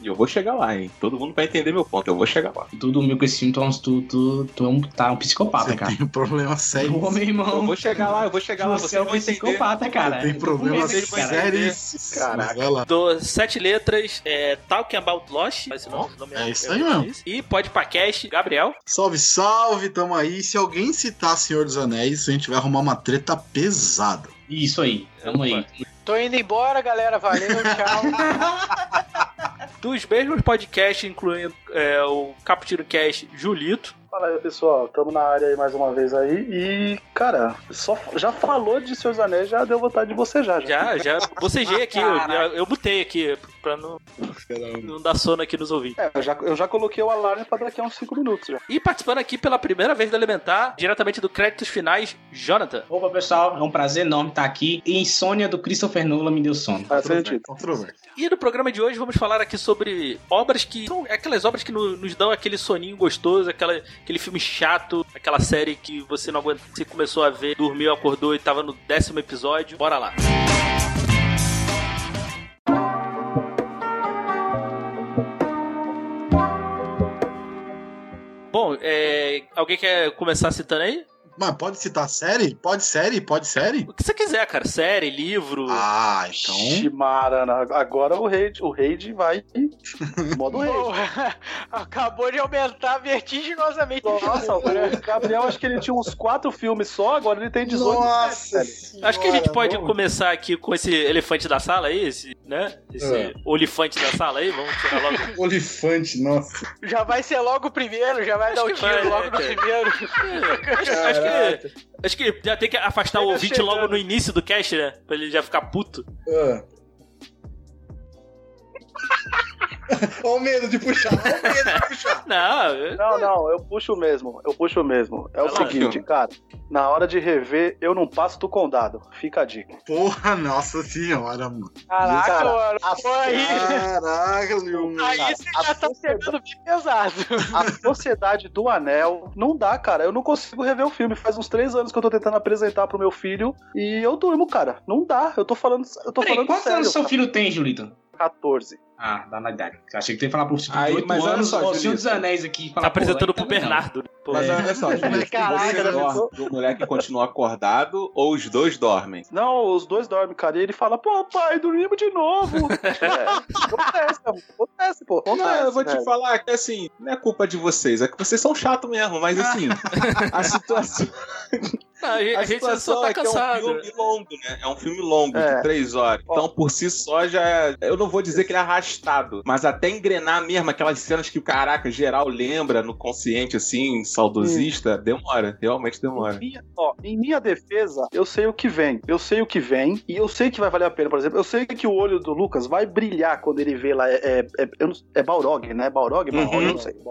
E eu vou chegar lá, hein? Todo mundo vai entender meu ponto, eu vou chegar lá. Tu dormiu com esses sintomas, tu, tu, tu é um, tá um psicopata, Você cara. tem um problema sério. Ô, meu É Eu irmão, vou chegar lá, eu vou chegar lá, você é vocês um vão entender. psicopata, cara. tem assim, né? problemas Vocês vão entender. sérios. Caraca. Vai lá. do Sete Letras, é, Talking About Lost, mas não, nome é isso aí mesmo. E Podpacast, Gabriel. Salve, salve, tamo aí. Se alguém citar Senhor dos Anéis, a gente vai arrumar uma treta pesada. Isso aí, tamo aí. Tô indo embora, galera, valeu, tchau. Dos mesmos podcasts, incluindo é, o Caputino Cast, Julito. Fala aí, pessoal. Tamo na área aí mais uma vez aí. E, cara, só, já falou de Seus Anéis, já deu vontade de você já. Já, já bocejei aqui, eu, eu botei aqui pra não, não dar sono aqui nos ouvintes. É, eu já, eu já coloquei o alarme pra daqui a uns 5 minutos já. E participando aqui pela primeira vez do Elementar, diretamente do Créditos Finais, Jonathan. Opa, pessoal, é um prazer enorme estar aqui. E insônia do Christopher Nolan me deu sono. Tá Faz sentido. Controverso. E no programa de hoje vamos falar aqui sobre obras que são aquelas obras que no- nos dão aquele soninho gostoso, aquela, aquele filme chato, aquela série que você não aguenta, você começou a ver, dormiu, acordou e tava no décimo episódio. Bora lá. Bom, é, alguém quer começar citando aí? Mas pode citar série? Pode série? Pode série? O que você quiser, cara. Série, livro. Ah, então. Chimarana, agora o raid, o raid vai modo raid. Porra, Acabou de aumentar vertiginosamente. Nossa, o Gabriel acho que ele tinha uns 4 filmes só, agora ele tem 18. Nossa, séries. Acho que a gente senhora, pode não. começar aqui com esse elefante da sala aí, esse, né? Esse É. olifante da sala aí, vamos tirar logo. Olifante, nossa. Já vai ser logo o primeiro, já vai Acho dar o que tiro vai, né, é, logo no cara? primeiro. acho, acho que, acho que já tem que afastar o Chega ouvinte chegando. logo no início do cast, né? Pra ele já ficar puto. Olha o medo de puxar, olha o medo de puxar. Não, Tá eu- Não, não, eu puxo mesmo, eu puxo mesmo. É o Vai lá, seguinte, cara, na hora de rever, eu não passo do condado. Fica a dica. Porra, nossa senhora, mano. Caraca, Cara, mano. pô, aí, Caraca, meu. aí você a já tá sociedade- pegando bem pesado. A Sociedade do Anel não dá, cara. Eu não consigo rever o filme. Faz uns três anos que eu tô tentando apresentar pro meu filho e eu durmo, cara. Não dá. Eu tô falando, eu tô Peraí, falando quantos sério. anos seu filho tem, Julito? 14. Ah, dá na idade. Achei que tu ia falar pro tipo, Aí, 8 mas olha anos, só, ó, Senhor dos Julito. Anéis aqui. é tá apresentando pro Bernardo. né? Pô, Mas é. olha só, gente, Caraca, você né, dorme do moleque continua acordado ou os dois dormem? Não, os dois dormem, cara. E ele fala, pô, pai, dormimos de novo. é, acontece, amor. acontece, pô. Acontece, Não, eu vou te né, velho. falar que assim, não é culpa de vocês, é que vocês são chato mesmo, mas assim, a situação. Não, a gente- A a gente situação só tá é que cansado. é um filme longo, né? É um filme longo, É. de três horas. Então, por si só, já é... Eu não vou dizer que ele é arrastado, mas até engrenar mesmo aquelas cenas que o caraca geral lembra no consciente, assim, saudosista, demora. Realmente demora. Minha- ó, em minha defesa, eu sei o que vem. Eu sei o que vem e eu sei que vai valer a pena. Por exemplo, eu sei que o olho do Lucas vai brilhar quando ele vê lá. É, é, é, eu não- é Balrog, né? Balrog? Balrog, eu não sei. o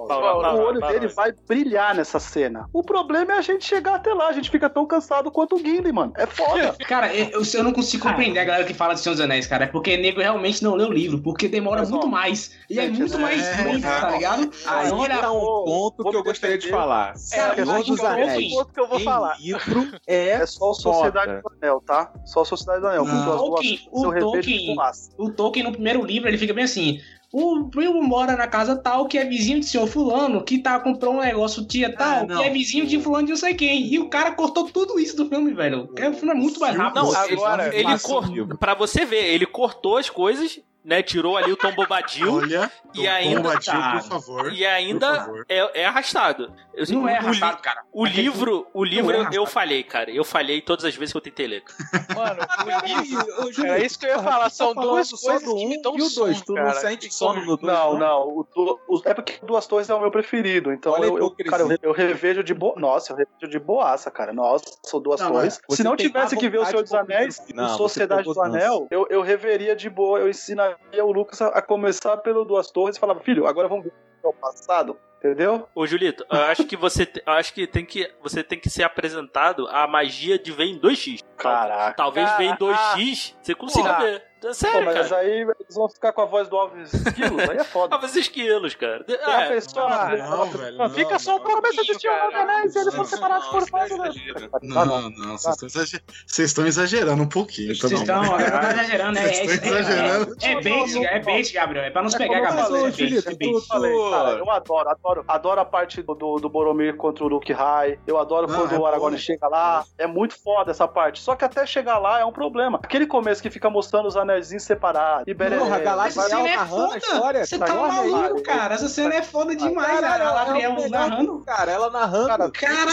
olho dele vai brilhar nessa cena. O problema é a gente chegar até lá. A gente fica tão cansado quanto o Gimli, mano. É foda. Cara, eu, eu não consigo compreender a galera que fala de Senhor dos Anéis, cara. É porque nego realmente não lê o livro, porque demora Mas, ó, muito mais. E é gente, muito é, mais é, ruim, é, tá ligado? né? Aí Olha, tá um vou- ponto vou que eu gostaria de defender. falar. É, Senhor acho que dos é o mesmo Anéis ponto que eu vou falar. em livro é... É só a Sociedade do Anel, tá? Só a Sociedade do Anel. Não. Porque as duas Tolkien, eu o revejo Tolkien, com massa. o Tolkien no primeiro livro ele fica bem assim. O Bilbo mora na casa tal, que é vizinho de senhor fulano, que tá comprou um negócio tia tal, não. que é vizinho de fulano de não sei quem. E o cara cortou tudo isso do filme, velho. É, O filme é muito mais rápido. Não, Vocês agora, não ele façam cor- livro. Pra você ver, ele cortou as coisas né? Tirou ali o Tom Bombadil Olha, E ainda- Bombadil, Cara. por favor. e Por ainda favor. é, é arrastado. Eu- Não é o, li- arrastado, cara. O Aquele- livro, o livro é eu- eu arrastado. falhei, cara. Eu falhei todas as vezes que eu tentei ler. Mano, o livro. Ô, Júlio, Era isso que eu ia porra, falar. tu São tá duas falando coisas só do que me um dão e o dois. sono, Tu cara. não sente sono no dois, Não, não. o do- o- é porque Duas Torres é o meu preferido. Então, Olha a eu, eu- hipocrisia. cara, eu, eu revejo de boa. Nossa, eu revejo de boaça, cara. Nossa, sou Duas Não, Torres. mas você Se não tem tivesse má que ver o vontade Senhor dos com o Anéis, Deus. Não, o você Sociedade do provou dança. Anel, eu, eu reveria de boa. Eu ensinaria o Lucas a, a começar pelo Duas Torres e falava, filho, agora vamos ver o que é o passado. Entendeu? Ô, Julito, eu acho que você, te- eu acho que tem que você tem que ser apresentado à magia de ver em 2x. Caraca. Talvez ver em 2x você consiga Porra. ver. É Pô, Sério, mas cara. aí eles vão ficar com a voz do Alves Quilos, aí é foda. Talvez esquilos, cara. É uma É, pessoa- Ah, não, uma pessoa- velho, não, Fica só um o não. promessa de Senhor dos Cara, Anéis, eles são não, é separados por fora. né? Ah, Não, não, vocês estão exager- vocês estão exagerando um pouquinho. tá Vocês bom. estão ó, tá exagerando, é, é, Vocês estão exagerando. é, é, é bait, é bait, Gabriel. É pra nos É pegar, como eu Gabriel. falei, É bait, é Felipe, bait. tu- Falei, cara, eu adoro, adoro, adoro a parte do, do Boromir contra o Luke High. Eu adoro Não, quando é o Aragorn bom. chega lá. É muito foda essa parte. Só que até chegar lá é um problema. Aquele começo que fica mostrando os anéis separados. E Beren- Porra, Essa Galáxia- Vai lá, cena é narrando a foda. história, Você tá tá olha aí, maluco, cara. Essa cena é foda demais, Caralho, cara. A ela é Gabriel o melhor narrando. Cara, ela narrando. Cara, Caraca.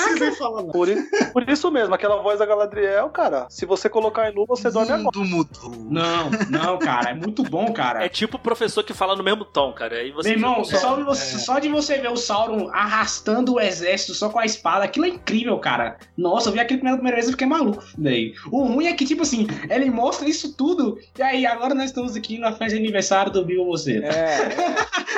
Por isso, por isso mesmo, aquela voz da Galadriel, cara. Se você colocar em nu, você O dorme agora. mundo mudou. Não, não, cara. É muito bom, cara. é tipo o professor que fala no mesmo tom, cara. Aí você Meu irmão, fica com só um de, você, só de você ver o Sauron arrastando o exército só com a espada, aquilo é incrível, cara. Nossa, eu vi aquilo pela primeira vez e fiquei maluco. Daí. O ruim é que, tipo assim, ele mostra isso tudo. E aí, agora nós estamos aqui na festa de aniversário do Bill você. É,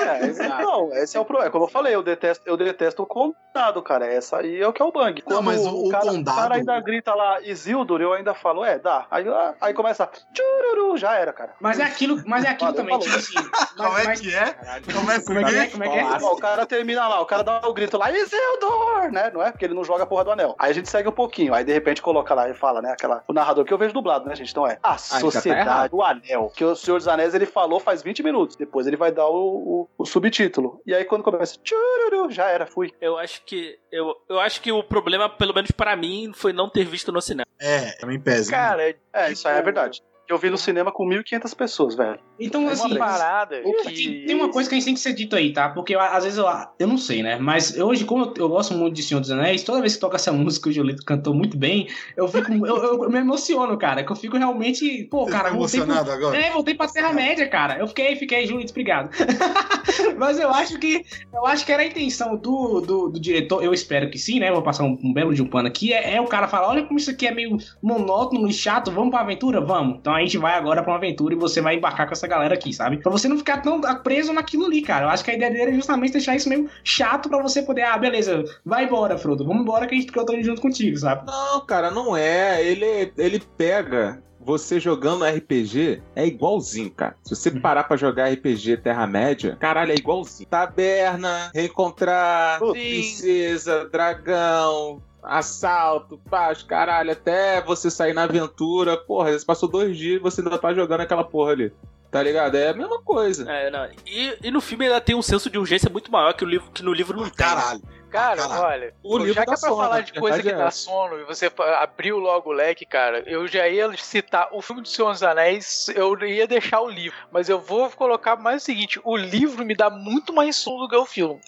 É, esse- não, esse é o problema. Como eu falei, eu detesto, eu detesto o condado, cara. Essa aí é o que é o bang. Não, mas o- o cara, Condado- cara ainda grita lá, Isildur, eu ainda falo, é, dá. Aí, ah, aí começa, tchururu, já era, cara. Mas é aquilo, mas é aquilo Valeu, também, falou. tipo assim. Como é Mas, que é? Começa Como é que é? Como é que é? Ó, o cara termina lá, o cara dá o grito lá, Isildur, né? Não é? Porque ele não joga a porra do anel. Aí a gente segue um pouquinho, aí de repente coloca lá e fala, né? Aquela, o narrador que eu vejo dublado, né, gente? Então é a tá Sociedade, errado. do Anel. Que o Senhor dos Anéis ele falou faz 20 minutos. Depois ele vai dar o, o- o subtítulo. E aí quando começa, tchururu, já era, fui. Eu acho que eu, eu acho que o problema, pelo menos pra mim, foi não ter visto no cinema. É, também pesa. né? Cara, É, isso aí é verdade. Eu vi no cinema com 1.500 pessoas, velho. Então, é assim, uma parada. O que- que- Tem uma coisa que a gente tem que ser dito aí, tá? Porque eu- às vezes eu, eu não sei, né? Mas eu, hoje, como eu, eu gosto muito de Senhor dos Anéis, toda vez que toca essa música, o Julito cantou muito bem, eu fico. eu, eu- eu me emociono, cara. Que eu fico realmente. Pô, Você cara, tá voltei pro- emocionado agora? é, voltei pra Terra-média, cara. Eu fiquei, fiquei, Julito, obrigado. Mas eu acho que eu acho que era a intenção do, do, do diretor, eu espero que sim, né? Vou passar um, um belo de um pano aqui. É, é o cara falar: olha como isso aqui é meio monótono e chato, vamos pra aventura? Vamos. Então a gente vai agora pra uma aventura e você vai embarcar com essa galera aqui, sabe? Pra você não ficar tão preso naquilo ali, cara. Eu acho que a ideia dele é justamente deixar isso meio chato pra você poder, ah, beleza, vai embora, Frodo, vamos embora que, a gente, que eu tô indo junto contigo, sabe? Não, cara, não é. Ele, ele pega você jogando RPG, é igualzinho, cara. Se Uhum. você parar pra jogar RPG Terra-média, caralho, é igualzinho. Taberna, reencontrar, Sim. princesa, dragão. Assalto, paz, caralho, até você sair na aventura, porra, você passou dois dias e você ainda tá jogando aquela porra ali. Tá ligado? É a mesma coisa. É, não. E, e no filme ela tem um senso de urgência muito maior que, o livro, que no livro não tem. Caralho. Cara, Caralho. olha, O livro já que dá é pra sono, falar a de coisa que verdade é dá essa. sono e você fa- abriu logo o leque, cara, eu já ia citar o filme do Senhor dos Anéis, eu ia deixar o livro, mas eu vou colocar mais o seguinte, o livro me dá muito mais sono do que o filme.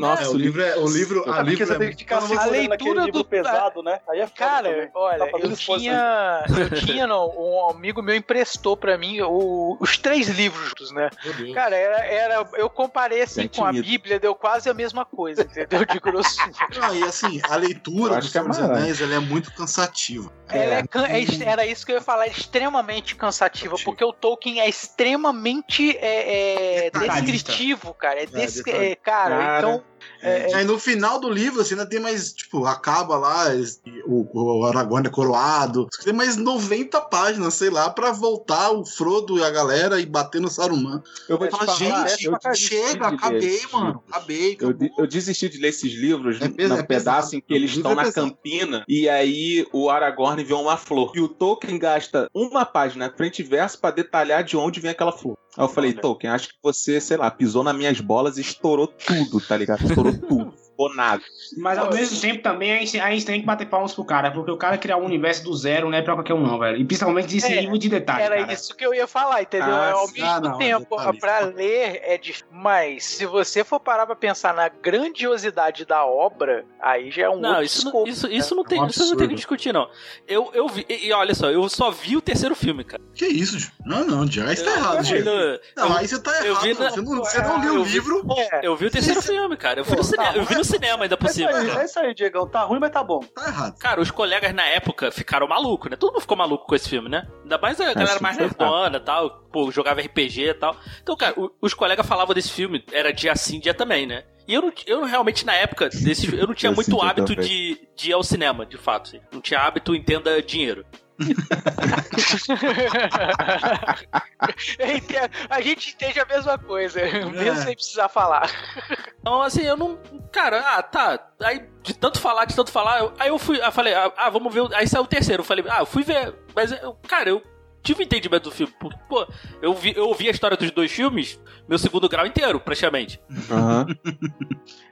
né? É, o livro é. O livro, a Ah, porque livro você é tem que ficar muito- segurando leitura aquele livro do- pesado, né? Aí é foda Cara, também. olha, Tá fazendo eu esforço, tinha, eu tinha não, um amigo meu emprestou pra mim o- os três livros juntos, né? Meu Deus. Cara, era, era eu comparei assim Sente com a medo. Bíblia, deu quase a mesma coisa, entendeu? De grossura. Não, e assim, a Eu leitura do acho que é Senhor dos né? maravilha. Anéis ela é muito cansativa. Ela é can- é est- era isso que eu ia falar, é extremamente cansativo, Cansativo. porque o Tolkien é extremamente é, é, Detalhista. descritivo, cara. É, des- detalhe. é, cara, Cara. então. É, Aí no final do livro, assim, ainda tem mais, tipo, acaba lá, es- o, o Aragorn é coroado. Tem mais 90 páginas, sei lá, pra voltar o Frodo e a galera e bater no Saruman. Eu vou te Fala, falar, gente, eu desisti chega, de ler acabei, esse mano. Acabei. Eu, de- eu desisti de ler esses livros É pesa- no é pedaço pesado. em que eles O livro estão é na pesado. Campina e aí o Aragorn vê uma flor. E o Tolkien gasta uma página frente e verso pra detalhar de onde vem aquela flor. Aí eu falei, Tolkien, acho que você, sei lá, pisou nas minhas bolas e estourou tudo, tá ligado? Estourou tudo. Bonado. Mas ao mesmo tempo também a gente, a gente tem que bater palmas pro cara, porque o cara criar um universo do zero não é pra qualquer um, não, velho. E principalmente esse É, nível de detalhe. Era cara. isso que eu ia falar, entendeu? Ah, É ao sim. mesmo Ah, não, tempo, detalhe. pra ler é difícil. Mas se você for parar pra pensar na grandiosidade da obra, aí já é um Não, outro isso, não- escopo. isso, isso, não tem, um isso não tem absurdo. que discutir, não. Eu, eu vi, e, e olha só, eu só vi o terceiro filme, cara. Que isso, Diego? Não, não, Diego. Aí você tá errado, Diego. Eu, Não, aí você tá eu errado. vi na- Você não, você não leu eu o vi- livro. É. eu vi o terceiro filme, cara. Eu, fui no Pô, cinema, tá, eu vi no cinema ainda por É isso cima. aí, é isso aí, Diegão. Tá ruim, mas tá bom. Tá errado. Cara, os colegas na época ficaram malucos, né? Todo mundo ficou maluco com esse filme, né? Ainda mais a galera É, sim, mais foi nerdona e tal, pô, jogava RPG e tal. Então, cara, o- os colegas falavam desse filme, era dia sim, dia também, né? E eu, não, eu não realmente, na época, desse, eu não tinha Dia muito sim, dia hábito também. de, de ir ao cinema, de fato. assim. Não tinha hábito, entenda, dinheiro. Eu entendo. a gente entende a mesma coisa, mesmo sem precisar falar. Então, assim, eu não. Cara, ah, tá. Aí, de tanto falar, de tanto falar, eu- aí eu fui. Aí eu falei, ah, ah, vamos ver. o- Aí saiu o terceiro. Eu falei, ah, eu fui ver. Mas, eu, cara, eu tive entendimento do filme. porque, Pô, eu, vi, eu ouvi a história dos dois filmes, meu segundo grau inteiro, praticamente. Aham.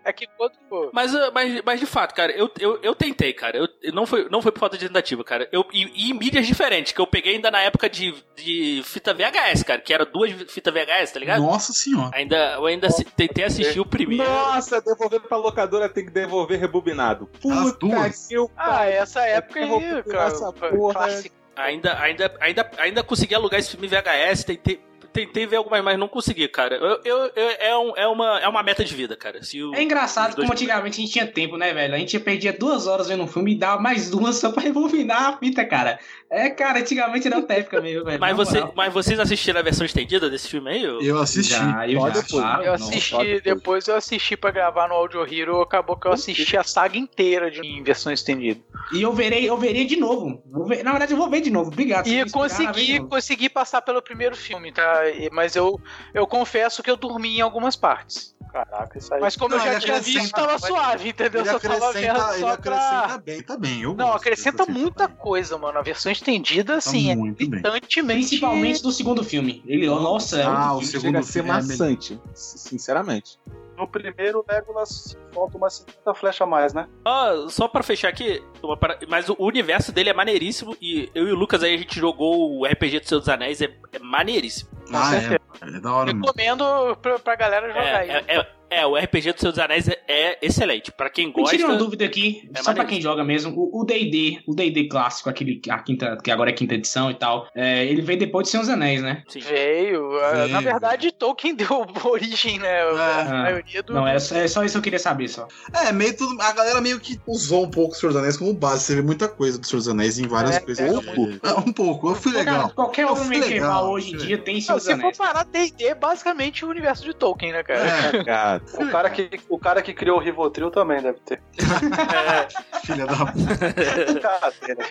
É que quando. pô, Mas, ah, mas, mas de fato, cara, eu, eu, eu tentei, cara. Eu, eu não, foi, não foi por falta de tentativa, cara. Eu, e, e em mídias diferentes, que eu peguei ainda na época de, de fita VHS, cara, que era duas fitas VHS, tá ligado? Nossa senhora. Ainda, eu ainda assi- tentei assistir o primeiro. Nossa, devolver pra locadora tem que devolver rebobinado. As Puta duas? que eu Ah, essa época eu vou aí, procurar cara. essa foi porra. clássico. Ainda, ainda, ainda, ainda consegui alugar esse filme em VHS, tentei, tentei ver algumas, mas não consegui, cara. Eu, eu, eu- é, um- é uma, é uma meta de vida, cara. Se o- É engraçado Os dois- como antigamente a gente tinha tempo, né, velho? A gente perdia duas horas vendo um filme e dava mais duas só pra rebobinar a fita, cara. É, cara, antigamente era outra época mesmo, velho. mas, na você, moral. mas vocês assistiram a versão estendida desse filme aí? Eu- Eu assisti. Já, eu Só já, depois. claro, Eu não. só assisti, depois. depois eu assisti pra gravar no Audio Hero, acabou que eu assisti a saga inteira de em versão estendida. E eu verei, eu verei de novo. Vou ver- na verdade, eu vou ver de novo. Obrigado. é vocês me E explicaram, eu verei de consegui, novo. consegui passar pelo primeiro filme, tá? E- Mas eu, eu confesso que eu dormi em algumas partes. Caraca, isso aí. Mas como Não, eu já ele tinha acrescenta- visto, tava suave, entendeu? Ele só tava vendo acrescenta, ele só pra... acrescenta tipo bem, tá bem. Eu Não, gosto, acrescenta muita bem. coisa, mano. A versão estendida, assim, é muito bem. irritantemente... Principalmente do segundo filme. Ele, ó, nossa, é Ah, outro o filme. Chega a segundo ser filme é melhor. maçante, s- sinceramente. No primeiro, o Legolas solta uma 50 flecha a mais, né? Ó, só pra fechar aqui, uma para- mas o universo dele é maneiríssimo e eu e o Lucas aí a gente jogou o RPG do Senhor dos Anéis, é, é maneiríssimo. Ah, é. É da hora, mano. Recomendo pra, pra galera É, jogar aí. né? é- é- é, o RPG do Senhor dos Anéis é, é excelente. Pra quem Me gosta. tira uma dúvida aqui, É só pra maneiro. quem joga mesmo, o o D&D, o D&D clássico, aquele a quinta, que agora é quinta edição e tal, é, ele veio depois de Senhor dos Anéis, né? Sim. Veio. ah, é, Veio, Na verdade, Tolkien deu origem, né? É. A maioria Uhum. do... Não, era só, é só isso que eu queria saber, só. É, meio tudo. A galera meio que usou um pouco o Senhor dos Anéis como base. Você vê muita coisa do Senhor dos Anéis em várias É, coisas. pega Pouco. É, um pouco. Eu fui Cara, legal. Qualquer Eu homem fui legal, medieval hoje em fui dia tem Senhor Não, dos se for Anéis. parar, D&D é basicamente o universo de Tolkien, né, cara? É, Cara, O cara que, o cara que criou o Rivotril também deve ter. É, filha da puta. Brincadeira.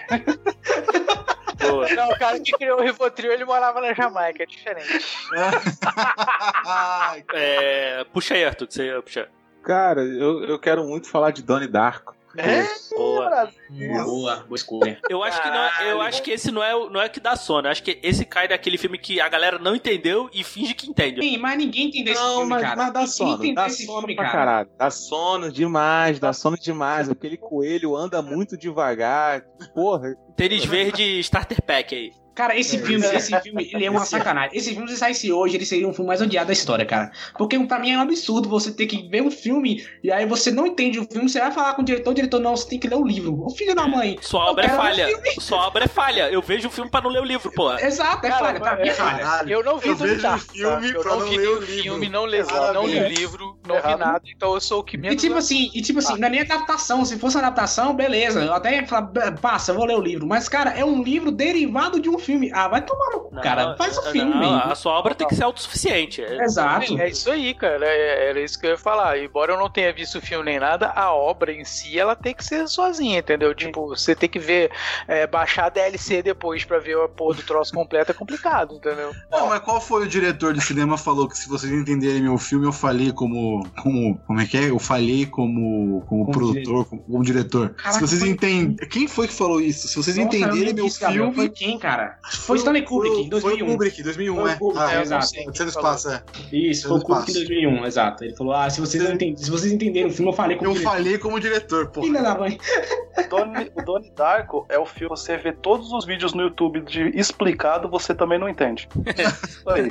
Boa. É. Não, o cara que criou o Rivotril, ele morava na Jamaica, é diferente. Ai, É, puxa aí, Arthur, que você ia puxar. cara eu, eu quero muito falar de Donnie Darko. É, Boa. Boa, boa escolha. Eu acho que não, é, eu Caralho. acho que esse não é o- não é o que dá sono. Eu acho que esse cai daquele filme que a galera não entendeu e finge que entende. Sim, mas ninguém entendeu esse Não, filme, mas, cara. mas dá Ninguém sono. entendeu Dá esse sono filme, pra cara. caralho. Dá sono demais, dá sono demais. Aquele coelho anda muito devagar. Porra, Tênis verde starter pack aí. Cara, esse filme, esse filme, ele é uma sacanagem. Esse filme, se saísse hoje, ele seria um filme mais odiado da história, cara. Porque pra mim é um absurdo você ter que ver um filme e aí você não entende o filme, você vai falar com o diretor, o diretor, não, você tem que ler o livro. Ô filho da mãe. Sua obra é quero ver falha. Sua obra é falha. Eu vejo o filme pra não ler o livro, pô. Exato, é Cara, falha, pra mim é falha. Caralho. Eu não vi Eu Donnie vejo o Darko, tá? filme Eu pra não vi ler o o livro. filme, não li, um não é. li o livro, não vi Errado. nada, então eu sou o que né? E menos... tipo assim, e tipo assim, não é nem adaptação. Se fosse adaptação, beleza. Eu até ia falar, "Bah, passa, eu vou ler o livro. Mas, cara, é um livro derivado de um filme. Ah, vai tomar no cu, Não, cara. Faz o não, filme. A sua obra tem que ser autossuficiente. É- Exato. É isso aí, cara. é- Era isso que eu ia falar. Embora eu não tenha visto o filme nem nada, a obra em si ela tem que ser sozinha, entendeu? Tipo, você tem que ver, é, baixar a DLC depois pra ver a porra do troço completo é complicado, entendeu? Não, mas qual foi o diretor de cinema que falou que se vocês entenderem meu filme, eu falhei como. como como é que é? Eu falhei como, como, Como produtor, diretor. como, como diretor. Caraca, se vocês foi- entenderem. Quem foi que falou isso? Se vocês Nossa, eu entenderem nem meu disse, Gabriel, filme. Foi quem, cara? cara. Foi Stanley Kubrick, em Foi o 2001. Kubrick, 2001, Foi o é. Kubrick, ah, é, é, exato. Terceiro espaço, é. Isso, foi o Fez Kubrick em espaço. 2001, exato. Ele falou: ah, se vocês, não entendem, se vocês entenderam o filme, eu falei com Eu o falhei como diretor, pô. Filha da mãe. O Donnie, o Donnie Darko é o filme que você vê todos os vídeos no YouTube de explicado, você também não entende. Isso aí.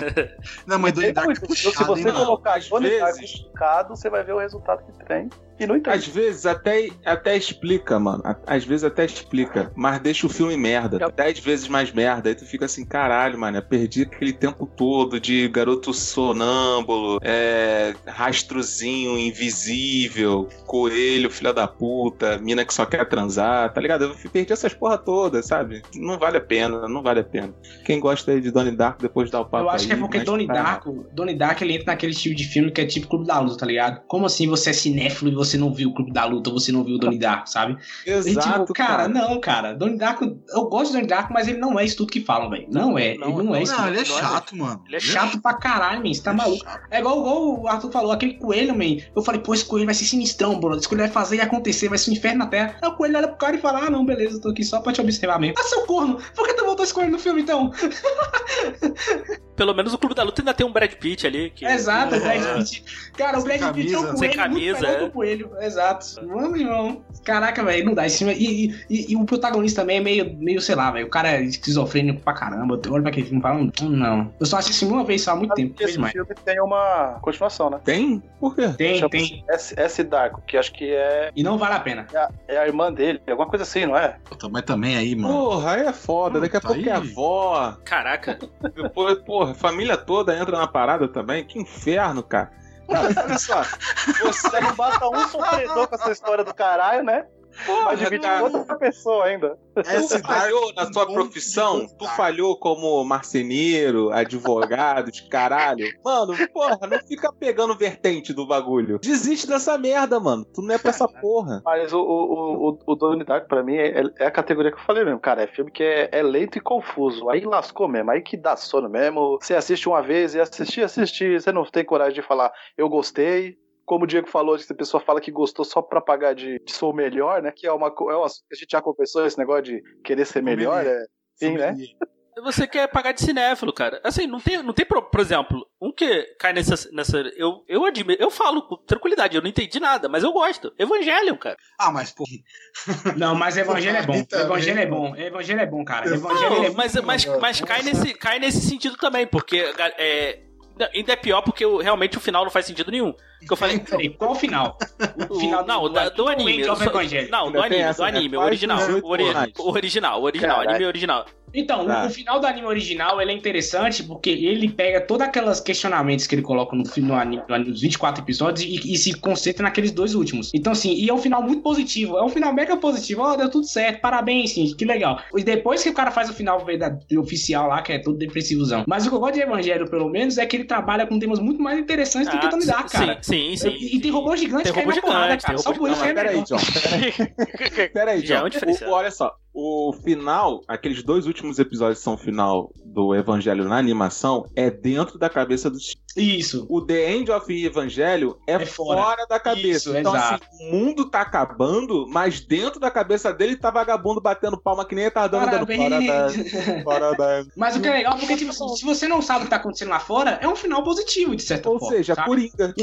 Não, mas Donnie Darko é Muito. Se puxado, hein, você mano. colocar Às Donnie Darko vezes- explicado, você vai ver o resultado que tem e não Às entende. vezes até, até explica, mano. A- Às vezes até explica, mas deixa o filme merda. Dez vezes mais merda. Aí tu fica assim, caralho, mano. eu Perdi aquele tempo todo de garoto sonâmbulo, é, rastrozinho invisível, coelho, filha da puta, mina que só quer transar, tá ligado? Eu perdi essas porra todas, sabe? Não vale a pena, não vale a pena. Quem gosta aí de Donnie Darko, depois dá o papo Eu acho que é aí, porque mas Donnie tá- Darko, Donnie Darko ele entra naquele estilo de filme que é tipo Clube da Luta, tá ligado? Como assim você é cinéfilo e você não viu o Clube da Luta, você não viu o Donnie Darko, sabe? E, Exato, tipo, cara, não, cara. Donnie Darko, eu gosto de Donnie Darko, mas ele não é isso tudo que falam, velho. Não é, Não, ele não é isso. Não, tudo. ele é Não é, chato, mano. Ele é Chato pra caralho, man. Você tá maluco. É igual, igual o Arthur falou, aquele coelho, man. Eu falei, pô, esse coelho vai ser sinistrão, bro. Esse coelho vai fazer e acontecer, vai ser um inferno na Terra. Aí o coelho olha pro cara e fala, ah, não, beleza, eu tô aqui só pra te observar mesmo. Ah, seu corno, por que tu botou esse coelho no filme, então? Pelo menos o Clube da Luta ainda tem um Brad Pitt ali. Que... Exato, o É. Brad Pitt. Cara, o Sem Brad Pitt é um camisa. coelho Sem muito camisa, melhor é. que o coelho. Exato. Mano, irmão. Caraca, velho, não dá. Esse filme... é- e, e- e- e o protagonista também é meio, meio sei lá, velho. O cara é esquizofrênico pra caramba. Eu olho pra aquele filme e falo, "Hum, não. Eu só assisti esse filme uma vez só há muito tempo. Esse Fez mais. filme tem uma continuação, né? Tem? Por quê? Tem, Chama- tem. S, S Darko, que acho que é, E não vale a pena. é a, é a irmã dele, alguma coisa assim, não é? Puta, mas também aí, mano. Porra, aí é foda. Daqui a Puta, pouco é a aí- avó. Caraca. Depois, porra, família toda entra na parada também. Que inferno, cara. Cara, olha só. Você, Não basta um sofredor com essa história do caralho, né? Vai porra, tá. dividir cara, com outra pessoa ainda. tu falhou na tua profissão, tu falhou como marceneiro, advogado, de caralho. Mano, porra, não fica pegando vertente do bagulho. Desiste dessa merda, mano. Tu não é pra essa porra. Mas o, o, o, o Donnie Darko, pra mim, é, é a categoria que eu falei mesmo, cara. É filme que é, é lento e confuso. Aí lascou mesmo, aí que dá sono mesmo. Você assiste uma vez e assistir, assistir. Você não tem coragem de falar, eu gostei. Como o Diego falou, a pessoa fala que gostou só pra pagar de, de sou melhor, né? Que é uma co- é um assunto que a gente já conversou, esse negócio de querer ser melhor, né? Sim, né? Você quer pagar de cinéfilo, cara. Assim, não tem, não tem pro- por exemplo, um que cai nessa. nessa eu, eu admiro, eu falo com tranquilidade, eu não entendi nada, mas eu gosto. Evangelho, cara. Ah, mas, pô, Não, mas Evangelho é bom. Porra, também. Evangelho é bom. Evangelho é bom, cara. Não, Evangelho Não, é mas, muito mas, bom, cara. mas cai, nesse, cai nesse sentido também, porque é, ainda é pior porque o- realmente o final não faz sentido nenhum. Porque eu falei. Peraí, Qual o final? O final não, do, da- do anime. End of só- Evangelho. Não, do Ainda tem anime, do essa, né? anime, o Faz original. dezoito O, ori- porras. o original, o original, Caralho. anime original. Então, Tá. o, o final do anime original ele é interessante porque ele pega todos aqueles questionamentos que ele coloca no, fi- no anime, no anime, nos 24 episódios e, e se concentra naqueles dois últimos. Então, assim, e é um final muito positivo. É um final mega positivo. Ó, deu tudo certo. Parabéns, gente. Que legal. E depois que o cara faz o final verdade- oficial lá, que é todo depressivozão. Mas o que eu gosto de Evangelho, pelo menos, é que ele trabalha com temas muito mais interessantes do que o Tony Ah, Dark, cara. Sim, sim. e, e sim. tem robô gigante Tem caindo robô na porrada, gigante, cara. tem Só robô por isso Não, é mas peraí, melhor. John. Peraí, Já é John. um diferencial. O- olha só, o final, aqueles dois últimos episódios são o final do Evangelho na animação, é dentro da cabeça do Isso. o The End of Evangelho é, É fora. fora. da cabeça. Isso, então, exato. assim, o mundo tá acabando, mas dentro da cabeça dele tá vagabundo batendo palma que nem tá retardando. dando Parabéns. parabéns, parabéns. Mas o que é legal, porque tipo, assim, se você não sabe o que tá acontecendo lá fora, é um final positivo, de certa Ou forma. seja, sabe? Coringa.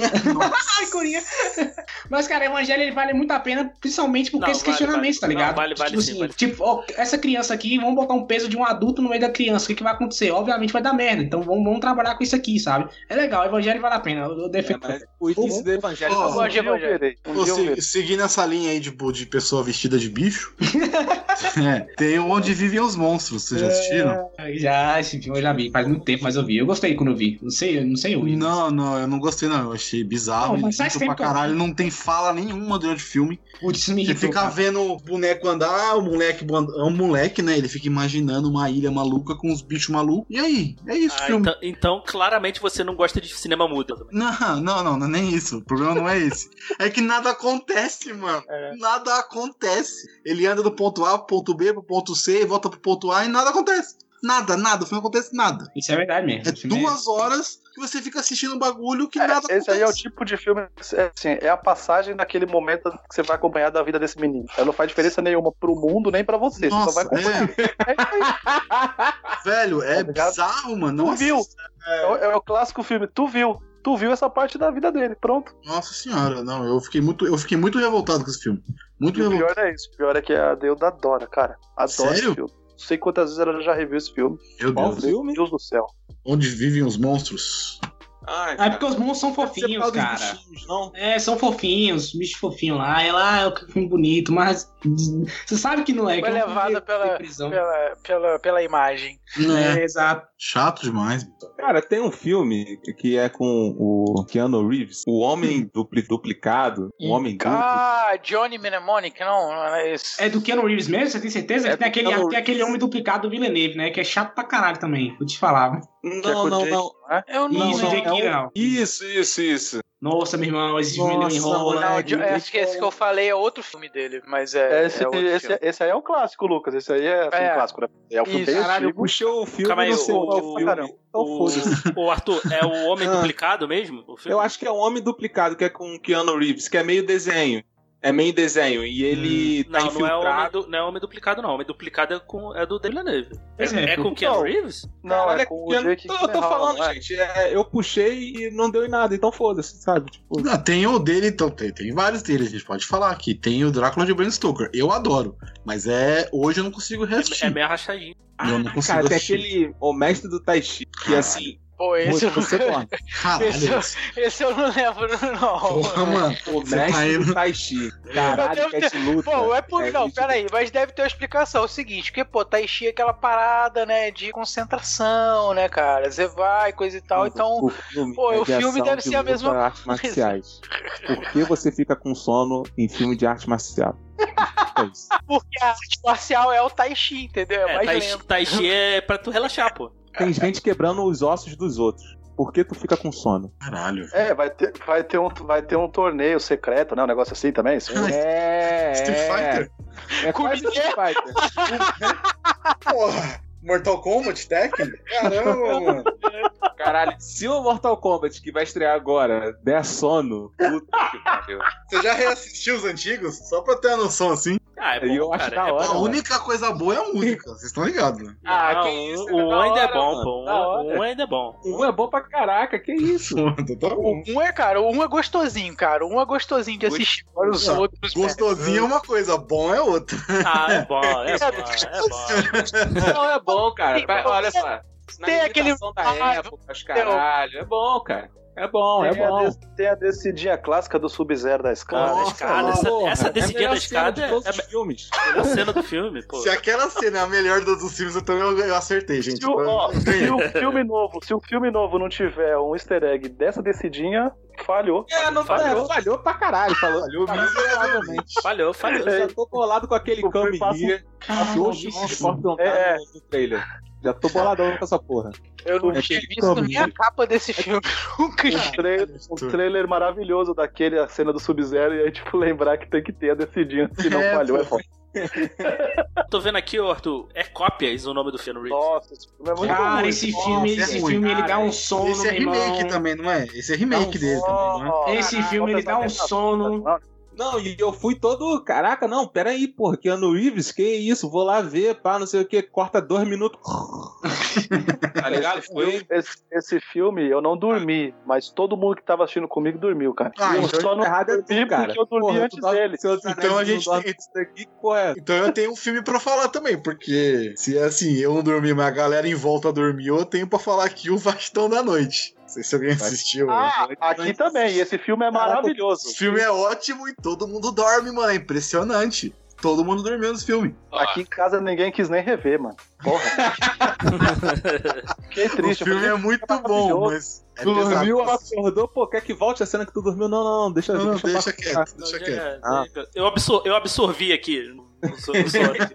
Ai, Corinha. Mas, cara, Evangelho ele vale muito a pena, principalmente porque Não, esses vale, questionamentos, vale. tá ligado? Não, vale, vale tipo sim, vale. Tipo, ó, essa criança aqui, vamos botar um peso de um adulto no meio da criança. O que, que vai acontecer? Obviamente vai dar merda. Então vamos, vamos trabalhar com isso aqui, sabe? É legal, Evangelho vale a pena. Eu, eu É, defendo. mas o início do Evangelho Ó, tá Um bom. Pode dia eu evangelho. verei. Um Ou dia eu se- verei. seguindo essa linha aí de, bo- de pessoa vestida de bicho, é, tem Onde Vivem os Monstros, vocês já assistiram? Já, esse filme eu já vi, faz muito tempo, mas eu vi. Eu gostei quando eu vi. Não sei, não sei hoje. Não, não, eu não gostei não, eu achei bizarro, Não, mas faz lento tempo pra que eu- caralho, não tem fala nenhuma durante o filme. Putz, isso me Você irritou, fica cara. vendo o boneco andar, ah, o moleque band- é um moleque, né, ele fica imaginando uma ilha maluca com uns bichos malucos, e aí? É isso o Ah, filme. então, então, claramente você não gosta de cinema mudo. Não, não, não, não é nem isso. O problema não é esse. É que nada acontece, mano. É. Nada acontece. Ele anda do ponto A pro ponto B pro ponto C, volta pro ponto A e nada acontece. Nada, nada. O filme não acontece nada. Isso é verdade mesmo. É Esse filme duas horas que você fica assistindo um bagulho que É, nada esse aí é o acontece. tipo de filme, é, assim, é a passagem daquele momento que você vai acompanhar da vida desse menino. Ela não faz diferença nenhuma pro mundo nem pra você. você só vai Nossa, acompanhar. é. Velho, é Tá ligado? bizarro, mano. Tu Nossa, viu? É, o- é o clássico filme, tu viu. Tu viu essa parte da vida dele, pronto. nossa senhora, não. Eu fiquei muito, eu fiquei muito revoltado com esse filme. Muito E o revoltado. pior é isso. O pior é que a Deus adora, cara. Adora Sério? esse filme. Não sei quantas vezes ela já reviu esse filme. Meu Qual Deus. filme? Deus do céu. Onde vivem os monstros? Ai, É cara. porque os monstros são Você fofinhos, fala dos cara. bichinhos, não? É, são fofinhos, bicho fofinho lá. É lá, é um filme bonito, mas. Você sabe que não é. que Foi é um filme levada de pela- prisão. Pela, pela, pela imagem. É, exato. Chato demais. Cara, tem um filme que é com o Keanu Reeves, o homem dupli- duplicado, o homem duplo. Ah, Johnny Mnemonic, não, não é isso. É do Keanu Reeves mesmo? Você tem certeza? É tem, do aquele, Keanu tem aquele Reeves. homem duplicado do Villeneuve, né? Que é chato pra caralho também. Eu te falava. Que é com Não, o não, Jake, não. né? Eu não. Não, Isso, não, Jake é um- Gyllenhaal. Isso, isso, isso. Nossa, meu irmão, esse Nossa, filme não enrola. né? moleque. não, Jo- é acho que esse que eu falei é outro filme dele, mas é. É, esse, é outro esse, filme. esse aí é um clássico, Lucas. Esse aí é assim, É. um clássico, né? É o filme Isso. bem Caralho, antigo. puxou o filme, Calma aí, não sei o- qual o- filme. Então O, foda-se. o Arthur, é o Homem Ah. Duplicado mesmo? O filme? Eu acho que é o Homem Duplicado, que é com o Keanu Reeves, que é meio desenho. É meio desenho. E ele Hum. tá Não, não é, o homem infiltrado. du- não é o Homem Duplicado, não. O Homem Duplicado é, com, é do Daniel Neve. Pois É, é. é com o Keanu Não. Reeves? Não, Caralho, é com o Keanu- Jake Eu tô Gyllenhaal, falando, não é? gente. é, eu puxei e não deu em nada, então foda-se, sabe? Tipo, Ah, tem o dele, então, tem, tem vários dele, a gente pode falar aqui. Tem o Drácula de Bram Stoker. Eu adoro. Mas é. Hoje eu não consigo reassistir. É meio arrastadinho. eu não consigo ah, cara, tem assistir. aquele O Mestre do Tai Chi, que assim, Pô, esse, eu você não- corta. Caralho, Esse eu- esse- esse eu não lembro, não. porra, né? mano. O Você Mestre tá indo- do Tai Chi. Caralho, Meu Deus que é de luta. Pô, é por. É não, isso. peraí, mas deve ter uma explicação. É o seguinte, porque, pô, Tai Chi é aquela parada, né, de concentração, né, cara? Você vai, coisa e tal. Então, O filme pô, é o de filme ação deve de ser a luta, mesma artes marciais. Por que você fica com sono em filme de arte marcial? É isso. porque a arte marcial é o Tai Chi, entendeu? É, É, mais tai, lento. tai Chi é pra tu relaxar, pô. Tem gente quebrando os ossos dos outros. Por que tu fica com sono? Caralho. É, vai ter, vai, ter um, vai ter um torneio secreto, né? Um negócio assim também. Sim. Ah, É, Street Fighter? É quase Street Fighter. Porra! Mortal Kombat Tekken? Caramba, mano. Caralho, se o Mortal Kombat que vai estrear agora der sono, puta que pariu. Você já reassistiu os antigos? Só pra ter a noção assim. Ah, é bom, Eu cara. acho da é hora. bom. A única coisa boa é a música, vocês estão ligados, né? Ah, Não, que um- isso, O é da um ainda é hora, bom, mano, pô. da Um- hora. Um ainda é bom. Um é bom pra caraca, que isso? Então tá bom. Um é, cara, um é gostosinho, cara. Um é gostosinho de assistir. Agora os Gostoso. outros. né? Gostosinho é uma coisa, bom é outra. Ah, é bom, é bom, é bom. Não, é bom, cara. Vai, olha só. Na Tem aquele- limitação da época, os caralho. É bom, cara. É bom, é Tem a bom. des- Tem a descidinha clássica do Sub-Zero da escada. é Pô, Nossa, escada, essa- porra, essa é a descidinha melhor da escada cena de todos é- os filmes. A cena do filme, pô. Se aquela cena é a melhor das dos filmes, então eu, eu acertei, gente. Se o, ó, Eu ganhei. se o filme novo, se o filme novo não tiver um easter egg dessa descidinha, falhou. É, não falhou. Falhou. É, falhou pra caralho. Falou, Falhou miseravelmente. Falhou, falhou. Eu já tô bolado com aquele O come filme passa um- here, Yoshi corta É. no no trailer. Já tô boladão com essa porra. Eu não É tinha que visto come. nem a capa desse filme nunca. Um trailer, um trailer maravilhoso daquele, a cena do Sub-Zero, e aí, tipo, lembrar que tem que ter a descidinha, se não É, falhou, pô. é foda. Tô vendo aqui, ô, Arthur, é cópias o nome do filme Reeves. Nossa, esse filme é muito Cara, ruim. esse Nossa, filme, é esse ruim, filme ele cara. dá um sono, Esse é meu remake irmão. também, não é? Esse é remake Não, dele também, não é? Esse filme ele dá um sono. Não, e eu fui todo. Caraca, não, peraí, porra, Keanu Reeves, que isso? Vou lá ver, pá, não sei o que, corta dois minutos. tá ligado? Foi. Esse, esse filme eu não dormi, mas todo mundo que tava assistindo comigo dormiu, cara. Ah, eu então só não errado é dormi tu, cara. porque eu dormi Porra, tu tá antes dorme- dele. seus Então a anéis não gente dormem tem- isso é daqui, porra. Então eu tenho um filme pra falar também, porque se assim, eu não dormi, mas a galera em volta dormiu, eu tenho pra falar aqui o Vastão da Noite. Não sei se alguém assistiu. né? Ah, aqui também, e esse filme é maravilhoso. Esse filme é ótimo e todo mundo dorme, mano. É impressionante. Todo mundo dormiu nesse filme. Aqui em casa ninguém quis nem rever, mano. Porra. Fiquei triste. o filme é eu muito é bom, maravilhoso. mas. É Tu pesado. dormiu, acordou, pô, quer que volte a cena que tu dormiu? Não, não, não, deixa Não, não, eu deixa passar. quieto, Não, deixa já- quieto. já- Eu, absor- eu absorvi aqui. o so- o Sonic.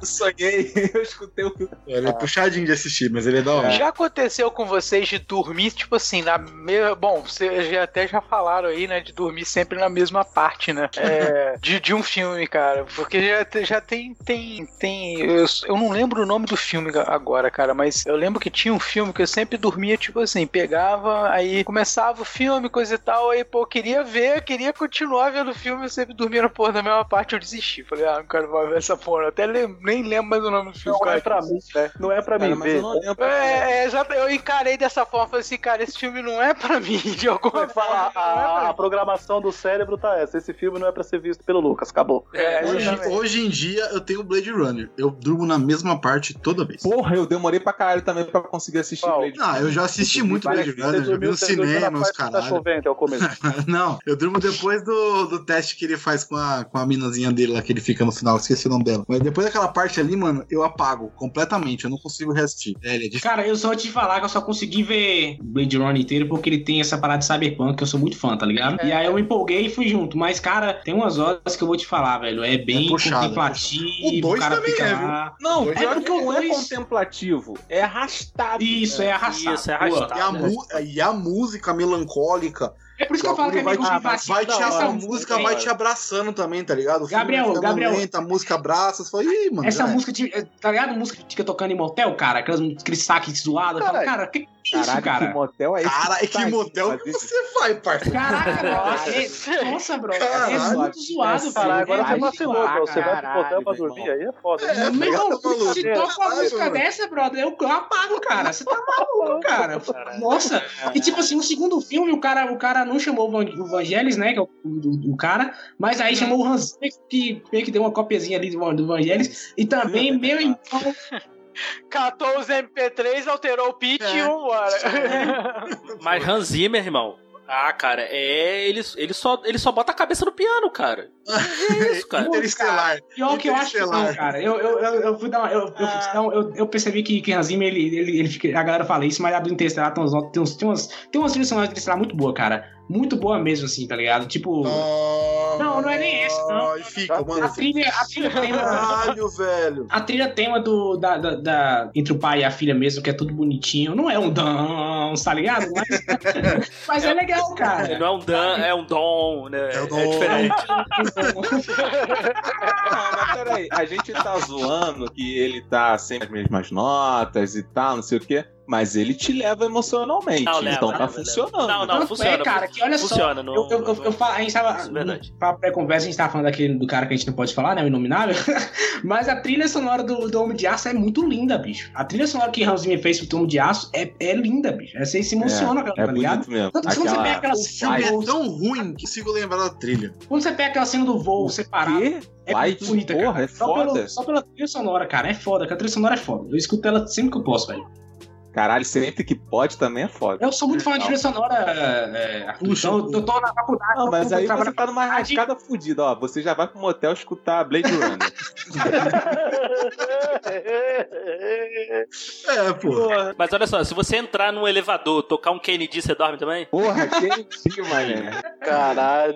Eu sonhei, eu escutei o que. Ele é puxadinho de assistir, mas ele é da hora. Já aconteceu com vocês de dormir, tipo assim, na mesma. Bom, vocês já- até já falaram aí, né? De dormir sempre na mesma parte, né? É, de, de um filme, cara. Porque já, te- já tem. tem, tem eu, eu não lembro o nome do filme ga- agora, cara, mas eu lembro que tinha um filme que eu sempre dormia, tipo assim, pegava, aí começava o filme, coisa e tal, aí, pô, eu queria ver, eu queria continuar vendo o filme, eu sempre dormia na porra da mesma parte, eu desisti. Falei, ah, não quero mais ver essa porra. Eu até lem- nem lembro mais o nome do filme. Não cara. é pra mim, né? Não é pra Cara, mim mas ver. eu não lembro. É, é, exato, eu encarei dessa forma, falei assim, cara, esse filme não é pra mim, de alguma Fala, forma. a, a- a programação do cérebro tá essa. Esse filme não é pra ser visto pelo Lucas. Acabou. É, Hoje, exatamente. hoje em dia eu tenho Blade Runner. Eu durmo na mesma parte toda vez. Porra, eu demorei pra caralho também pra conseguir assistir Qual? Blade. Ah, eu já assisti muito Parece Blade que Runner, já você vi dormiu, no você dormiu na cinema, os parte que Tá caralho. chovendo, é o começo. Não, eu durmo depois do, do teste que ele faz com a, com a minazinha dele lá que ele fica no final, esqueci o nome dela. Mas depois daquela parte ali, mano, eu apago completamente, eu não consigo reassistir. É, ele é difícil. Cara, eu só te falar que eu só consegui ver Blade Runner inteiro porque ele tem essa parada de Cyberpunk, que eu sou muito fã, tá ligado? E aí eu me empolguei e fui junto. Mas, cara, tem umas horas que eu vou te falar, velho. É bem É puxado, contemplativo. é puxado. O dois cara também fica é, lá. Não, É pior que porque não é dois- contemplativo, é arrastado. Isso, é arrastado. Isso, é Boa. arrastado. E a, mu- e a música melancólica. É por isso que eu falo que é Vai meio te- contemplativo. Vai te, Essa a música música aí, vai te abraçando também, tá ligado? O filme Gabriel, fica Gabriel. Lento, a música abraça. Você fala, Ih, mano, Essa já é." música, de, tá ligado? Música que fica tocando em motel, cara. Aquelas, aqueles saques zoados. Eu falo, Caralho. cara, que que é isso, que cara? motel é esse? Cara, é que Tá, motel mas que isso- você vai, parceiro. Caraca, Nossa. brother. Nossa, brother. É Caralho. muito zoado, É velho. Caralho, agora você Vai vacilou, lá, bro. Você vai pro caralho, hotel pra meu dormir, irmão. aí é foda. É, Meu tá irmão, ligado, maluco? se toca uma Caralho, música mano. dessa, brother, eu, eu apago, cara. Você tá maluco, cara. Nossa. E tipo assim, no segundo filme, o cara, o cara não chamou o Van- o Vangelis, né? Que é o, o- o cara, mas aí chamou o Hans Zimmer, que meio que deu uma copiazinha ali do, do Vangelis. E também, meu irmão, Catou os MP3, alterou o pitch É. e vambora. Mas Hans Zimmer, irmão. Ah, cara, é. Ele, ele, só, ele só bota a cabeça no piano, cara. É isso, cara. Interestelar. pior que eu acho que não, Interestelar. cara. Eu, eu, eu, eu fui dar uma, eu, eu, fui- não, eu, eu percebi que, que Hans Zimmer, ele, ele, ele fica- a galera fala isso, mas a do Interestelar tem, uns, tem, uns, tem umas tem umas trilhas sonoras do Interestelar muito boa, cara. Muito boa mesmo, assim, tá ligado? Tipo... Não, não é nem essa, não. Ai, fica, mano. A trilha, a trilha tá tem uma- Tá Caralho, velho. A trilha tema do, da, da- da- entre o pai e a filha mesmo, que é tudo bonitinho. Não é um dance, tá ligado? Mas, mas é legal, cara. Não é um dan, é um dom, né? É um dom. é diferente. Não, mas peraí, a gente tá zoando que ele tá sempre as mesmas notas e tal, não sei o quê, mas ele te leva emocionalmente. Não, leva, então tá leva, funcionando. leva. Não, Tanto funciona, é, cara, que olha só. Funciona, não. Eu, eu, eu, eu falo- a gente tava. Isso é verdade. Pra pré-conversa, a gente tava falando daquele do cara que a gente não pode falar, né? O Inominável. Mas a trilha sonora do, do Homem de Aço é muito linda, bicho. A trilha sonora que Hans Zimmer fez pro Homem de Aço é, é linda, bicho. Você se emociona, cara, É tá ligado? bonito mesmo. Tanto que quando você pega Aquela... aquela O filme cena do é voo, tão ruim que consigo lembrar da trilha. quando você pega aquela cena do voo separado, Quê? É Vai, muito bonita, porra, cara. é só, foda. pelo- só pela trilha sonora, cara. É foda, que a trilha sonora é foda. Eu escuto ela sempre que eu posso, velho. Caralho, sempre que pode também é foda. Eu sou muito fã de trilha sonora, é, Arthur. Puxa. Então, eu tô na faculdade. Não, mas eu aí trabalho- você tá numa rascada fudida, ó. Você já vai pro motel escutar Blade Runner. É, pô. Mas olha só, se você entrar num elevador, tocar um Kennedy, você dorme também? Porra, quentinho, mané. Caralho.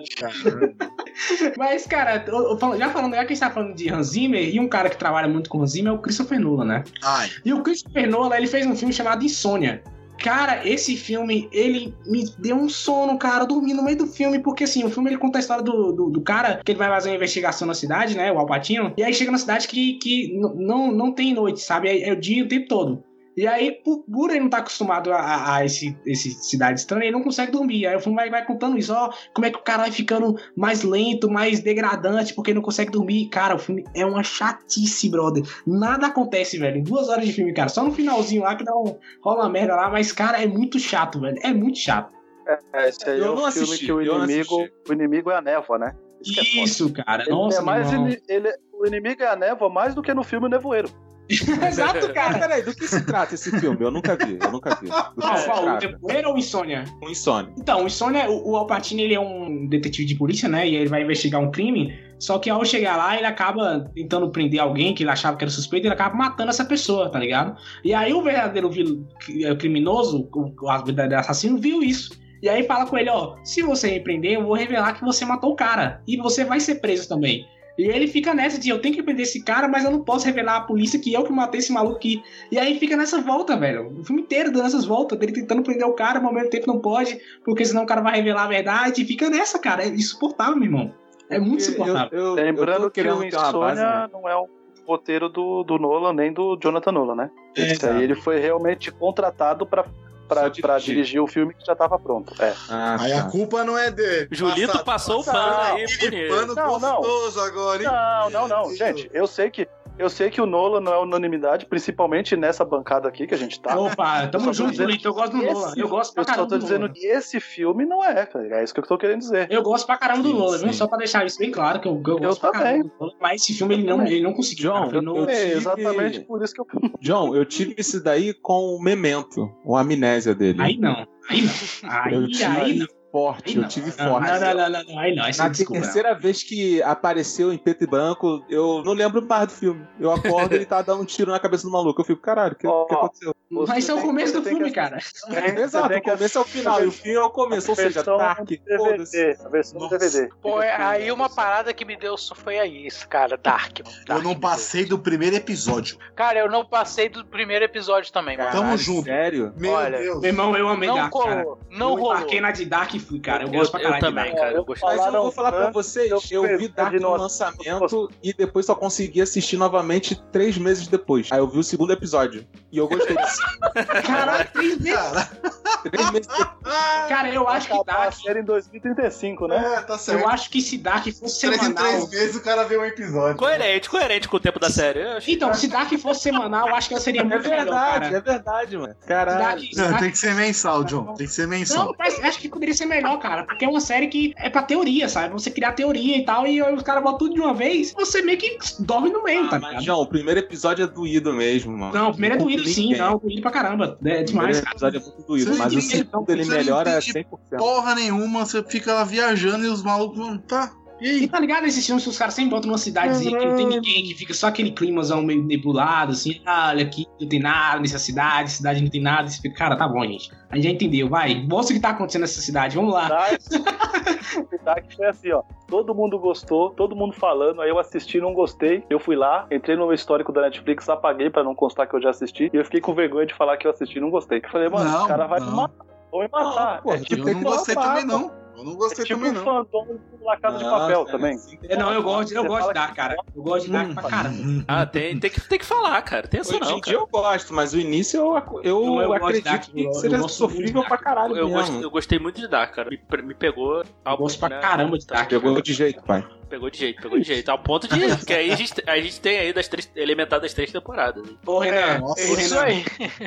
Mas, cara, eu- eu falo- já falando, já que a gente tá falando de Hans Zimmer, e um cara que trabalha muito com Hans Zimmer é o Christopher Nolan, né? Ai, E o Christopher Nolan, ele fez um filme chamado Insônia. Cara, esse filme, ele me deu um sono, cara. Eu dormi no meio do filme, porque assim, o filme ele conta a história do, do, do cara que ele vai fazer uma investigação na cidade, né? O Alpatino. E aí chega na cidade que, que n- não, não tem noite, sabe? É, é o dia o tempo todo. E aí, por, por ele não estar acostumado a, a, a esse, esse cidade estranha, ele não consegue dormir. Aí o filme vai, vai contando isso, ó, como é que o cara vai ficando mais lento, mais degradante, porque ele não consegue dormir. Cara, o filme é uma chatice, brother. Nada acontece, velho. Em duas horas de filme, cara. Só no finalzinho lá que dá um, rola uma merda lá. Mas, cara, é muito chato, velho. É muito chato. É, esse aí Eu é um não filme assisti, que o eu não inimigo, o inimigo é a névoa, né? que é foda. Isso, cara. Ele Nossa, é mais irmão. ini- ele- o inimigo é a névoa mais do que no filme Nevoeiro. Exato, Mas cara. peraí, do que se trata esse filme? Eu nunca vi, eu nunca vi. Do que Qual, se qual? O trata? Nevoeiro é ou o Insônia? Um insônia. Então, o Insônia, o, o Alpatine, ele é um detetive de polícia, né? E ele vai investigar um crime. Só que ao chegar lá, ele acaba tentando prender alguém que ele achava que era suspeito e ele acaba matando essa pessoa, tá ligado? E aí o verdadeiro vil- eh, criminoso, o, o verdadeiro assassino, viu isso. E aí fala com ele, ó, se você me prender, eu vou revelar que você matou o cara. E você vai ser preso também. E ele fica nessa de eu tenho que prender esse cara, mas eu não posso revelar à polícia que eu que matei esse maluco aqui. E aí fica nessa volta, velho. O filme inteiro dando essas voltas, dele tentando prender o cara, mas ao mesmo tempo não pode, porque senão o cara vai revelar a verdade. E fica nessa, cara. É insuportável, meu irmão. É muito insuportável. Eu- eu- eu tô Lembrando que querendo o ter uma base, Insônia né? não é o roteiro do, do Nolan nem do Jonathan Nolan, né? Esse aí ele foi realmente contratado pra, Só pra, dirigir. pra dirigir. dirigir o filme que já tava pronto. É. Ah, Aí a tá. culpa não é dele. Julito Passado- passou o passado pano aí, aquele pano bonito. Não, não. gostoso agora, hein? Não, não, não. Gente, eu sei que eu sei que o Nolan não é unanimidade, principalmente nessa bancada aqui que a gente tá. Opa, Eu tamo só tô junto, dizendo Julito. Eu gosto do Nolan. Esse- Eu gosto pra Eu só caramba tô do dizendo Nolan. que esse filme não é, cara. É isso que eu tô querendo dizer. Eu gosto pra caramba do Sim, Lola, viu? sim. Só pra deixar isso bem claro, que eu, que eu gosto pra também. caramba do Lola, mas esse filme ele não, ele não conseguiu. John, cara. Ele não- eu- É tive- exatamente por isso que eu. John, eu tive isso daí com o Memento, com a amnésia dele. Aí não, aí não. Aí, eu aí, tive não. forte, Aí não. eu tive Não, forte. Não, não, não, não, não, aí não. Aí você Na desculpa. terceira vez que apareceu em preto e branco, eu não lembro mais do filme. Eu acordo e ele tá dando um tiro na cabeça do maluco. Eu fico, caralho, o que, Ó, que aconteceu? não. Mas isso é o Você começo tem- do você tem filme, que- cara. É, Exato, tem o que começo é o final e o fim é o começo, ou seja, versão Dark, foda-se. DVD, a versão Nossa. DVD. Pô, é- aí uma parada que me deu su- foi aí, isso, cara, Dark. mano, Tá. Dark Eu não me passei do primeiro episódio. deu. Cara, eu não passei do primeiro episódio também, mano. Tamo Caralho, junto. Sério? Meu Olha, Deus. Meu irmão, eu amei Não Dark, cara. colou, não eu rolou. embarquei na de Dark e fui, cara. Eu Eu- gosto pra eu caralho de também, Dark. cara, eu gostei. Mas eu Falaram vou falar pra tanto, vocês, eu eu vi perdi Dark de no novo. lançamento e depois só consegui assistir novamente três meses depois. Aí eu vi o segundo episódio e eu gostei disso. Caralho, três vezes. Cara, três meses depois. Cara, eu acho que Acabar a Dark. série em 2035, né? é, tá certo. Tipo, Eu acho que se Dark fosse Três em semanal. é? três vezes o cara vê um episódio. Coerente, coerente com o tempo da série. Eu achei- Então, se Dark fosse semanal, eu acho que eu seria É muito melhor, verdade, cara. é verdade, mano. Se Caralho. Dark- se Não, Dark tem que ser mensal, John. Tem que ser Não, mensal. mas acho que poderia ser melhor, cara. Porque é uma série que é pra teoria, sabe? Você criar teoria e tal, e aí os caras botam tudo de uma vez, você meio que dorme no meio, tá Ah, mas, ligado? João, o primeiro episódio é doído mesmo, mano. Não, o primeiro é Não doído tem sim, ninguém. não, doído pra caramba. É O demais, primeiro cara. episódio é muito doído, Vocês mas o entendem, segundo ele vocês melhora entendem 100%. Porra nenhuma, você fica lá viajando e os malucos vão. Tá. E E aí? tá ligado esses filmes que os caras sempre botam numa cidadezinha que não tem ninguém, que fica só aquele climazão meio nebulado, assim, ah, olha aqui, não tem nada nessa cidade, cidade não tem nada. e Você fica, cara, tá bom, gente. A gente já entendeu, vai, mostra o que tá acontecendo nessa cidade, vamos lá. Dark- Dark foi assim, ó. Todo mundo gostou, todo mundo falando. Aí eu assisti, não gostei. Eu fui lá, entrei no meu histórico da Netflix, apaguei pra não constar que eu já assisti. E eu fiquei com vergonha de falar que eu assisti, e não gostei. Eu falei, mano, Não, o cara vai não. me matar. Vão me matar. Não, porra, é tipo, Eu não gostei papá, também, não. Eu não é gostei tipo também, um não. fandom do La Casa de Não, Papel cara, também. assim, É, não, eu gosto, eu Você gosto de fala Dark, que- cara. Eu gosto de Dark pra caramba. Ah, tem, tem, que, tem que falar, cara. Tem essa Hoje não, em cara. dia eu gosto, mas o início eu, ac- Não, eu, eu gosto acredito de Dark, que eu- eu seja gosto sofrível muito de pra caralho Eu, gost- mesmo. eu gostei muito de Dark, cara. Me, pre- me pegou. ao- gosto pra né? caramba de Dark. Pegou de jeito, pai. Pegou de jeito, pegou de jeito. Ao ponto de. Porque aí a gente, a gente tem aí das três, elementar das três temporadas. né? Ô, Renan, nossa, ô, É isso Renan, aí.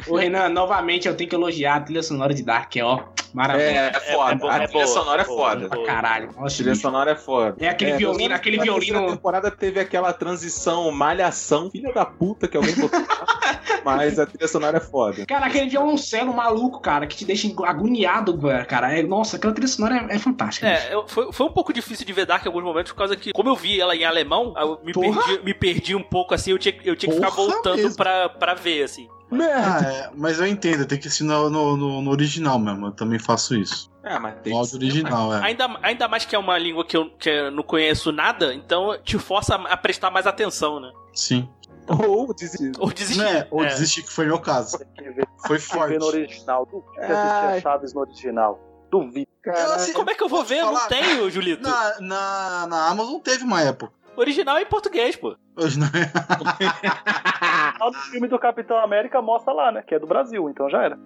ô, Renan, novamente eu tenho que elogiar a trilha sonora de Dark, que é, ó, maravilha É, foda. bo- a trilha boa, sonora é boa, foda. pra boa. caralho. A Nossa, trilha bicho. sonora é foda. é aquele É, violino, aquele na terceira violino. temporada teve aquela transição, malhação, filha da puta que alguém botou. mas a trilha sonora é foda. Cara, aquele violoncelo maluco, cara, que te deixa agoniado, cara. É, nossa, aquela trilha sonora é, é fantástica. bicho. É, eu- foi, foi um pouco difícil de ver Dark em alguns momentos, por causa que, como eu vi ela em alemão, eu me, Porra! perdi, me perdi um pouco, assim, eu tinha, que- eu tinha que ficar Porra voltando mesmo. pra, pra ver, assim. Ah, é, mas eu entendo, tem que assinar no, no, no original mesmo. Eu também faço isso. É, mas tem No áudio original, é. Ainda, ainda mais que é uma língua que eu, que eu não conheço nada, então te força a prestar mais atenção, né? Sim. Ou desistir. Ou desistir. É, ou É. desistir, que foi meu caso. Tem que ver, Foi tem que ver forte. no original. Duvido que assistia Ai. Chaves no original. Duvido. Eu assisti- Como é que eu vou ver? Eu não Falar- tenho, é Julito. Na, na, na Amazon teve uma época. Original é em português, pô. Hoje não é. Só do Ah, filme do Capitão América mostra lá, né? Que é do Brasil, então já era.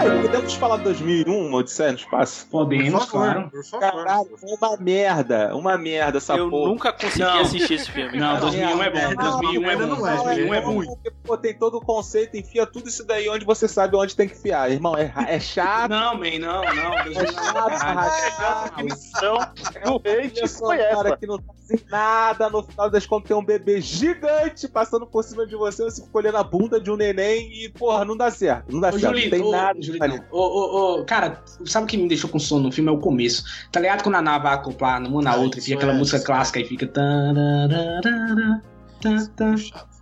Aí, podemos falar de 2001, Odisseia no Espaço? Podemos, por favor, claro. por favor. Caralho, uma merda, uma merda essa eu porra. nunca consegui Não. assistir esse filme. Não, cara. 2001 é bom, 2001 é não, bom, não é, 2001 é bom. Porque pô, tem todo o conceito, enfia tudo isso daí onde você sabe onde tem que enfiar. Irmão, é, ra- é chato. Não, man, não, não. 2001 é chato, errado. Então, é do uma hate trilha foi essa. sonora que não faz nada. No final das contas tem um bebê gigante passando por cima de você, você fica olhando a bunda de um neném e, porra, não dá certo. Não dá Ô, certo. Julito, não tem ô, nada Julito, ali. ô, ô, ô, cara, sabe o que me deixou com sono no filme? É o começo. Tá ligado quando a nave vai acoplar numa na Ah, outra e isso fica tá, aquela é, música isso clássica e fica. tarararara.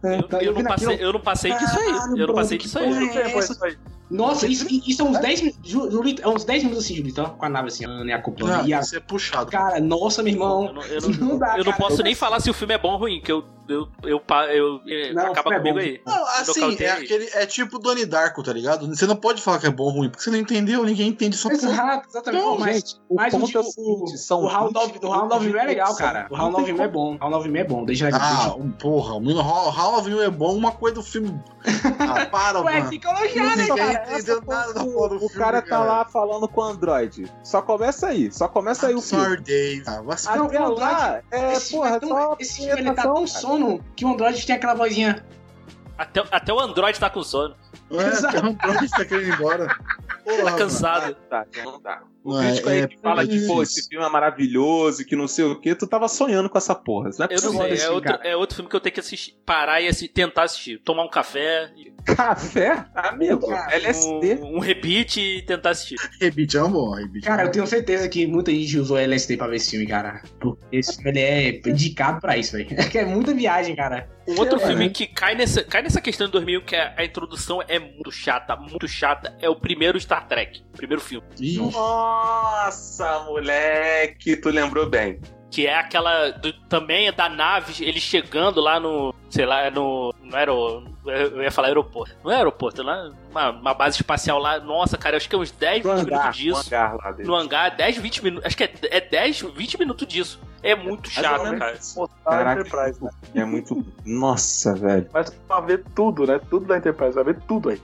É, Eu, tá eu não passei, eu não passei disso aí. Eu não passei disso aí. Caralho, mano, que porra é essa? Nossa, isso, isso é uns 10 minutos. Ju- Julito, é uns 10 minutos assim, Julito, ó, com a nave assim, Ana e a culpa. Ah, e a... Isso é puxado. Cara, nossa, meu Eu irmão. não, eu não- dá, eu não cara. posso nem falar se o filme é bom ou ruim, que eu. eu, eu, pa- eu, eh, Não, acaba o filme é comigo bom. aí. Não, assim, Nocautei. é, aquele, é tipo Donnie Darko, tá ligado? Você não pode falar que é bom ou ruim, porque você não entendeu, ninguém entende só por Exato, exatamente. Pô, mas gente, o mas o ponto é o de- seguinte, são o round 20 of, o round of minutos View é legal, de cara. edição. O round Não of tem View é bom. O round of View é bom. Deixa Ah, um porra, o Mino Halloween é bom, uma coisa do filme. Ah, para, Ué, né, mano. fica elogiado, hein, Não, Ninguém cara. entendeu nada da porra do O filme. cara tá lá falando com o Android. Só começa aí, só começa aí o filme. Sorry, Dave. Ah, vai se Ah, Até não, lá, é, esse filme, porra, é tão- só esse filme ele tá apresentação, tão cara. sono que o Android tem aquela vozinha. Até, até o Android tá com sono, Ué, Exato. o Android tá querendo ir embora. Porra, tá cansado. Tá, não dá. O Não, crítico aí é- que fala que, pô, é esse isso. filme é maravilhoso, que não sei o quê, tu tava sonhando com essa porra. Não é Eu não possível. sei, desse é filme, outro, cara. é outro filme que eu tenho que assistir, parar e assi- tentar assistir. Tomar um café, Café? Amigo, é Cara, LSD. um, um repeat e tentar assistir. tipo, Rebite é um bom, Rebite. Cara, eu tenho certeza que muita gente usou LSD pra ver esse filme, cara. Porque esse filme ele é indicado pra isso, velho. É que é muita viagem, cara. Um outro Sei lá, filme que cai nessa, cai nessa questão de 2001, que a, a introdução é muito chata, muito chata, é o primeiro Star Trek, o primeiro filme. Ih, Nossa, moleque, tu lembrou bem. Que é aquela. do- também é da nave, ele chegando lá no. Sei lá, no. Não era o. Eu ia falar aeroporto. Não é aeroporto, lá. Uma, uma base espacial lá. Nossa, cara, eu acho que é uns 10, No 20 hangar, minutos no disso. hangar lá dele. No hangar, 10, 20 minutos. Acho que é, é 10, 20 minutos disso. É muito ou chato, menos. cara. Mostrar a Caraca. Enterprise, né? É muito. Nossa, velho. Mas pra ver tudo, né? Tudo da Enterprise, vai ver tudo aí.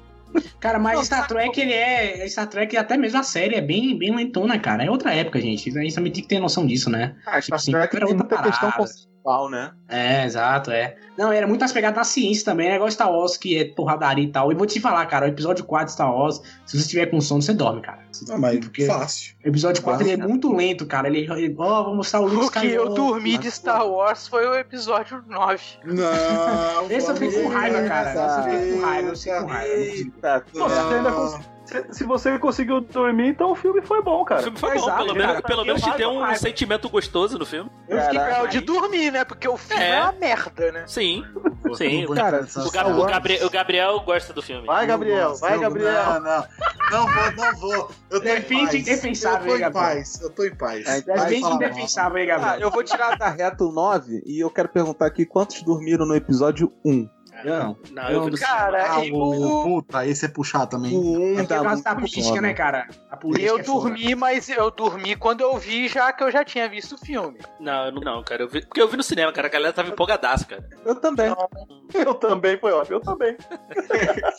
Cara, mas tá Star Trek, ele é. Star Trek, até mesmo a série, é bem, bem lentona, cara. É outra época, gente. A gente também tem que ter noção disso, né? Ah, Tipo Star assim, Trek era tem outra muita questão parada. conceitual, né? É, exato, é. Não, era muito as pegadas da ciência também, né? Igual Star Wars, que é porradaria e tal. E vou te falar, cara, o episódio 4 de Star Wars, se você tiver com sono, você dorme, cara. ah, mas Porque- fácil. O episódio 4 ele é muito lento, cara. Ele, ele ó, vou mostrar o Luke O que eu Skywalker. dormi de Star Wars foi o episódio 9. Não. Esse eu fiquei com raiva, cara. Esse eu fiquei com raiva, eu fiquei com raiva. eu não consigo. Eita, Pô, você ainda cons- se, se você conseguiu dormir, então o filme foi bom, O cara. filme foi Mas, bom, ah, pelo ele menos, tá- pelo eu menos te acho- deu um eu acho- sentimento gostoso no filme. Eu fiquei Caraca. com É raiva. o de dormir, né? Porque o filme É. é, uma merda, né? Sim, Pô, Sim, tudo cara, bom, o, sensacional. Ga- o Gabriel, o Gabriel gosta do filme. Vai, Gabriel, Eu vai, gosto, eu- Gabriel. Não, não. Não vou, não vou. Eu tô Defende em paz. indefensável, Eu tô hein, em Gabriel. paz. Eu tô em paz. É, É bem Vai falar indefensável, hein, Ah, Gabriel? eu vou tirar da reta o 9 e eu quero perguntar aqui quantos dormiram no episódio 1. Eu não. Não, eu vi no cinema. Cara, mal. e Ah, o- o... Puta, esse é puxar também. O 1 É por causa da política, né, cara? A política. Eu é foda. dormi, mas eu dormi quando eu vi, já que eu já tinha visto o filme. Não, eu não, não, cara. Eu vi, porque eu vi no cinema, cara. A galera tava empolgadaça, cara. Eu também. Eu também, foi ótimo, eu também.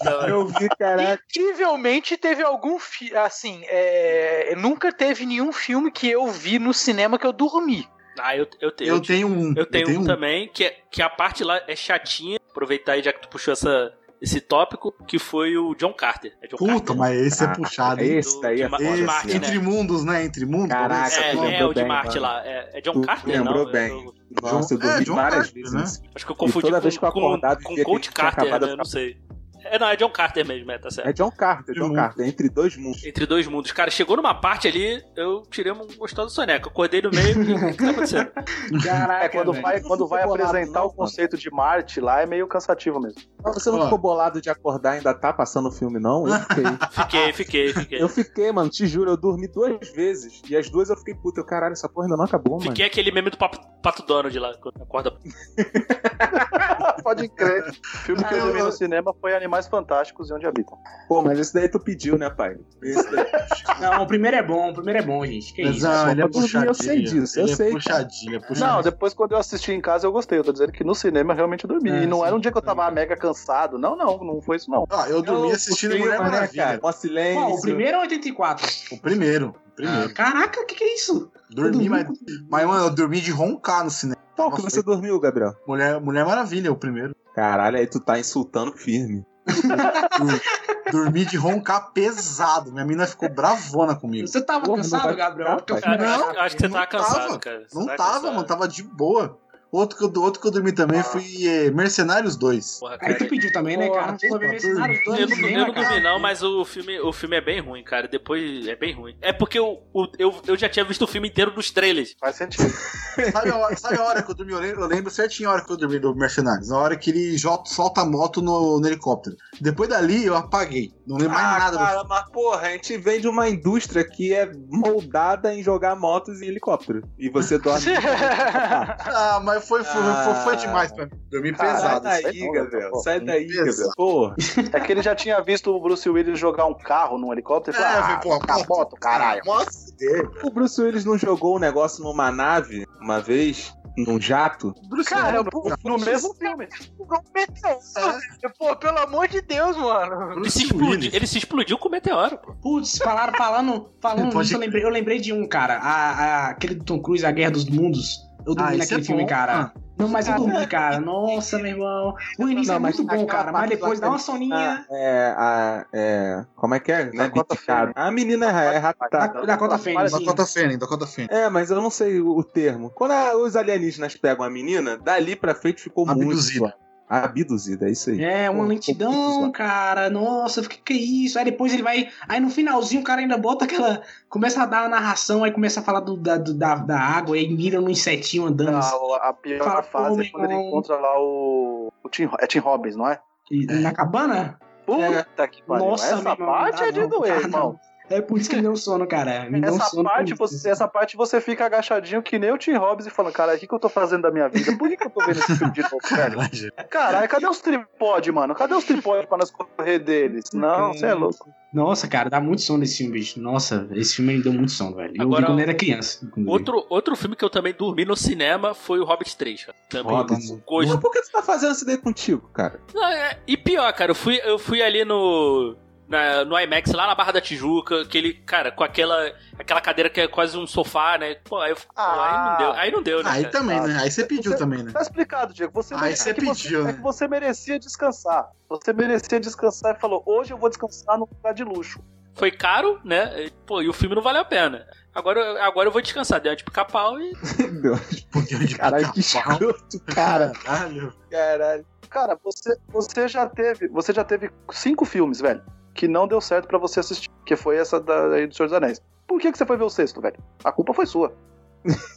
Não, Eu vi, caraca. Incrivelmente teve algum filme. Assim, é, nunca teve nenhum filme que eu vi no cinema que eu dormi. ah, eu, eu tenho. Eu tenho um. Eu tenho, um também, que, é- que a parte lá é chatinha. Aproveitar aí, já que tu puxou essa, esse tópico, que foi o John Carter. É John Puta, Carter? mas esse é Ah, puxado, hein? Esse daí é de Ma- de Esse, Marte, né? entre mundos, né? Entre mundos. Caraca, né? esse É, tu aqui. é, lembrou o de bem, Marte mano. lá. É, é John Tu Carter, lembrou não? bem. Eu- eu- Nossa, eu É, dormi John várias Carter, vezes. né? nesse- acho que eu confundi toda com, vez que eu com- acordava e com, via que Coach tinha Carter, acabado né? a- Eu não sei. É, não, é John Carter mesmo, é, tá certo. É John Carter, John Uhum. Carter, entre dois mundos. Entre dois mundos. Cara, chegou numa parte ali, eu tirei um gostoso soneca. Acordei no meio, o que, que tá acontecendo? Caraca, É, quando velho. vai, quando vai Não fica bolado, apresentar não, o conceito de Marte lá, é meio cansativo mesmo. Mas Você não Ó. ficou bolado de acordar e ainda tá passando o filme, não? Eu fiquei. Fiquei, fiquei, fiquei. Eu fiquei, mano, te juro, eu dormi duas vezes. E as duas eu fiquei, puta, eu, caralho, essa porra ainda não acabou, mano. Fiquei aquele meme do Papo- Pato Donald lá, quando acorda. Pode crer. O filme que eu dormi no cinema foi Animais Fantásticos e Onde Habitam. Pô, mas esse daí tu pediu, né, pai? Esse daí... Não, o primeiro é bom, o primeiro é bom, gente. Que Mas, isso? ah, ele é pra dormir, puxadinho. eu sei disso, eu ele sei, É puxadinho, é puxadinho. Não, depois quando eu assisti em casa eu gostei. Eu tô dizendo que no cinema eu realmente dormi. É, e não sim, era um dia que eu tava mega cansado. Não, não, não foi isso não. Ah, eu dormi Eu- assistindo o Mulher clima, né, Maravilha. tipo, cara? Mó silêncio. Qual, o primeiro é 84? O primeiro. O Ah, primeiro. caraca, o que, que é isso? dormi, dormi mas, mas, mano, eu dormi de roncar no cinema. Qual que você dormiu, Gabriel? Mulher, Mulher Maravilha, é o primeiro. Caralho, aí tu tá insultando firme. Dormi de roncar pesado. Minha mina ficou bravona comigo. Você tava Porra, não cansado, vai Gabriel? ficar, Porque eu fui Cara, eu Não, acho, eu acho que você não tava cansado, tava. cara. Você Não tava tava, cansado. mano, tava de boa. Outro que eu, outro que eu dormi também Ah. foi é, Mercenários 2. Porra, Aí cara. tu pediu também, né, cara? Pô, tá Porra, ver esses Naruto Eu não, eu lembra, não cara? dormi, não, mas o filme, o filme é bem ruim, cara. Depois é bem ruim. É porque eu, o- eu, eu já tinha visto o filme inteiro nos trailers. Faz sentido. Sabe a, hora, sabe a hora que eu dormi? Eu lembro, eu lembro certinho a hora que eu dormi do Mercenários. A hora que ele jo- solta a moto no, no helicóptero. Depois dali eu apaguei. Não lembro mais nada do Ah, cara, mas porra, a gente vem de uma indústria que é moldada em jogar motos e helicóptero. E você dorme. Ah, mas foi, foi, Ah. tá foi, foi demais pra mim. Dormi Sai pesado. Caralho. isso aí daí, não, Gabriel. pô. Sai daí, né, Hum, Pesado. Gabriel. Porra. É que ele já tinha visto o Bruce Willis jogar um carro num helicóptero e É, falou, eu ah, falei, pô, tá moto, caralho. Nossa, Deus. O Bruce Willis não jogou um negócio numa nave uma vez? Num jato? Cara, pô, No mesmo filme. um meteoro. Pô, pelo amor de Deus, mano. Ele se, explodiu, ele se explodiu com o meteoro, pô. Putz, falaram, falando, falando Pode nisso, eu lembrei, eu lembrei de um, cara. A, a- aquele do Tom Cruise, A Guerra dos Mundos. Eu Ah, dormi esse naquele é filme, bom, cara. ah. Não, mas eu dormi, cara. Nossa, meu irmão. O início Não, é mas muito bom, aquela cara. Mas parte depois lá dá uma que- soninha É, a, é. Como é que é? Né? Dakota Biticada. A menina é, é da, ratada. da Cota Fênix. sim. Dakota Fanning, Dakota Fanning. É, mas eu não sei o o termo. Quando a- os alienígenas pegam a menina, dali pra frente ficou Abduzida. muito. Abduzida, é isso aí. É, uma Pô, ficou lentidão, muito cara. Nossa, o que, que é isso? Aí depois ele vai. Aí no finalzinho o cara ainda bota aquela. Começa a dar a narração, aí começa a falar do, da, do- da, da água, aí mira no insetinho andando. assim, Ah, A, a pior Fala, pô, fase meu é quando ele irmão. encontra lá o. o Tim, é Tim Robbins, não é? e- assim, Na cabana? Puta que pariu. Nossa, meu essa irmão, parte não dá é de não, doer, cara, irmão. não. É por isso que me deu sono, cara. Me deu um Essa sono. parte, por isso. você, essa parte você fica agachadinho que nem o Tim Robbins e falando, cara, o que, que eu tô fazendo da minha vida? Por que, que eu tô vendo esse filme de novo, velho? Caralho, cadê os tripod, mano? Cadê os tripod pra nós correr deles? Hum. Não, você é louco. Nossa, cara, dá muito sono esse filme, bicho. Nossa, esse filme me deu muito sono, velho. Eu Agora, vi quando era criança. Outro, outro filme que eu também dormi no cinema foi o Hobbit 3, cara. Também. Hobbit. um Coisa. Mas por que você tá fazendo isso daí contigo, cara? Não, é- E pior, cara, eu fui, eu fui ali no. na- no IMAX, lá na Barra da Tijuca, aquele, cara, com aquela, aquela cadeira que é quase um sofá, né? Pô, aí, eu, fico, pô, aí não Ah. deu, aí não deu, né? Aí cara? também, né? Aí você pediu Você- também, né? Tá explicado, Diego. Você Aí merecia você que pediu, Você, é né? que você merecia descansar. Você merecia descansar e falou: hoje eu vou descansar num lugar de luxo. Foi caro, né? E, Pô, e o filme não valeu a pena. Agora, eu- agora eu vou descansar, deu uma de picar pau e. Porque de Caralho, que pica-pau, escroto, cara. tá? Caralho. Caralho. Cara, você, você já teve. Você já teve cinco filmes, velho, que não deu certo pra você assistir. Que foi essa da, aí do Senhor dos Anéis. Por que, que você foi ver o sexto, velho? A culpa foi sua.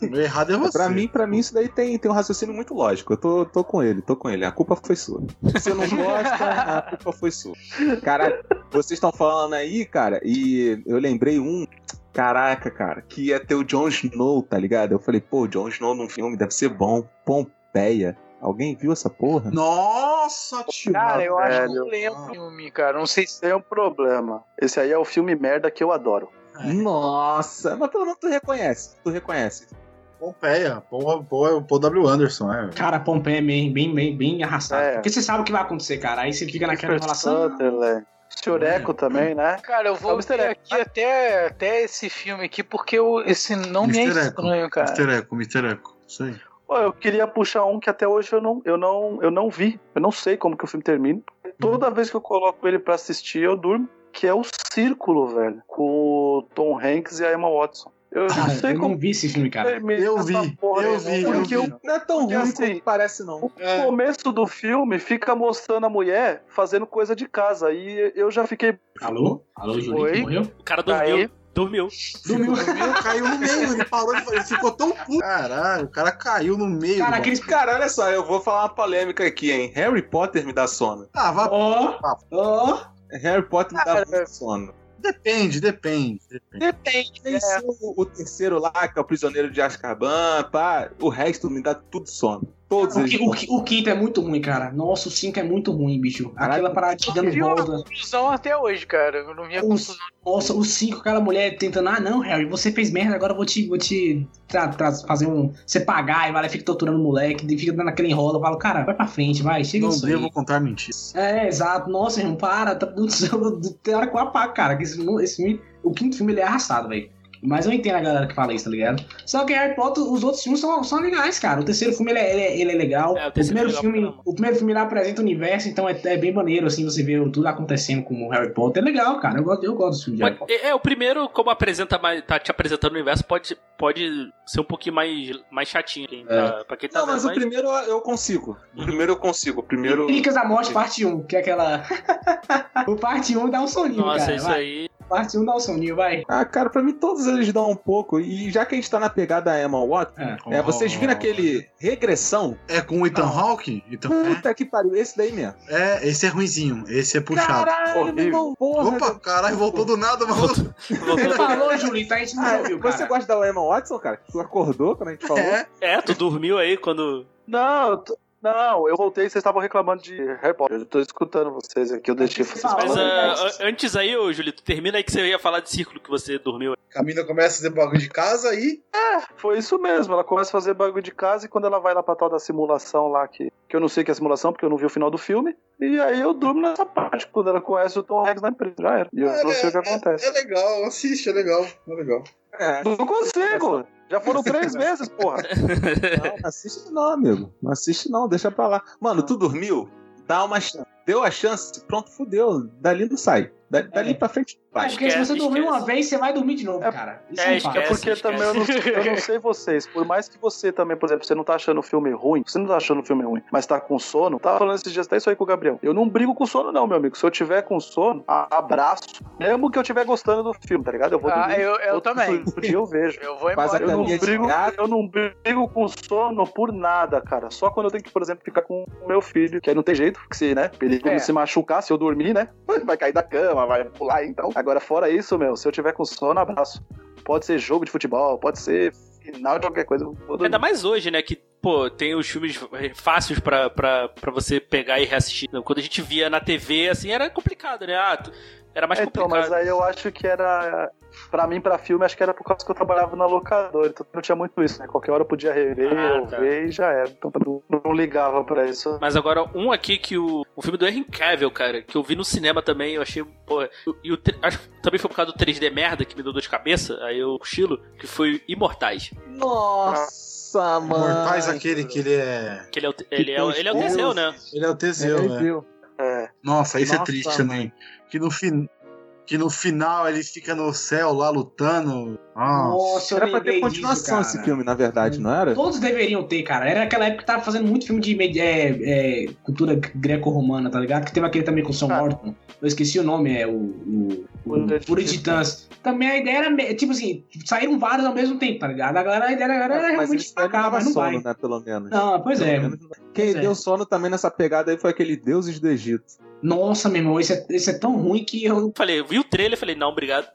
O errado é você. Pra mim, pra mim, isso daí tem, tem um raciocínio muito lógico. Eu tô, tô com ele, tô com ele. A culpa foi sua. Você não gosta, a culpa foi sua. Caralho, vocês estão falando aí, cara, e eu lembrei um. Caraca, cara, que ia ter o Jon Snow, tá ligado? Eu falei, pô, Jon Snow num filme deve ser bom. Pompeia. Alguém viu essa porra? Nossa, tio. Cara, eu acho que eu Velho. lembro do filme, cara. Não sei se. é Tem um problema. Esse aí é o filme merda que eu adoro. É. Nossa! Mas pelo menos tu reconhece, tu reconhece. Pompeia. Paul, Paul, Paul W. Anderson, é. Cara, Pompeia é bem, bem, bem, bem arrastado. É. Porque você sabe o que vai acontecer, cara. Aí você fica naquela Kiefer enrolação. Sutherland. Senhor Eco também, né? Cara, eu É vou o Mr. ver Echo, aqui até, até esse filme aqui, porque eu- esse nome é Mr. Echo. estranho, cara. Mr. Eco, Mr. Eco. Isso aí. Pô, eu queria puxar um que até hoje eu não, eu não, eu não vi. Eu não sei como que o filme termina. Uhum. Toda vez que eu coloco ele pra assistir, eu durmo. Que é o Círculo, velho. Com o Tom Hanks e a Emma Watson. Eu não Cara, sei Ah, eu como não vi esse filme, cara. termina Eu essa vi, porra, eu né? vi, eu Porque vi. Não é tão Porque, ruim assim, quanto parece, não. o começo do filme fica mostrando a mulher fazendo coisa de casa. E eu já fiquei. Alô? Alô, Julito, Oi? morreu? O cara Tá dormiu. aí. Dormiu. Dormiu, dormiu, caiu no meio. Ele parou, ele falou- ele ficou tão puto. Caralho, o cara caiu no meio. Cara, mano. aqueles. Cara, olha só, eu vou falar uma polêmica aqui, hein? Harry Potter me dá sono. Ah, vá- Ó, ó. Harry Potter me dá muito sono. é. depende, depende. depende. Depende. Tem só o, o terceiro lá, que é o prisioneiro de Azkaban, pá. O resto me dá tudo sono. Todos O, eles. qui- o qui- o quinto é muito ruim, cara. Nossa, o cinco é muito ruim, bicho. Aquela parada dando Viu? volta. Confusão até hoje, cara. Eu não via Os, nossa, os cinco, aquela mulher tentando. Ah, não, Harry, você fez merda, agora eu vou te, vou te tra- tra- fazer um. Você pagar e vai lá e fica torturando o moleque, e fica dando aquele enrola. Eu falo, cara, vai pra frente, vai, chega Não um isso devo aí. contar mentiras. É, exato. Nossa, irmão, para. Tá, tem hora que eu apago, cara. Que esse, filme- esse filme- o quinto filme ele é arrastado, velho. Mas eu entendo a galera que fala isso, tá ligado? Só que Harry Potter, os outros filmes são, são legais, cara. O terceiro filme, ele é, ele é- ele é legal. É, o o, terceiro primeiro é legal pra filme, caramba. o primeiro filme, ele apresenta o universo, então é, é bem maneiro, assim, você vê tudo acontecendo com o Harry Potter. É legal, cara. Eu gosto, eu gosto dos filmes de Harry Mas, Potter. é, é, o primeiro, como apresenta mais, tá te apresentando o universo, pode, pode ser um pouquinho mais, mais chatinho quem tá- pra quem tá Não, mas o vendo, Uhum. primeiro eu consigo. O primeiro eu consigo. O primeiro. Cricas da Morte, parte 1, que é aquela... o parte 1 dá um soninho, Nossa, cara. isso vai. aí. Parte 1 dá um soninho, vai. Ah, cara, pra mim todos eles dão um pouco. E já que a gente tá na pegada da Emma Watson, Oh. é, vocês viram aquele Regressão? É com o Ethan Hawke? Então, Puta que pariu, esse daí mesmo. é, é, esse é ruinzinho, esse é puxado. Caralho, meu irmão, porra. Opa, caralho, voltou do nada, maluco. Você Voltou- falou, Julito, a gente não Ah, ouviu, cara. você gosta da Emma Watson, cara? Tu acordou quando a gente falou? É, É, tu dormiu aí quando. Não, eu tô- não, eu voltei e vocês estavam reclamando de Harry Potter. Eu tô escutando vocês aqui, eu deixei vocês Mas, Mas falando. ah, an- antes aí, ô Julito, termina aí que você ia falar de círculo que você dormiu. a mina começa a fazer bagulho de casa e. Foi isso mesmo, ela começa a fazer bagulho de casa e quando ela vai lá pra tal da simulação lá, que, que eu não sei que é simulação, porque eu não vi o final do filme, e aí eu durmo nessa parte, quando ela conhece o Tom Hanks na empresa, já era. E eu não sei o que acontece. É legal, assiste, é legal, é legal. É. Não consigo! Já foram três meses, porra! Não, não assiste não, amigo. Não assiste não, deixa pra lá. Mano, tu dormiu? Dá uma chance. Deu a chance, pronto, fudeu. Dali não sai. Da- Dali pra frente não Ah, vai. porque se Esquece, você dormir esquece. uma vez, você vai dormir de novo, É- cara. Isso é, é, um fato. esquece. Porque também eu não, eu não sei vocês. Por mais que você também, por exemplo, você não tá achando o filme ruim, você não tá achando o filme ruim, mas tá com sono, tava falando esses dias até isso aí com o Gabriel. Eu não brigo com sono, não, meu amigo. Se eu tiver com sono, a- abraço. Mesmo que eu tiver gostando do filme, tá ligado? Eu vou Ah, dormir. eu, eu outro- também. outro dia eu vejo. Eu vou Faz a embora. Eu não, Caminha de brigo, gato. eu não brigo com sono por nada, cara. Só quando eu tenho que, por exemplo, ficar com o meu filho. Que aí não tem jeito, porque se, né? Ele É. se machucar, se eu dormir, né? Vai cair da cama, vai pular então. Agora, fora isso, meu, se eu tiver com sono, abraço. Pode ser jogo de futebol, pode ser final de qualquer coisa. eu vou dormir. Ainda mais hoje, né? Que, pô, tem os filmes fáceis pra, pra, pra você pegar e reassistir. Quando a gente via na TV, assim, era complicado, né? Ah, tu- era É, mais então, complicado. mas aí eu acho que era. Pra mim, pra filme, acho que era por causa que eu trabalhava na locadora, então não tinha muito isso, né? Qualquer hora eu podia rever, Ah, eu tá. ver e já era. Então eu não, não ligava pra isso. Mas agora, um aqui que o. O filme do Henry Cavill, cara, que eu vi no cinema também, eu achei. Porra. E o. tre- Acho que também foi por causa do 3D merda que me deu dor de cabeça, aí eu cochilo, que foi Imortais. Nossa, mano. Mortais aquele que ele é. Que ele é o, ele é, o- ele é o Deus. Teseu, né? Ele é o Teseu, né? É. Nossa, isso é Nossa, triste também. Que no, fin... que no final ele fica no céu lá lutando. Nossa. Nossa, eu Era pra ter lembrei continuação disso, esse cara. filme, na verdade, não era? Todos deveriam ter, cara. Era aquela época que tava fazendo muito filme de med- é, é, cultura greco-romana, tá ligado? Que teve aquele também com o Sam Ah. Cara. Morton. Eu esqueci o nome, é o. o... Fúria o de Fúria de Titãs. Titãs. Também a ideia era, me- tipo assim, saíram vários ao mesmo tempo, tá ligado? A galera, a ideia da galera era mas realmente esse daí não destacar, dava mas não sono, vai. né? Pelo menos. Não, pois Pelo é. menos não- Quem Pois é. deu sono também nessa pegada aí foi aquele Deuses do Egito. Nossa, meu irmão, esse é, esse é tão ruim que eu. Falei, eu vi o trailer e falei, não, obrigado.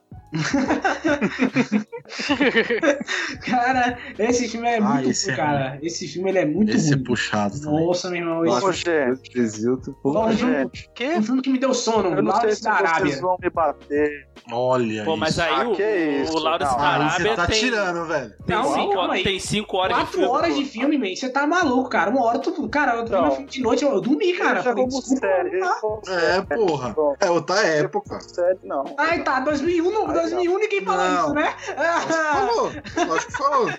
Cara, esse filme é Ah, muito esse ruim, é cara. Esse filme ele é muito Esse é ruim. puxado também. Nossa, meu irmão, esse Ô, gente, Deuses do Egito. pô. Bom, gente, é um filme que me deu sono. eu não sei Lawrence se da Arábia. vocês vão me bater. Olha Pô, mas É isso. aí Ah, o, que isso, o Lawrence não. da Ah, Arábia você tá tem, tirando, velho. tem, Não, cinco, calma aí. tem cinco horas de Quatro filme. horas pô. de filme, man. Você tá maluco, cara. Uma hora tu. Cara, eu vi Não. meu filme de noite, eu, eu dormi, cara. Deixa Falei, como desculpa. série. não dá. É, porra. É outra época. Série, não. Ai, tá, 2001, não, Ai, 2001 ninguém fala Não. isso, né? Acho que Ah, falou. Acho que falou.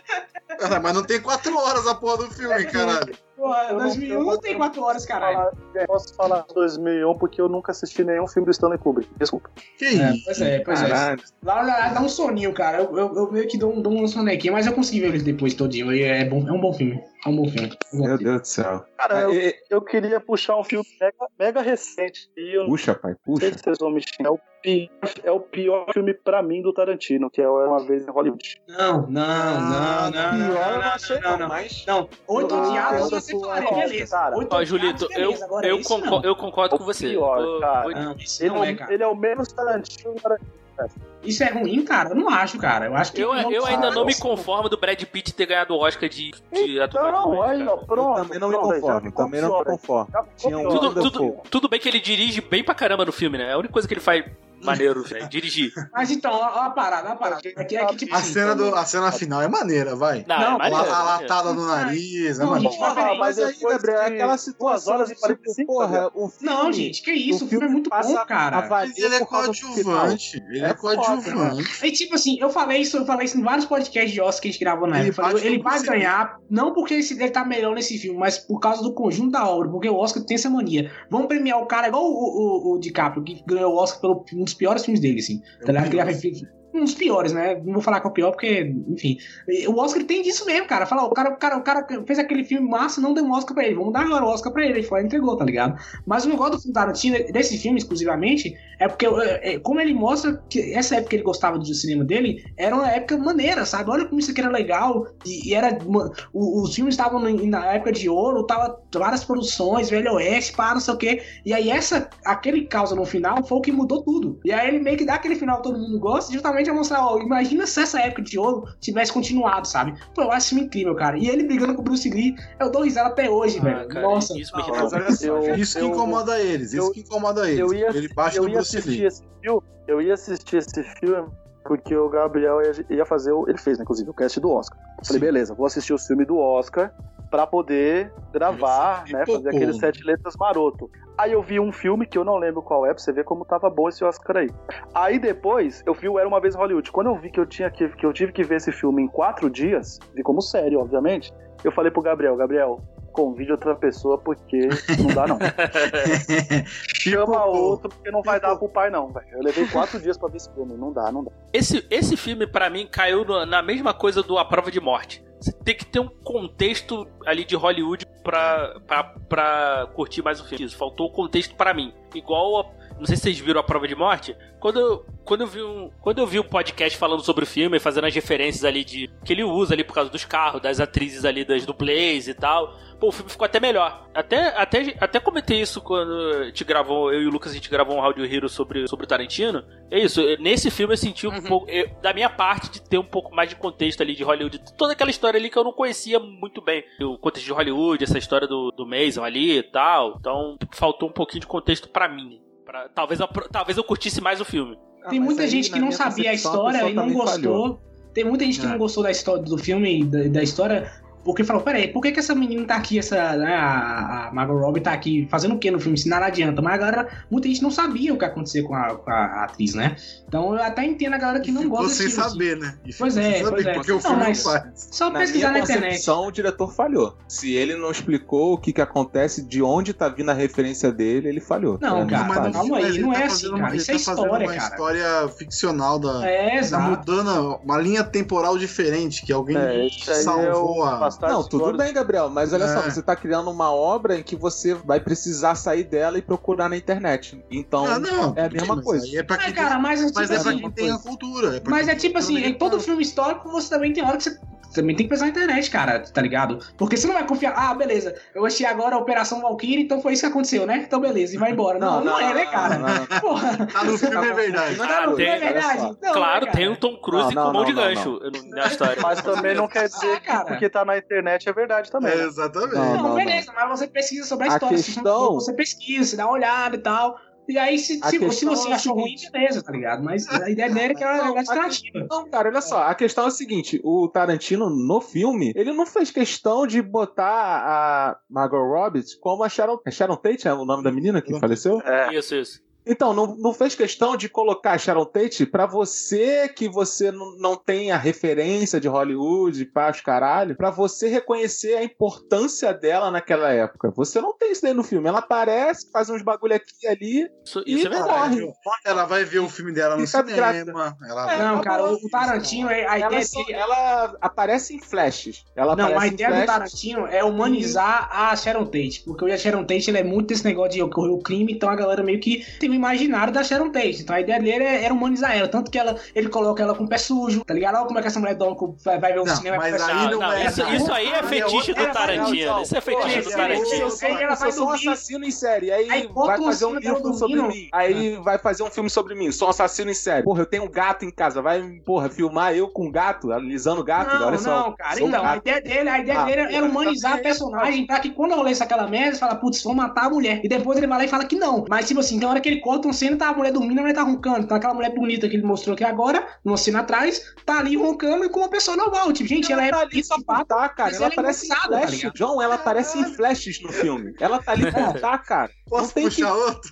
Cara, mas não tem quatro horas a porra do filme, caralho. porra, Eu não- 2001 eu não não- um tem quatro horas, caralho. Falar- é, Posso falar 2001 porque eu nunca assisti nenhum filme do Stanley Kubrick. Desculpa. Que É, isso? pois é, pois é. Caralho. Lá, lá, lá dá um soninho, cara. Eu, eu, eu meio que dou um, dou um sonequinho, mas eu consegui ver ele depois todinho. E É, bom, é um bom filme. É um bom filme. É um bom Meu filme. Deus do céu. Ah, Cara, É, eu, Aê, eu queria puxar um filme mega, mega recente. E eu não Puxa, pai, sei puxa. se vocês vão me xingar. É o pior, é o pior filme pra mim do Tarantino, que é Uma Vez em Hollywood. Não, não, não, não, não, Pior eu não não, achei, não, não. mas- Não, oito Eu odiados entendo a você sua falaria, lógica, beleza. cara. Oito Ó, odiados, Julito, eu, beleza. tá Agora, é eu, isso concor- não. eu concordo É o com você. pior, Vou- cara. vou- Não, isso Ele, não é, é, o- cara. ele é o menos Tarantino. cara. Isso é ruim, cara? Eu não acho, cara. Eu acho que. Eu, é- não, eu ainda cara. não me conformo do Brad Pitt ter ganhado o Oscar de, de ator. Não, coadjuvante, aí, cara. ó, pronto. também não me pronto, aí, já conformo, ficou também não me pior, conformo. já ficou Tinha um pior. Tudo- Tudo, Wilder tudo- Paul. tudo bem que ele dirige bem pra caramba no filme, né? É a única coisa que ele faz Maneiro, velho. Dirigir. Mas então, ó, ó a parada, ó a parada. Aqui, aqui, tipo A assim, cena, do, a cena final é maneira, vai. Não, é A, maneiro. a maneiro. latada no nariz, é Não, maneiro. gente, mas peraí, mas aí, depois Gabriel, é de aquela duas situação, horas e tipo, 45, porra, o filme... Não, gente, que isso? O filme é muito passa bom, cara. avalia Mas ele é por causa do final. coadjuvante. Ele é, É foda, coadjuvante. E tipo assim, eu falei isso, eu falei isso em vários podcasts de Oscar que a gente gravou na Ele época. Eu bate falei, Ele, no vai cinema. ganhar, não porque esse dele tá melhor nesse filme, mas por causa do conjunto da obra, porque o Oscar tem essa mania. Vamos premiar o cara igual o, o, o DiCaprio, que ganhou o Oscar pelo um dos piores filmes dele, assim. Tá ligado? Que ele vai- um dos piores, né? Não vou falar que é o pior, porque, enfim. E O Oscar tem disso mesmo, cara. Fala, ó, o cara, o cara, o cara fez aquele filme massa e não deu um Oscar pra ele. Vamos dar agora o Oscar pra ele. Ele foi lá e entregou, tá ligado? Mas o negócio do filme Tarantino, desse filme exclusivamente, é porque, é, é, como ele mostra que essa época que ele gostava do cinema dele, era uma época maneira, sabe? Olha como isso aqui era legal. E, e era. uma- o- os filmes estavam em- na época de ouro, tava várias produções, Velho Oeste, pá, não sei o quê. E aí, essa, aquele causa no final foi o que mudou tudo. E aí, ele meio que dá aquele final que todo mundo gosta, justamente a mostrar, ó, imagina se essa época de ouro tivesse continuado, sabe? Pô, eu acho isso incrível, cara. E ele brigando com o Bruce Lee, eu dou risada até hoje, velho. cara, Nossa. isso me não, irrita. mas olha só, Eu- velho. Isso que eu- incomoda eles. Isso eu- que incomoda eles. eu ia- Ele bate eu no ia Bruce assistir Lee. esse filme, eu ia assistir esse filme porque o Gabriel ia, ia fazer, o- ele fez, né, inclusive, o cast do Oscar. Eu Falei, Sim. beleza, vou assistir o filme do Oscar pra poder gravar, Ele né, fazer pipocou. aqueles sete letras maroto. Aí eu vi um filme que eu não lembro qual é, pra você ver como tava bom esse Oscar aí. Aí depois eu vi o Era Uma Vez em Hollywood. Quando eu vi que eu, tinha que, que eu tive que ver esse filme em quatro dias, vi como sério, obviamente, eu falei pro Gabriel, Gabriel, convide outra pessoa porque não dá não. Chama Pipocou. outro, porque não vai dar pro pai, não, velho. Eu levei quatro dias pra ver esse filme. Não dá, não dá. Esse, esse filme, pra mim, caiu no- na mesma coisa do A Prova de Morte. Você tem que ter um contexto ali de Hollywood pra, pra, pra curtir mais o filme. Isso, faltou o contexto pra mim. Igual, a- não sei se vocês viram A Prova de Morte, quando eu, quando eu vi um quando eu vi um podcast falando sobre o filme, fazendo as referências ali de que ele usa ali por causa dos carros, das atrizes ali, das dublês e tal, Pô, o filme ficou até melhor. Até, até, até comentei isso quando te gravou, eu e o Lucas a gente gravou um Rádio Hero sobre, sobre o Tarantino. É isso, eu- nesse filme eu senti um pouco, eu- da minha parte, de ter um pouco mais de contexto ali de Hollywood. Toda aquela história ali que eu não conhecia muito bem. O contexto de Hollywood, essa história do, do Mason ali e tal. Então, faltou um pouquinho de contexto pra mim. Pra, talvez, eu, apro- talvez eu curtisse mais o filme. Tem Ah, mas muita aí, gente na que não minha sabia a concepção, história pessoa e não também gostou. falhou. Tem muita gente que É. não gostou da história do filme, da, da história, porque falou, peraí, por que, que essa menina tá aqui, essa, né, a, a Margot Robbie tá aqui fazendo o que no filme? Se nada adianta. Mas a galera, muita gente não sabia o que ia acontecer com a, com a atriz, né? Então eu até entendo a galera que não Ficou gosta desse sem filme. saber, né? E Pois ficou é, sem pois é. Porque o Não, filme não mas- faz. Só Na pesquisar na minha internet. concepção, o diretor falhou. Se ele não explicou o que, que acontece, de onde tá vindo a referência dele, ele falhou. Pra Não, mim, cara, falha. no calma filme, aí, ele tá não é fazendo assim, uma- cara. ele Isso é fazendo história, uma cara. história ficcional da... É, Tá exato. mudando uma linha temporal diferente, que alguém É, esse salvou a... tá Bastardos Não, tudo Inglórios. bem, Gabriel, mas olha É. só, você tá criando uma obra em que você vai precisar sair dela e procurar na internet. Então, Ah, não, é a tudo mesma bem, coisa. mas aí É pra É, quem cara, mas, é tipo Mas é pra assim, quem tem a cultura. pra Mas quem é tipo tem assim, em todo filme histórico você também tem hora que você também tem que pensar na internet, cara, tá ligado? Porque você não vai confiar, ah, beleza, eu achei agora a Operação Valkyrie, então foi isso que aconteceu, né? Então beleza, e vai embora. Não, não, é, né, cara? não, não. Porra. Tá no filme, é verdade. Não, Cara, não tem, é olha verdade? só. Não, né, claro, cara? tem um o Tom Cruise Não, e não, com mão de não, não, gancho na história. Mas também não quer Ah, dizer que É. cara. porque tá na internet é verdade também. É, né? exatamente. Não, Não, beleza, mas você pesquisa sobre a, A história. questão- Você pesquisa, você dá uma olhada e tal. E aí, se, A se, se questão você é o achou ruim, seguinte. beleza, tá ligado? Mas a ideia dele é que ela Não, é a questão- alternativa. Não, cara, olha só. A questão é a seguinte: o Tarantino, no filme, ele não fez questão de botar a Margot Robbie como a Sharon, é Sharon Tate, é o nome da menina que Não. faleceu? É. Isso, isso. Então, não, não fez questão de colocar a Sharon Tate pra você que você não, não tem a referência de Hollywood, pá, os caralho, pra você reconhecer a importância dela naquela época. Você não tem isso daí no filme. Ela aparece, faz uns bagulho aqui e ali. Isso, isso Ih, é Ela verdade. caralho. vai ver- Ela vai ver o filme dela no Fica cinema. Ela É, Não, tá cara, bom. o Tarantino, a ideia Ela, é dele é só- ela aparece em flashes. Ela Não, a aparece em ideia do flashes. Tarantino é humanizar a Sharon Tate, porque hoje a Sharon Tate ela é muito desse negócio de ocorrer o crime, então a galera meio que tem o imaginário da Sharon Tate. Então a ideia dele é- era humanizar ela, tanto que ela, ele coloca ela com o pé sujo, tá ligado? Olha como é que essa mulher dona com- vai, vai ver o Não, cinema e vai mas com o pé aí sujo. Não, não não, é isso, nada. isso aí é Ela fetiche vai- do Tarantino. Isso é fetiche do Porra, Tarantino. eu sei que ela eu vai sou um dormir. assassino em série. Aí, Aí bota vai um fazer um assassino livro dormindo. sobre mim. Aí vai fazer um filme sobre mim. Sou um assassino em série. Porra, eu tenho um gato em casa. Vai, porra, filmar eu com um gato, alisando gato. Não, olha só. não, cara, sou um então, a gato. ideia dele, a ideia Ah, dele era porra, humanizar a também. personagem pra que quando rolesse aquela merda, ele fala, putz, vão matar a mulher. E depois ele vai lá e fala que não. Mas, tipo assim, tem hora que ele corta uma cena, tá a mulher dormindo, a mulher tá roncando. Então aquela mulher bonita que ele mostrou aqui agora, numa cena atrás, tá ali roncando com uma pessoa normal. Tipo, gente, ela, tá é ali bonita, pra pá, tá, cara. mas Ela ela é aparece em engraçada, tá flash. ligado? John, ela aparece em flashes no filme. Ela tá ali pra tá, cara. Não Posso tem que puxar outro?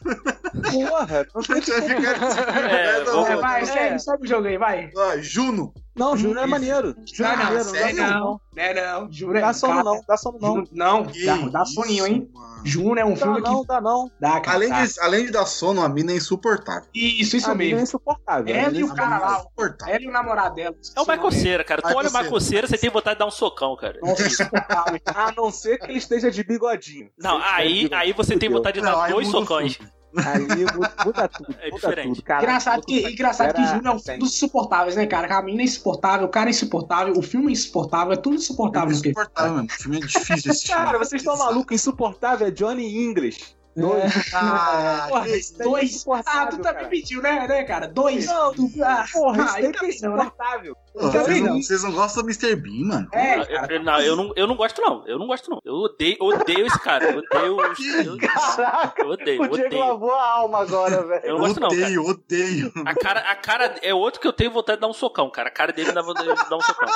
porra. Não A tem gente que vai porra. ficar nesse filme, É, né, vamos- É, Donaldo? vai, É. segue, sobe o jogo aí, vai. Ah, Juno. Não, Júnior é Isso. maneiro. Júnior é Não, maneiro. não, Não, sério, dá sono, não. Não, não, Juno não. é Dá sono cara, não, dá sono não. Juno- Não, Que dá, dá isso, soninho, hein? mano. Juno é um Dá filme não, que dá não. dá, cara. Além dá. de, além de dar sono, a mina é insuportável. Isso, isso A mina é mesmo. insuportável. Ela A mina e o A cara mina é lá, insuportável. Ela e o namorado dela. É o Michael Cera, cara. Tu Michael olha o Cera. Michael Cera, você tem vontade de dar um socão, cara. Nossa, insuportável. A não ser que ele esteja de bigodinho. Não, Se ele estiver de aí, bigodinho, aí você tem é, fudeu. vontade de Não, dar aí dois muda o socões. filme. Aí muda, muda tudo. É muda diferente. tudo, cara. engraçado que, Puta engraçado que era Júnior é um filme dos suportáveis, né, cara? A mina é insuportável, o cara é insuportável, o filme é insuportável, é tudo insuportável. no quê? Insuportável mesmo. O filme é difícil de assistir. Cara, vocês estão malucos. Insuportável é Johnny English. É. Dois. Ah, Porra, que isso daí é Dois. Ah, insuportável, tu cara. também pediu, né, né, cara? Dois. Não, tu... ah, Porra, isso ah, daí aí que é também não, né? insuportável. Pô, também vocês, não, não. vocês não gostam do Mr. Bean, mano? É, né? Não, eu- cara. eu, não, eu não, eu não gosto, não. Eu não gosto, não. Eu odeio, odeio esse cara. Eu odeio. Eu, Caraca, eu odeio, o Diego odeio. lavou a alma agora, velho. Eu não gosto, não. Cara. odeio, odeio. A, cara, a cara é outro que eu tenho vontade de dar um socão, cara. A cara dele dá vontade de dar um socão.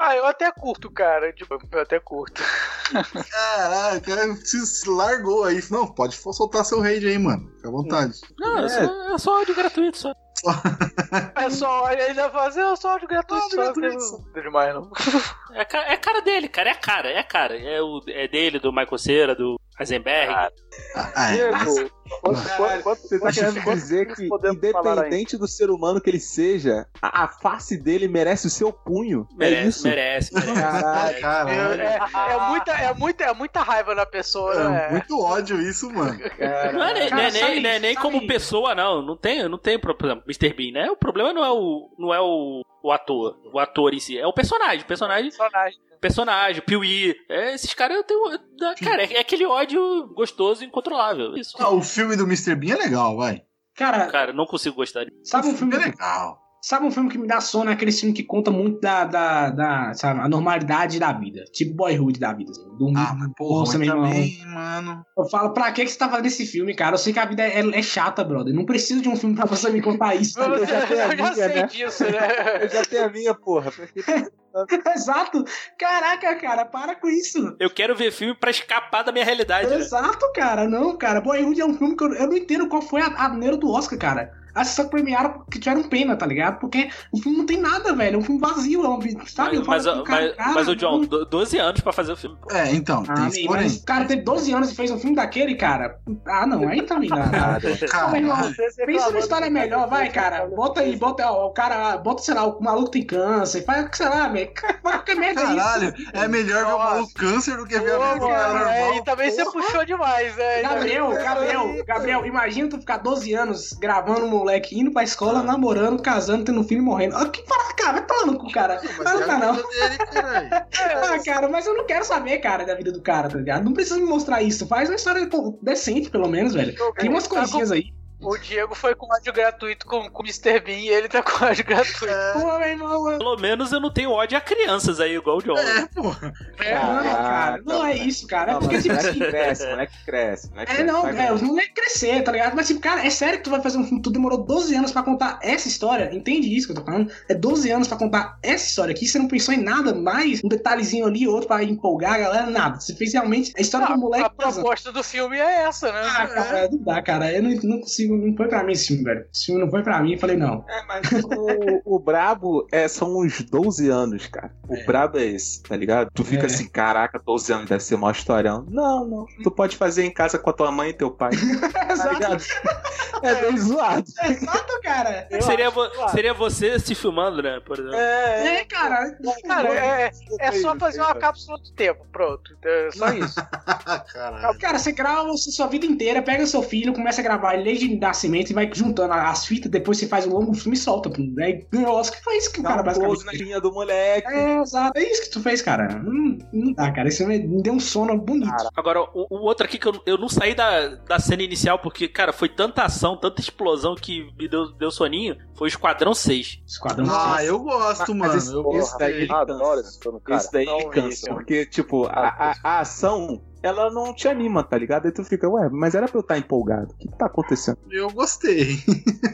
Ah, eu até curto, cara. Tipo, eu até curto. Caralho, o cara se se largou aí. Não, pode fo- soltar seu raid aí, mano. Fica à vontade. Não, é só, é só áudio gratuito. Só. É só, olha, ele vai fazer assim, eu só áudio gratuito. Áudio Só, gratuito. não tem demais, não. É, a ca- é a cara dele, cara. É a cara, é a cara. É, o, é dele, do Michael Cera, do Heisenberg. Ah, Ah, é. Diego, quanto, Caralho, quanto, quanto, Você tá quanto- querendo quanto- dizer que, podemos falar ainda? independente do ser humano que ele seja, a, a face dele merece o seu punho. merece, é isso? merece, merece. Caralho. eu- Caralho. é, Ah. é muita, é, muita, é muita raiva na pessoa, É né? muito ódio isso, mano. Não é nem, Cara, não é nem- sabe- não é nem sabe- como pessoa, não. Não tem, não tem problema. Mr. Bean, né? O problema não é o, não é o, o ator. O ator em si. É o personagem. Personagem, Personagem. personagem, Piuí. É, esses caras eu tenho. eu- da- Cara, é, é aquele ódio gostoso e incontrolável. Isso. Ah, o filme do Mr. Bean é legal, vai. Cara, Cara, não consigo gostar de. sabe um o filme filme. é legal. Sabe um filme que me dá sono? É aquele filme que conta muito da, da, da sabe, a normalidade da vida. Tipo boyhood da vida. Assim. Dormir. Ah, mas porra, Nossa, mas meu irmão. também, mano. Eu falo, pra que, que você tá fazendo esse filme, cara? Eu sei que a vida é, é chata, brother. Não preciso de um filme pra você me contar isso. tá Eu Eu já já, tenho a minha, sei né? disso, Eu né? já tenho a minha, porra. ligado? Exato. Caraca, cara, para com isso. Eu quero ver filme pra escapar da minha realidade. né? Exato, cara. Não, cara. Boyhood é um filme que eu, eu não entendo qual foi a, a neura do Oscar, cara. Acho que só premiaram porque tiveram pena, tá ligado? Porque o filme não tem nada, velho. É um filme vazio. É um filme, sabe? Eu Mas, falo mas, assim, cara, mas, mas o John, não- do- 12 anos pra fazer o filme. pô. É, então, tem Ah, esse meu, mas porém. o cara teve 12 anos e fez um filme daquele, cara. Ah, não, aí também dá. Mas, Caralho. irmão, Pensa numa história tá melhor, vai, cara. Bota aí, bota ó, o cara, bota, sei lá, o maluco tem câncer, faz, sei lá, velho. Que merda é isso? Caralho, é melhor ver o Nossa. maluco câncer do que ver a Pô, vida do cara mano, é, normal. e também você puxou demais, né? Gabriel, Gabriel, Gabriel, imagina tu ficar 12 anos gravando um moleque, indo pra escola, namorando, casando, tendo um filho e morrendo. Ah, que parada, cara, vai tomar no cu, cara. Mas Vai no é a canal. vida dele, caralho. Ah, cara, mas eu não quero saber, cara, da vida do cara, tá ligado? Não precisa me mostrar isso. Faz uma história pô, decente, pelo menos, velho. Tem umas coisinhas aí. Tá O Diego foi com áudio gratuito com, com o Mr. Bean e ele tá com áudio gratuito. Pô, meu irmão, Pelo menos eu não tenho ódio a crianças aí, igual o John. É, porra. não, cara, Caraca, não é isso, cara. É Não, porque, mas tipo assim, moleque cresce, moleque cresce. moleque É, cresce, não, vai é, os vendo. moleques crescer, tá ligado? Mas, tipo, cara, é sério que tu vai fazer um filme, tu demorou 12 anos pra contar essa história, entende isso que eu tô falando? É 12 anos pra contar essa história aqui, você não pensou em nada mais, um detalhezinho ali, outro pra empolgar a galera, nada. Você fez realmente a história Ah, do moleque. tá a proposta do filme é essa, né? Ah, cara, não dá, cara. Eu não, não consigo, não foi pra mim esse filme, velho. Esse filme não foi pra mim, eu falei, não. É, mas o, o brabo é, são uns 12 anos, cara. O brabo é esse, tá ligado? Tu fica É. assim, caraca, 12 anos deve ser mó historião. Não, não. Tu pode fazer em casa com a tua mãe e teu pai, tá Exato, ligado? É bem zoado. exato, cara. Eu Seria, acho, vo- claro. seria você se filmando, né? Por exemplo. É, É, cara. cara, é, é só fazer uma cápsula do tempo, pronto. Então, é só isso. Caralho. Cara, você grava a sua vida inteira, pega seu filho, começa a gravar ele desde o nascimento e vai juntando as fitas, depois você faz um longo filme e solta. pô. Aí ganhou o Oscar. Foi isso que o cara Dá um close basicamente na fez. linha do moleque. É, exato. É isso que tu fez, cara. Não, não dá, cara. Isso me me deu um sono bonito. Agora, o, o outro aqui que eu, eu não saí da, da cena inicial, porque, cara, foi tanta ação, tanta explosão que me deu, deu soninho, foi o Esquadrão 6. Esquadrão Ah, seis. eu gosto, Mas mano. esse, eu esse gosto daí ele dele. cansa. é Adoro esse filme, cara. Esse daí Não ele vi cansa. esse filme. Porque, tipo, a, a- a ação ela não te anima, tá ligado? Aí tu fica, ué, mas era pra eu estar empolgado. O que, que tá acontecendo? Eu gostei.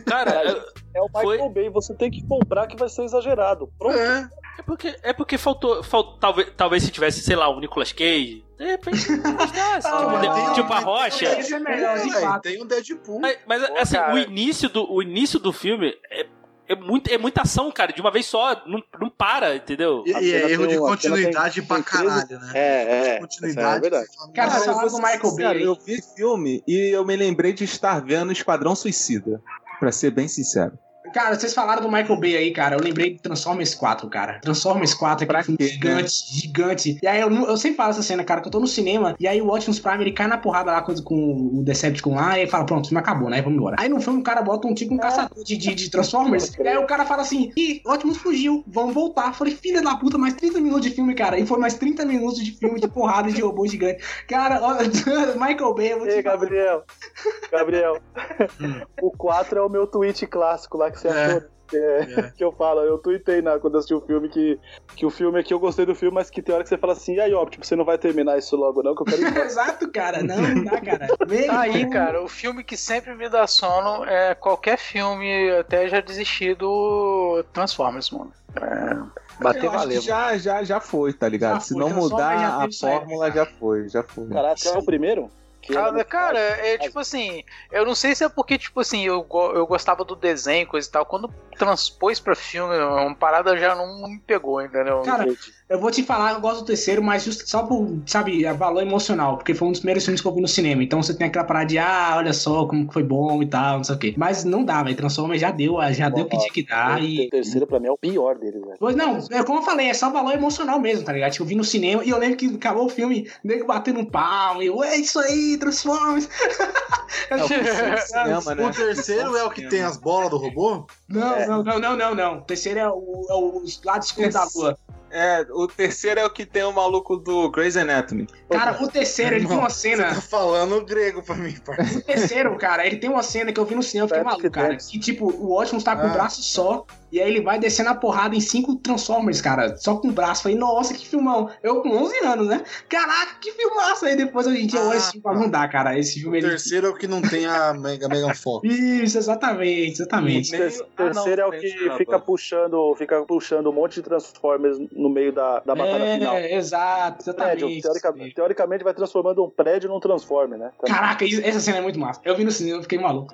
Cara, Cara, eu- É o Michael Foi- Bay, você tem que comprar que vai ser exagerado. Pronto. É. é porque, é porque faltou. fal- talvez, talvez se tivesse, sei lá, o Nicolas Cage. De repente. mas dá, se Ah, tiver- mas tem- tipo a tem- rocha. Poderia ser melhor, de É, fato. Tem um Deadpool. Mas, mas, Pô, assim, cara. o início do o início do filme é, é muito é muita ação, cara, de uma vez só, não, não para, entendeu? E, A e cena é erro tem de um- a cena continuidade tem- pra tem caralho, né? É, é. Essa é Continuidade. verdade. você fala, Cara, "Nossa, essa eu lá do vou ser Michael sincero, Bay. Eu vi filme e eu me lembrei de estar vendo Esquadrão Suicida. Pra ser bem sincero. Cara, vocês falaram do Michael Bay aí, cara. Eu lembrei de Transformers 4, cara. Transformers 4 é Pra aquele filme quê, gigante, gigante. E aí eu, nu- eu sempre falo essa cena, cara, que eu tô no cinema e aí o Optimus Prime ele cai na porrada lá com, com o Decepticon lá e aí fala, pronto, o filme acabou, né? Vamos embora. Aí no filme o cara bota um tipo um caçador de, de, de Transformers e aí o cara fala assim, ih, Optimus fugiu, vamos voltar. Eu Falei, filha da puta, mais 30 minutos de filme, cara. E foi mais 30 minutos de filme de porrada de robô gigante. Cara, ó, Michael Bay, eu vou Ei, te falar. Gabriel. Gabriel. o 4 é o meu tweet clássico lá que você É. achou. É, É. Que eu falo, eu tuitei na, quando eu assisti o filme que, que o filme é que eu gostei do filme, mas que tem hora que você fala assim, e aí, ó, tipo, você não vai terminar isso logo, não, que eu quero ir embora." Exato, cara. Não, não dá, cara. Vem, Tá Aí, cara, o filme que sempre me dá sono é qualquer filme, eu até já desisti do Transformers, mano. É, bater Eu acho que valeu. já, já, já foi, tá ligado? Já Se foi, não então só vai já mudar a teve saída, fórmula, cara. já é. foi, já foi. Caraca, é o primeiro? Que Cara, era- cara, é tipo assim, eu não sei se é porque, tipo assim, eu, go- eu gostava do desenho, coisa e tal. Quando transpôs pra filme, uma parada já não me pegou, entendeu? Cara, eu vou te falar, eu gosto do terceiro, mas just- só por, sabe, a valor emocional, porque foi um dos primeiros filmes que eu vi no cinema. Então você tem aquela parada de, ah, olha só como que foi bom e tal, não sei o quê. Mas não dá, velho. Transforma já deu, ah, já deu o que tinha que dar O e. terceiro pra mim é o pior deles, velho. Pois não, é como eu falei, é só valor emocional mesmo, tá ligado? Tipo, eu vi no cinema e eu lembro que acabou o filme, nego batendo um pau, e eu, é isso aí, Transformers. É, o terceiro "Cara, cinema, né? O terceiro é o que tem as bolas do robô? não, não, não, não, não, não. O terceiro é o, é o lado escuro da lua. É, o terceiro é o que tem o maluco do Grey's Anatomy. Cara, o terceiro, ele tem uma cena. Tá falando grego pra mim, parceiro. O terceiro, cara, ele tem uma cena que eu vi no cinema, eu fiquei Parece maluco, que cara. deve. Que tipo, o Optimus tá com o Ah. braço só, e aí ele vai descendo a porrada em cinco Transformers, cara, só com o braço. Falei, nossa, que filmão. Eu com 11 anos, né? Caraca, que filmaço. Aí depois hoje em dia eu olho esse filme pra assim, não dá, cara. Esse O filme ele. terceiro é o que não tem a Mega Megan Fox. Isso, exatamente, exatamente. Meio- O Ah, não, terceiro é o frente, que não, fica mano. puxando, fica puxando um monte de Transformers no meio da, da batalha final. É, exato, Prédio, exatamente. teoricamente, É, teoricamente vai transformando um prédio num Transformer, né? Tá- Caraca, isso- essa cena é muito massa. Eu vi no cinema, eu fiquei maluco.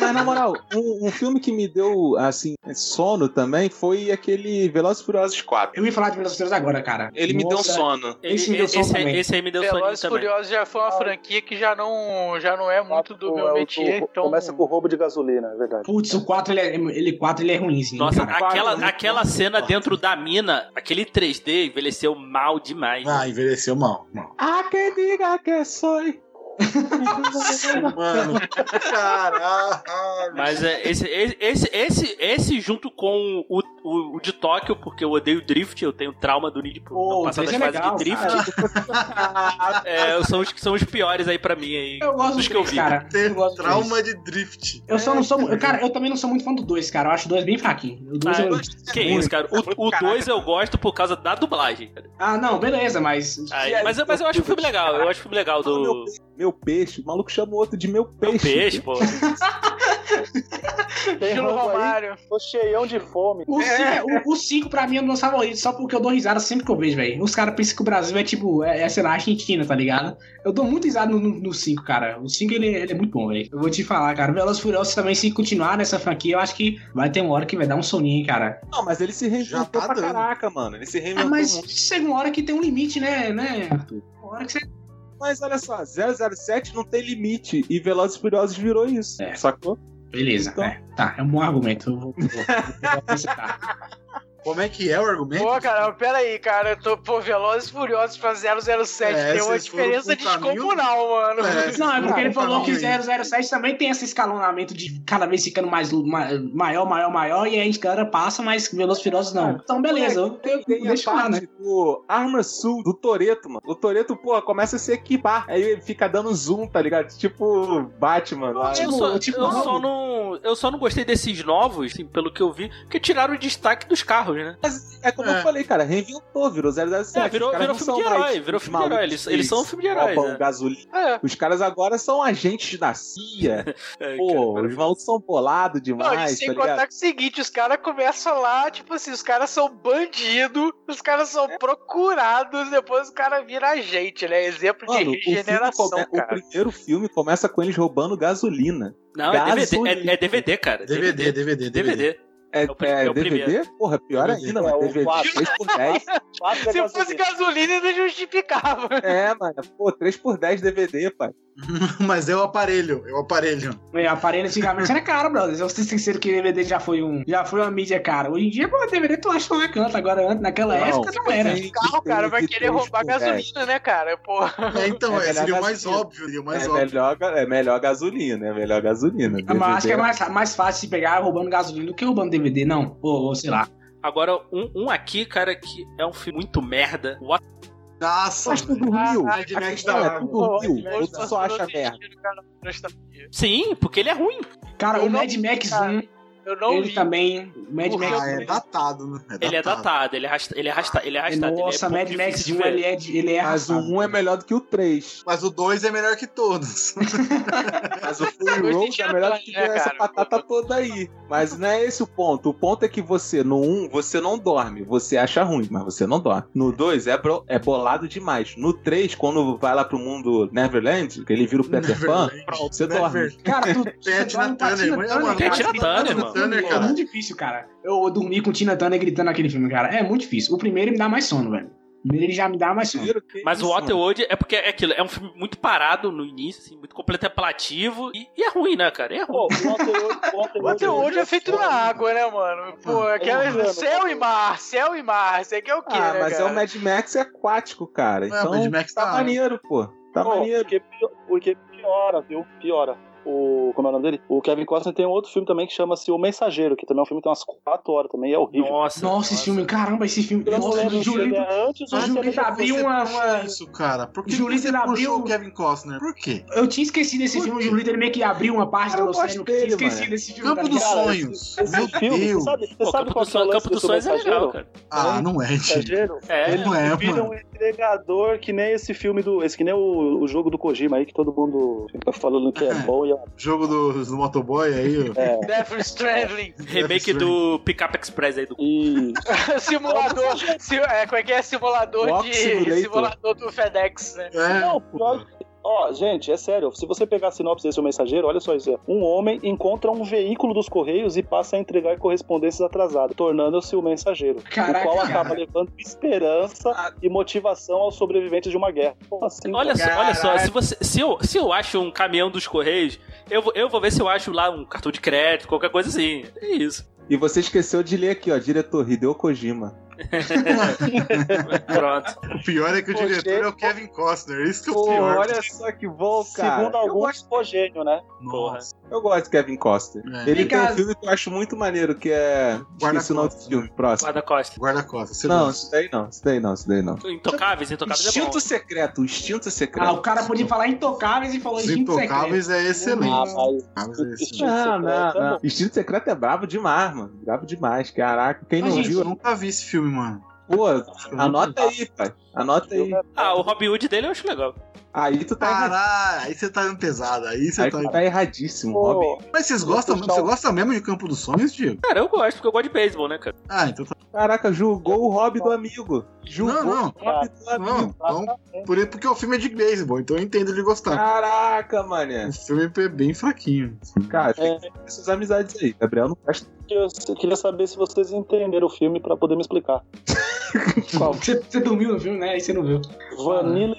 Mas na moral, um, um filme que me deu, assim, sono também foi aquele Velozes e Furiosos 4. Eu ia falar de Velociraptors agora, cara. Ele me deu um Nossa. sono. Ele- Esse me deu esse, um sono aí, também. esse aí me É, deu soninho Velozes e também. Furiosos já foi uma franquia que já não, já não é muito do é meu o- métier, o- então... Começa com o roubo de gasolina, é verdade. Putz, o 4 ele é, ele, 4, ele é ruim, sim. Nossa, cara. aquela, aquela cena dentro da mina, aquele 3D envelheceu mal demais. Ah, envelheceu mal. mal. Ah, quem diga que sou. Mano, caralho. Mas é, esse, esse, esse, esse, esse junto com o, o, o de Tóquio, porque eu odeio drift, eu tenho trauma do Need por Pô, não passar esse das é fases legal, de drift. É, são, os, que são os piores aí pra mim aí. Eu dos gosto dos que eu vi. cara. Ter Eu gosto do três. trauma de drift. Eu só não sou. eu, cara, eu também não sou muito fã do 2, cara. Eu acho o 2 bem fraquinho. O dois Ah, eu- Que isso, cara. O 2 eu gosto por causa da dublagem. cara. ah, não, beleza, mas. Aí, mas, eu- mas eu acho o filme legal. Eu acho o filme legal do Meu peixe, o maluco chamou outro de meu Meu peixe. Peixe, pô. Tem Estilo roubo aí, Romário. tô cheião de fome. O 5 pra mim é um dos meus favoritos, só porque eu dou risada sempre que eu vejo, velho. Os caras pensam que o Brasil é tipo, é, é, sei lá, Argentina, tá ligado? Eu dou muito risada no 5, cara. O 5 ele, ele é muito bom, velho. Eu vou te falar, cara. Veloz Furiosos também, se continuar nessa franquia, eu acho que vai ter uma hora que vai dar um soninho, hein, cara. Não, mas ele se Já reinventou tá pra dando. caraca, mano. Ele se É, reinventou mas muito. chega uma hora que tem um limite, né, né, Arthur? Uma hora que você. Mas olha só, 007 não tem limite. E Velozes e Furiosos virou isso, É. sacou? Beleza, Então- é. Tá, é um bom argumento. Eu vou, vou, vou aceitar. Como é que é o argumento? Pô, cara, pera aí, cara. Eu tô, pô, Velozes e Furiosos pra 007. É, tem uma vocês foram diferença pro caminho- descomunal, mano. É. Não, é porque ele Não, falou tá que bom, hein? 007 também tem esse escalonamento de cada vez ficando mais ma- maior, maior, maior, e aí os caras passam, mas Veloz Furiosos Ah, não. Então, beleza, eu, eu, Tem a deixo lá, né? parte do Arma Sul, do Toreto, mano. O Toreto, pô, começa a se equipar. Aí ele fica dando zoom, tá ligado? Tipo Batman lá. Eu Tipo, só, tipo, eu não. só não, eu só não gostei desses novos, assim, pelo que eu vi, porque tiraram o destaque dos carros. erros, né? Mas é como eu falei, cara, reinventou, virou 007. É, virou, Os caras virou não filme são de mais herói, virou filme de herói. Eles, eles são um filme de herói. roubam Né? gasolina. É. Os caras agora são agentes da CIA. É, Pô, cara, os malucos são polados Não, e demais, sem tá contar ligado? que é o seguinte, os caras começam lá, tipo assim, os caras são bandidos, os caras são procurados, depois o cara vira agente, né? Exemplo Mano, de o, filme regeneração, come- o cara. primeiro filme começa com eles roubando gasolina. Não, é DVD, gasolina. é, é DVD, cara. DVD, DVD, DVD. DVD. É, É o pri- é é o DVD? primeiro. Porra, pior DVD. ainda, mano. É, o DVD quatro. 3 por 10. Quatro é Se fosse gasolina. gasolina, ainda justificava. É, mano. Pô, 3 por 10 DVD, pai. Mas é o aparelho, é o aparelho. Meu, aparelho antigamente era caro, brother. Eu ser sincero que DVD já foi um. Já foi uma mídia cara. Hoje em dia, pô, DVD tu acha lá canto. Agora, antes, naquela Não, época não era. tem- Carro, o cara vai tem querer três roubar por dez. gasolina, né, cara? Pô, É, então, É é, seria melhor o mais gasolina. óbvio, seria o mais É óbvio. melhor, é melhor gasolina, é melhor gasolina. Ah, Mas DVD. acho que é mais, mais fácil se pegar roubando gasolina do que roubando DVD, não. Ou, ou sei lá. Agora, um, um aqui, cara, que é um filme muito merda. What? Nossa, Mas tu velho. dormiu? Mad Max da Não, hora. é tudo ruim. Pô, Ou tu só acha merda? cara, nostalgia. Sim, porque ele é ruim. Cara, Eu o não- Mad Max cara, 1, Eu não ele vi. também. O Mad Porra, Max um. Ah, é datado, né? É Ele é datado, ele é arrastado, ele é arrastado. Ele é arrastado Nossa, ele é Mad pouco Max difícil 1, de ver. ele é, de- ele é Mas o arrastado. 1 é melhor do que o 3. Mas o 2 é melhor que todos. Mas o Fury Road é melhor do que Né, essa cara? patata toda aí. Mas não é esse o ponto. O ponto é que você, no 1, você não dorme. Você acha ruim, mas você não dorme. No 2, é, bro- é bolado demais. No 3, quando vai lá pro mundo Neverland, que ele vira o Peter Pan, Neverland. pronto, você Never- dorme. Cara, tu. É, você dorme Tina com a Turner. Tina É, mano, Tina cara. Tina Turner, Turner, mano. Turner, É cara. muito difícil, cara. Eu dormi com Tina Turner gritando aquele filme, cara. É muito difícil. O primeiro me dá mais sono, velho. O primeiro ele já me dá mais sono. Mas o Isso, Waterworld é porque é aquilo, é um filme muito parado no início, assim, muito contemplativo e, e é ruim, né, cara? É ruim. Pô, o Waterworld- o O Waterworld- Waterworld é feito na água, né, mano? Pô, aquela Mano, céu e mar, céu e mar, isso aqui é o quê, Ah, né, mas cara? é o Mad Max aquático, cara. Não, Então, Mad Max tá tá- maneiro, pô. Tá Pô, maneiro. porque, pio- porque piora, viu? Piora. O, como é o nome dele? O Kevin Costner tem um outro filme também que chama-se O Mensageiro, que também é um filme que tem umas 4 horas também, e é horrível. Nossa. Nossa, esse filme, caramba, esse filme. Eu não Nossa, lembro o se ele Julito. é antes ou Mas se ele Julito é abriu Você uma- puxa uma- isso, cara. Por que Julito você ele puxou abriu- o Kevin Costner? Por quê? Eu tinha esquecido desse filme, o Julito ele meio que abriu uma parte do Eu meu gosto cérebro. que Eu tinha dele, esquecido mano. desse filme. Campo tá dos ligado? Cara, Sonhos. Esse é Meu filme, você Deus. sabe, você Pô, Campo sabe qual do que é o Sonho- lance Campo dos do Sonhos é Mensageiro? legal, cara. Ah, não é, gente. Mensageiro? É, Não é, Vira mano. um entregador que nem esse filme do. Esse que nem o, o jogo do Kojima aí, que todo mundo fica falando que é bom e é Jogo do, do motoboy aí. ó. Death Strandling, remake do Pickup Express aí do E simulador, si- é, como é que é? Simulador Walk de... Simulator. Simulador do FedEx, né? É. Não, pior. Ó, gente, é sério. Se você pegar a sinopse desse O mensageiro, olha só isso. Um homem encontra um veículo dos correios e passa a entregar correspondências atrasadas, tornando-se o mensageiro. Caraca, o qual cara. Ah. acaba levando esperança e motivação aos sobreviventes de uma guerra. Como assim? Olha só, cara? olha só, Caralho. se, você, se, eu, se eu acho um caminhão dos Correios, eu, vou- eu vou ver se eu acho lá um cartão de crédito, qualquer coisa assim. É isso. E você esqueceu de ler aqui, ó. Diretor Hideo Kojima. Pronto. O pior é que o Poxa, diretor é o Kevin Costner. Isso que é o Pô, pior. olha só que bom, cara. Segundo eu, alguns, gosto, cogênio, né? Nossa. eu gosto de Kevin Costa. É. Ele Fica- tem um filme que eu acho muito maneiro, que é. Guarda Esqueci o nome do Costas. filme, próximo. Guarda Costa. Guarda-costas. você Não, gosta. isso daí não, isso daí não, isso daí não. Intocáveis, intocáveis é bom. Instinto secreto, instinto secreto. Ah, o cara podia falar intocáveis e falou Os instinto secreto. Intocáveis é Ah, excelente. mas Intocáveis é excelente. Instinto não, não, Secreto é não. bom. Instinto secreto é brabo demais, mano. Brabo demais. Caraca, quem Mas, não gente, viu, Eu nunca vi esse filme, mano. pô, Acho que eu nunca anota aí, pai. Anota aí. Ah, o Robin Hood dele eu acho legal. Aí tu tá, erradi- Caralho, aí você tá indo pesado. Aí você aí tá. tu tá erradíssimo, Robin. Pô, Mas vocês gostam mesmo? Você gosta mesmo de Campo dos Sonhos, Diego? Cara, eu gosto, porque eu gosto de beisebol, né, cara? Ah, então tá. Caraca, julgou o Robin do amigo. Julgou Não, não. o Robin do Não, amigo. então, por isso- porque o filme é de beisebol, então eu entendo de gostar. Caraca, mané. O filme é bem fraquinho. Cara, tem É. que ter essas amizades aí. Gabriel não presta. eu queria saber se vocês entenderam o filme pra poder me explicar. Qual? Você, você dormiu no filme, né? Aí você não viu. Vanilla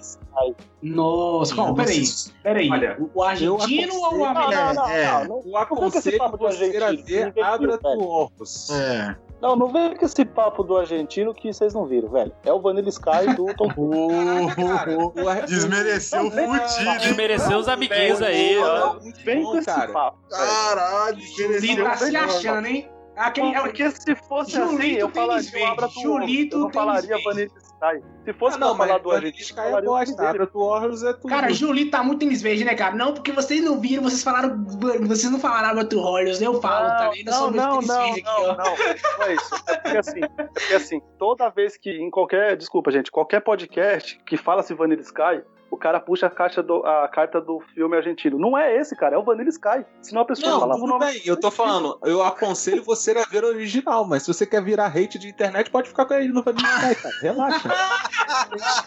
Nossa, qual? Peraí, peraí. Olha, o argentino ou aconselho- o americano? É, é. não, Eu Por que que esse aconselho papo de você a argentino? ver Invertiu, Abra velho. tu Orros. É. Não, não vem com esse papo do argentino que vocês não viram, velho. É o Vanilla Sky do Tom Cruise. Oh, O ar- desmereceu o fudido, hein? um Desmereceu os amiguinhos velho, aí, ó. Muito Vem bom, com esse Ah, cara. papo. velho. Caralho, Sim, desmereceu. tá se achando, hein? Aquele, é o- Porque se fosse Julito assim, eu Tênis falaria Verde, eu abro a tua Julito eu não Tênis falaria Verde. Vanilla Sky. Tá Se fosse Ah, não, pra falar mas do do Vanilla Sky, Sky é bosta. Abra tu Horus é tudo. Cara, Uhum. Julito tá muito tênis verde, né, cara? Não, porque vocês não viram, vocês falaram. Vocês não falaram outro Rollers, eu falo, tá vendo? Eu não, sou muito não, não, tênis verde aqui, não, ó. não, não é isso. É porque assim, é porque assim, toda vez que em qualquer, desculpa gente, qualquer podcast que fala se Vanilla Sky, o cara puxa a, caixa do, a carta do filme argentino. Não é esse, cara, é o Vanilla Sky. Senão a pessoa Não, falava o tudo nome. bem, eu tô falando, eu aconselho você a ver o original, mas se você quer virar hate de internet, pode ficar com ele no Vanilla Sky, cara. Relaxa.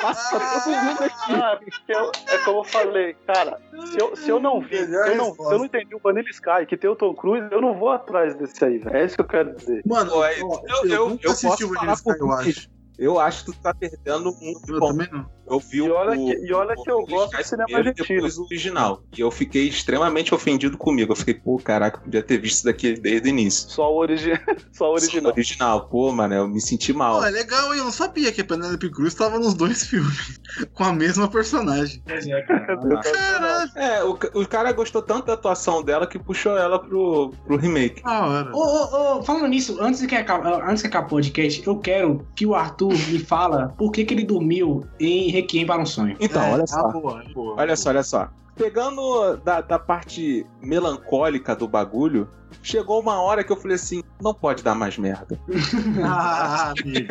Passa pra todo mundo aqui. Ah, é porque eu- é como eu falei, cara, se eu, se eu não vi, se Melhor eu não, se eu resposta. não entendi o Vanilla Sky, que tem o Tom Cruise, eu não vou atrás desse aí, velho. É isso que eu quero dizer. Mano, Pô, ó, é- eu- eu, eu- nunca eu assisti posso o Vanilla falar por Sky, eu mim. acho. Eu acho que tu tá perdendo muito Eu ponto. também não. Eu vi E o, olha que- e olha o- que eu o gosto Sky de cinema primeiro e argentino. Depois o original. E eu fiquei extremamente ofendido comigo. Eu fiquei, pô, caraca, eu podia ter visto isso daqui desde o início. Só o, origi... Só o original. Original, pô, mano, eu me senti mal. Pô, é legal, hein? eu não sabia que a Penélope Cruz tava nos dois filmes com a mesma personagem. Pois é, cara. Caralho, Ah. É, o, ca- o cara gostou tanto da atuação dela que puxou ela pro, pro remake. da hora. Ô, ô, ô, falando nisso, antes que, acabe, antes que acabe o podcast, eu quero que o Arthur me fala por que, que ele dormiu em Requiem para um Sonho. Então, É, olha tá só. boa, é boa. Olha só, olha só. Pegando da, da parte melancólica do bagulho, chegou uma hora que eu falei assim: não pode dar mais merda. Ah, amigo.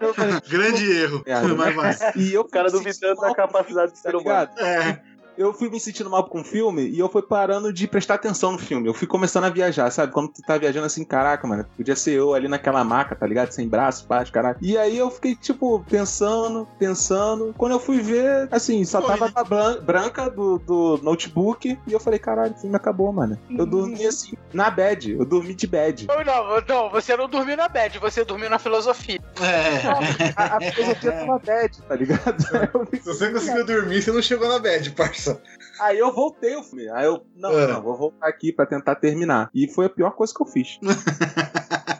Eu falei, Grande erro. Merda. Mas vai. e eu assim, O cara fui me sentindo duvidando da mal, capacidade do tá ser humano. ligado? É, Eu fui me sentindo mal com o filme e eu fui parando de prestar atenção no filme. Eu fui começando a viajar, sabe? Quando tu tá viajando assim, caraca, mano, podia ser eu ali naquela maca, tá ligado? Sem braço, pá, de caraca. E aí eu fiquei, tipo, pensando, pensando. Quando eu fui ver, assim, só Foi, tava né? a bran- branca do, do notebook e eu falei, caralho, o filme acabou, mano. Uhum. Eu dormi assim, na bed, eu dormi de bed. Não, não, não, você não dormiu na bad, você dormiu na filosofia. é. A, a filosofia tava bad, tá ligado? Aí eu Se você conseguiu dormir, você não chegou na bad, parça. Aí eu voltei o filme. Aí eu, não, É. não, vou voltar aqui pra tentar terminar. E foi a pior coisa que eu fiz.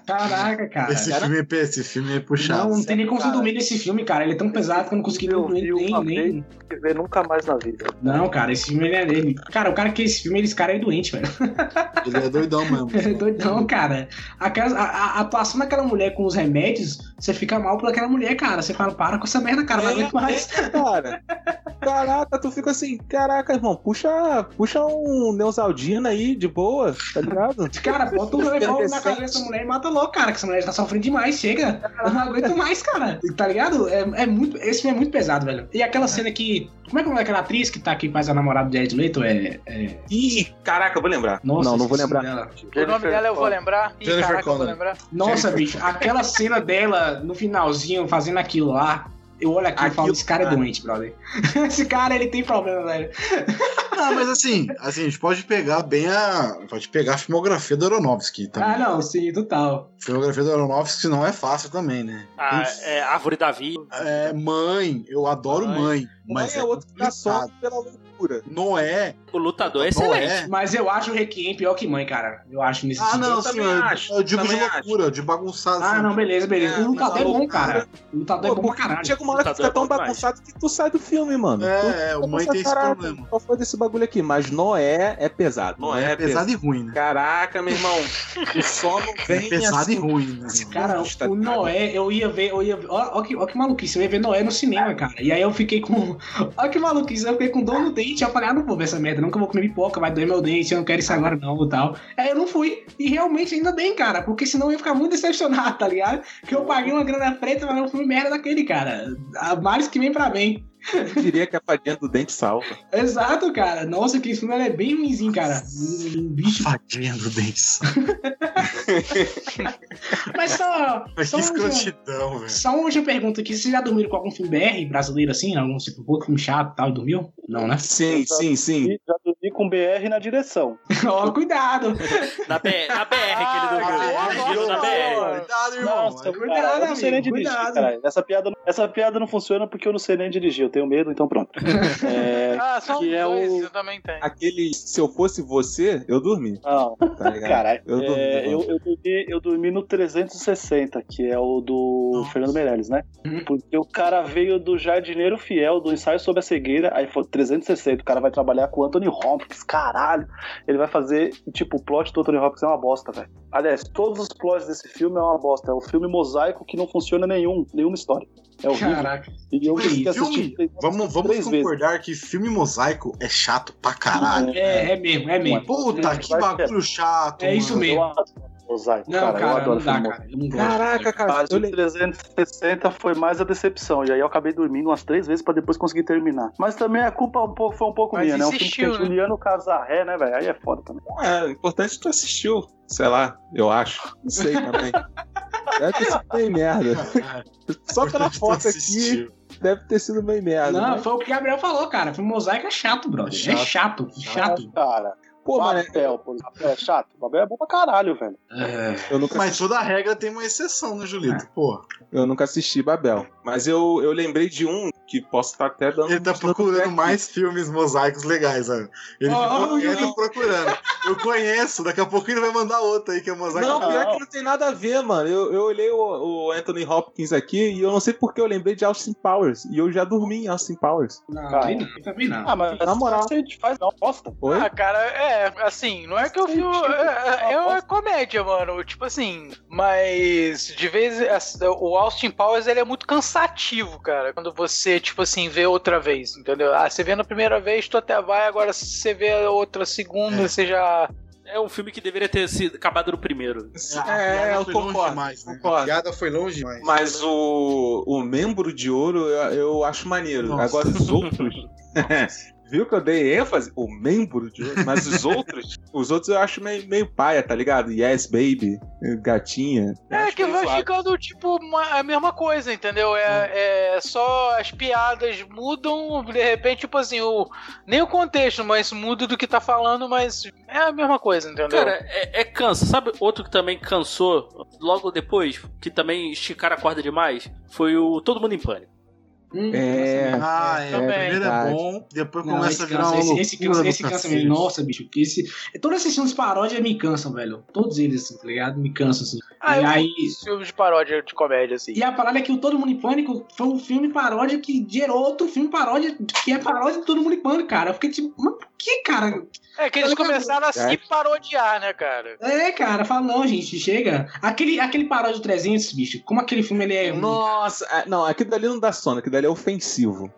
Caraca, cara. Esse cara. filme, é pe- esse filme é puxado. não, não tem nem sério, como você cara. dormir nesse filme, cara. Ele é tão pesado que eu não consegui Eu dormir vi uma nem, nem. Ver nunca mais na vida. Não, cara, esse filme ele é dele. Cara, o cara que esse filme, esse cara é doente, velho. Ele é doidão mesmo. É Uhum. doidão, cara. Aquelas- a, a- a atuação daquela mulher com os remédios, você fica mal por aquela mulher, cara. Você fala, para com essa merda, cara, não É, aguento mais. é, cara. Caraca, tu fica assim, caraca, irmão, puxa, puxa um Neusaldina aí, de boa, tá ligado? Cara, bota um revólver na decente. cabeça dessa mulher e mata logo, cara, que essa mulher já tá sofrendo demais, chega. Eu não aguento mais, cara. Tá ligado? É, é muito, esse filme é muito pesado, velho. E aquela cena que. Como é que é o nome daquela atriz que tá aqui faz a namorada de Ed Leto? É. é- Ih, caraca, eu vou lembrar. Nossa, não, não vou esqueci lembrar. dela. o nome dela eu vou lembrar. Ih, Jennifer caraca, eu vou Connelly. lembrar. Nossa, bicho, aquela cena dela no finalzinho fazendo aquilo lá. Eu olho aqui e falo, Aquilo- esse cara é doente, brother. esse cara, ele tem problema, velho. Ah, mas assim, assim, a gente pode pegar bem a. Pode pegar a filmografia do Aronofsky também. Ah, não, sim, total. Filmografia do Aronofsky não é fácil também, né? Ah, Tem- é, Árvore da Vida. É, mãe, eu adoro mãe. mas Mas é outro que tá só pela loucura. Noé. O Lutador é excelente. Noé. Mas eu acho o Requiem pior que mãe, cara. Eu acho nesse Ah, sentido. não, Eu sim, também eu, acho, eu digo de também loucura, de bagunçado. Ah, assim. não, beleza, beleza. É, o lutador é mas bom, loucura. cara. O lutador é Pô, bom pra caralho. Chega uma hora que Lutador fica é tão bom demais. bagunçado que tu sai do filme, mano. Tu É, é, o mãe pensa, tem esse "Caraca, problema. Qual foi desse bagulho aqui? Mas Noé é pesado. Noé é, É pesado. pesado e ruim, né? Caraca, meu irmão, o sono vem É pesado assim, e ruim, né? Cara, Nossa, o cara. Noé, eu ia ver, eu ia ver. Ó, ó que, ó que maluquice, eu ia ver Noé no É. cinema, cara. E aí eu fiquei com. Ó que maluquice, eu fiquei com dor no dente. Eu falei, ah, não vou ver essa merda, nunca vou comer pipoca, vai doer meu dente, eu não quero isso agora não e tal. Aí eu não fui. E realmente, ainda bem, cara, porque senão eu ia ficar muito decepcionado, tá ligado? Que eu paguei uma grana preta, mas não fui merda daquele, cara. A mais que vem pra bem. eu diria que é a fadinha do dente salva. Exato, cara. Nossa, que esse filme ele é bem ruimzinho, cara. Um bicho. Fadinha do dente. Mas só. Mas né? só que um- escrotidão, velho. Só uma última pergunta aqui. Vocês já dormiram com algum filme BR brasileiro assim? Algum tipo, pô, filme chato e tal, e dormiu? Não, né? Sim, sim, sim. E já dormi com BR na direção. Ó, cuidado! Na, B- na BR Ah, que ele dormiu. agora- Ele dormiu na BR. agora- um Cuidado, irmão. Nossa, cuidado, cara, eu não sei nem amigo, dirigir, cuidado. caralho. Essa piada, não- essa piada não funciona porque eu não sei nem dirigir. Eu tenho medo, então pronto. É, Ah, são Que é dois, o- eu também tenho. Aquele se eu fosse você, eu dormi, não, tá ligado? caralho. eu dormi, É, mano. eu, eu dormi, eu dormi no 360, que é o do Fernando Meirelles, né? Hum. Porque o cara veio do Jardineiro Fiel, do ensaio sobre a cegueira, aí foi 360. O cara vai trabalhar com o Anthony Hopkins. Hopkins, caralho. Ele vai fazer, e, tipo, o plot do Anthony Hopkins é uma bosta, velho. Aliás, todos os plots desse filme é uma bosta. É um filme mosaico que não funciona nenhum, nenhuma história. É horrível. Caraca. e eu Filme, que assisti três- Vamos, vamos três vezes. concordar que filme mosaico é chato pra né? caralho. É, é mesmo, é mesmo. Puta, que Vai bagulho chato. É isso mano. mesmo. Eu adoro mosaico, Não, cara. Eu cara, adoro não dá, filme né? cara. Eu não gosto. Caraca, cara. Mas Eu o le- 360 foi mais a decepção. E aí eu acabei dormindo umas três vezes pra depois conseguir terminar. Mas também a culpa um pouco, foi um pouco Mas minha, né? Um filme que insistiu, tem né? Juliano Casarré, né, velho? Aí é foda também. É, o importante é que tu assistiu. Sei lá, eu acho. Não sei também. Deve ter sido bem merda. Só pela Portanto, foto aqui, assistiu. deve ter sido bem merda. Não, mas- foi o que o Gabriel falou, cara. Filme mosaico é chato, brother. É chato, chato. Cara, Pô, mano, Babel, por exemplo. É chato. Babel é bom pra caralho, velho. É, eu nunca Mas toda regra tem uma exceção, né, Julito? Pô, Eu nunca assisti Babel. Mas eu, eu lembrei de um que posso estar até dando. ele tá procurando mais filmes mosaicos legais, ó. Ele, Ó, Ah, ficou- ó, o ele Julito. tá procurando. Eu conheço, daqui a pouco ele vai mandar outro aí que é mosaico. Não, pior Não. que não tem nada a ver, mano. Eu, eu olhei o, o Anthony Hopkins aqui e eu não sei porque eu lembrei de Austin Powers. E eu já dormi em Austin Powers. Não, Cara. aí não, também não. Ah, mas Na moral. a gente faz uma bosta. Oi? Ah, cara, é, assim, não é que eu vi. É, é uma comédia, mano. Tipo assim, mas de vez. é, O Austin Powers ele é muito cansativo, cara. Quando você, tipo assim, vê outra vez, entendeu? Ah, você vê na primeira vez, tu até vai, agora se você vê a outra segunda, você já. É um filme que deveria ter sido acabado no primeiro. A é, piada eu foi longe concordo. demais, né? concordo. A piada foi longe demais. Mas o, o membro de ouro eu, eu acho maneiro. Nossa. Agora os outros. Viu que eu dei ênfase? O membro de ouro. Mas os outros. Os outros eu acho meio, meio paia, tá ligado? Yes, baby. Gatinha. Eu É, acho que meio vai zoado. ficando, tipo, uma- a mesma coisa, entendeu? É, é só as piadas mudam, de repente, tipo assim, o, nem o contexto, mas muda do que tá falando, mas é a mesma coisa, entendeu? Cara, é, é cansa. Sabe outro que também cansou logo depois, que também esticaram a corda demais? Foi o Todo Mundo em Pânico. Hum, É. Ah, é. também. Primeiro é Verdade. bom, depois Não, começa esse a virar cansa, uma esse, loucura esse cansa, do esse cansa cacete. mesmo. Nossa, bicho, que esse... Todos esses filmes paródia me cansam, velho. Todos eles, assim, tá ligado? Me cansam, assim. Ah, e eu- aí... filme de paródia de comédia, assim. E a parada é que o Todo Mundo em Pânico foi um filme paródia que gerou outro filme paródia, que é paródia de Todo Mundo em Pânico, cara. Eu fiquei tipo, mas por que, cara? É que eles começaram a se parodiar, né, cara? É, cara, fala, não, gente, chega. Aquele, aquele paródia do 300, bicho, como aquele filme ele é... ruim. Nossa, ah, não, aquilo dali não dá sono, aquilo dali é ofensivo.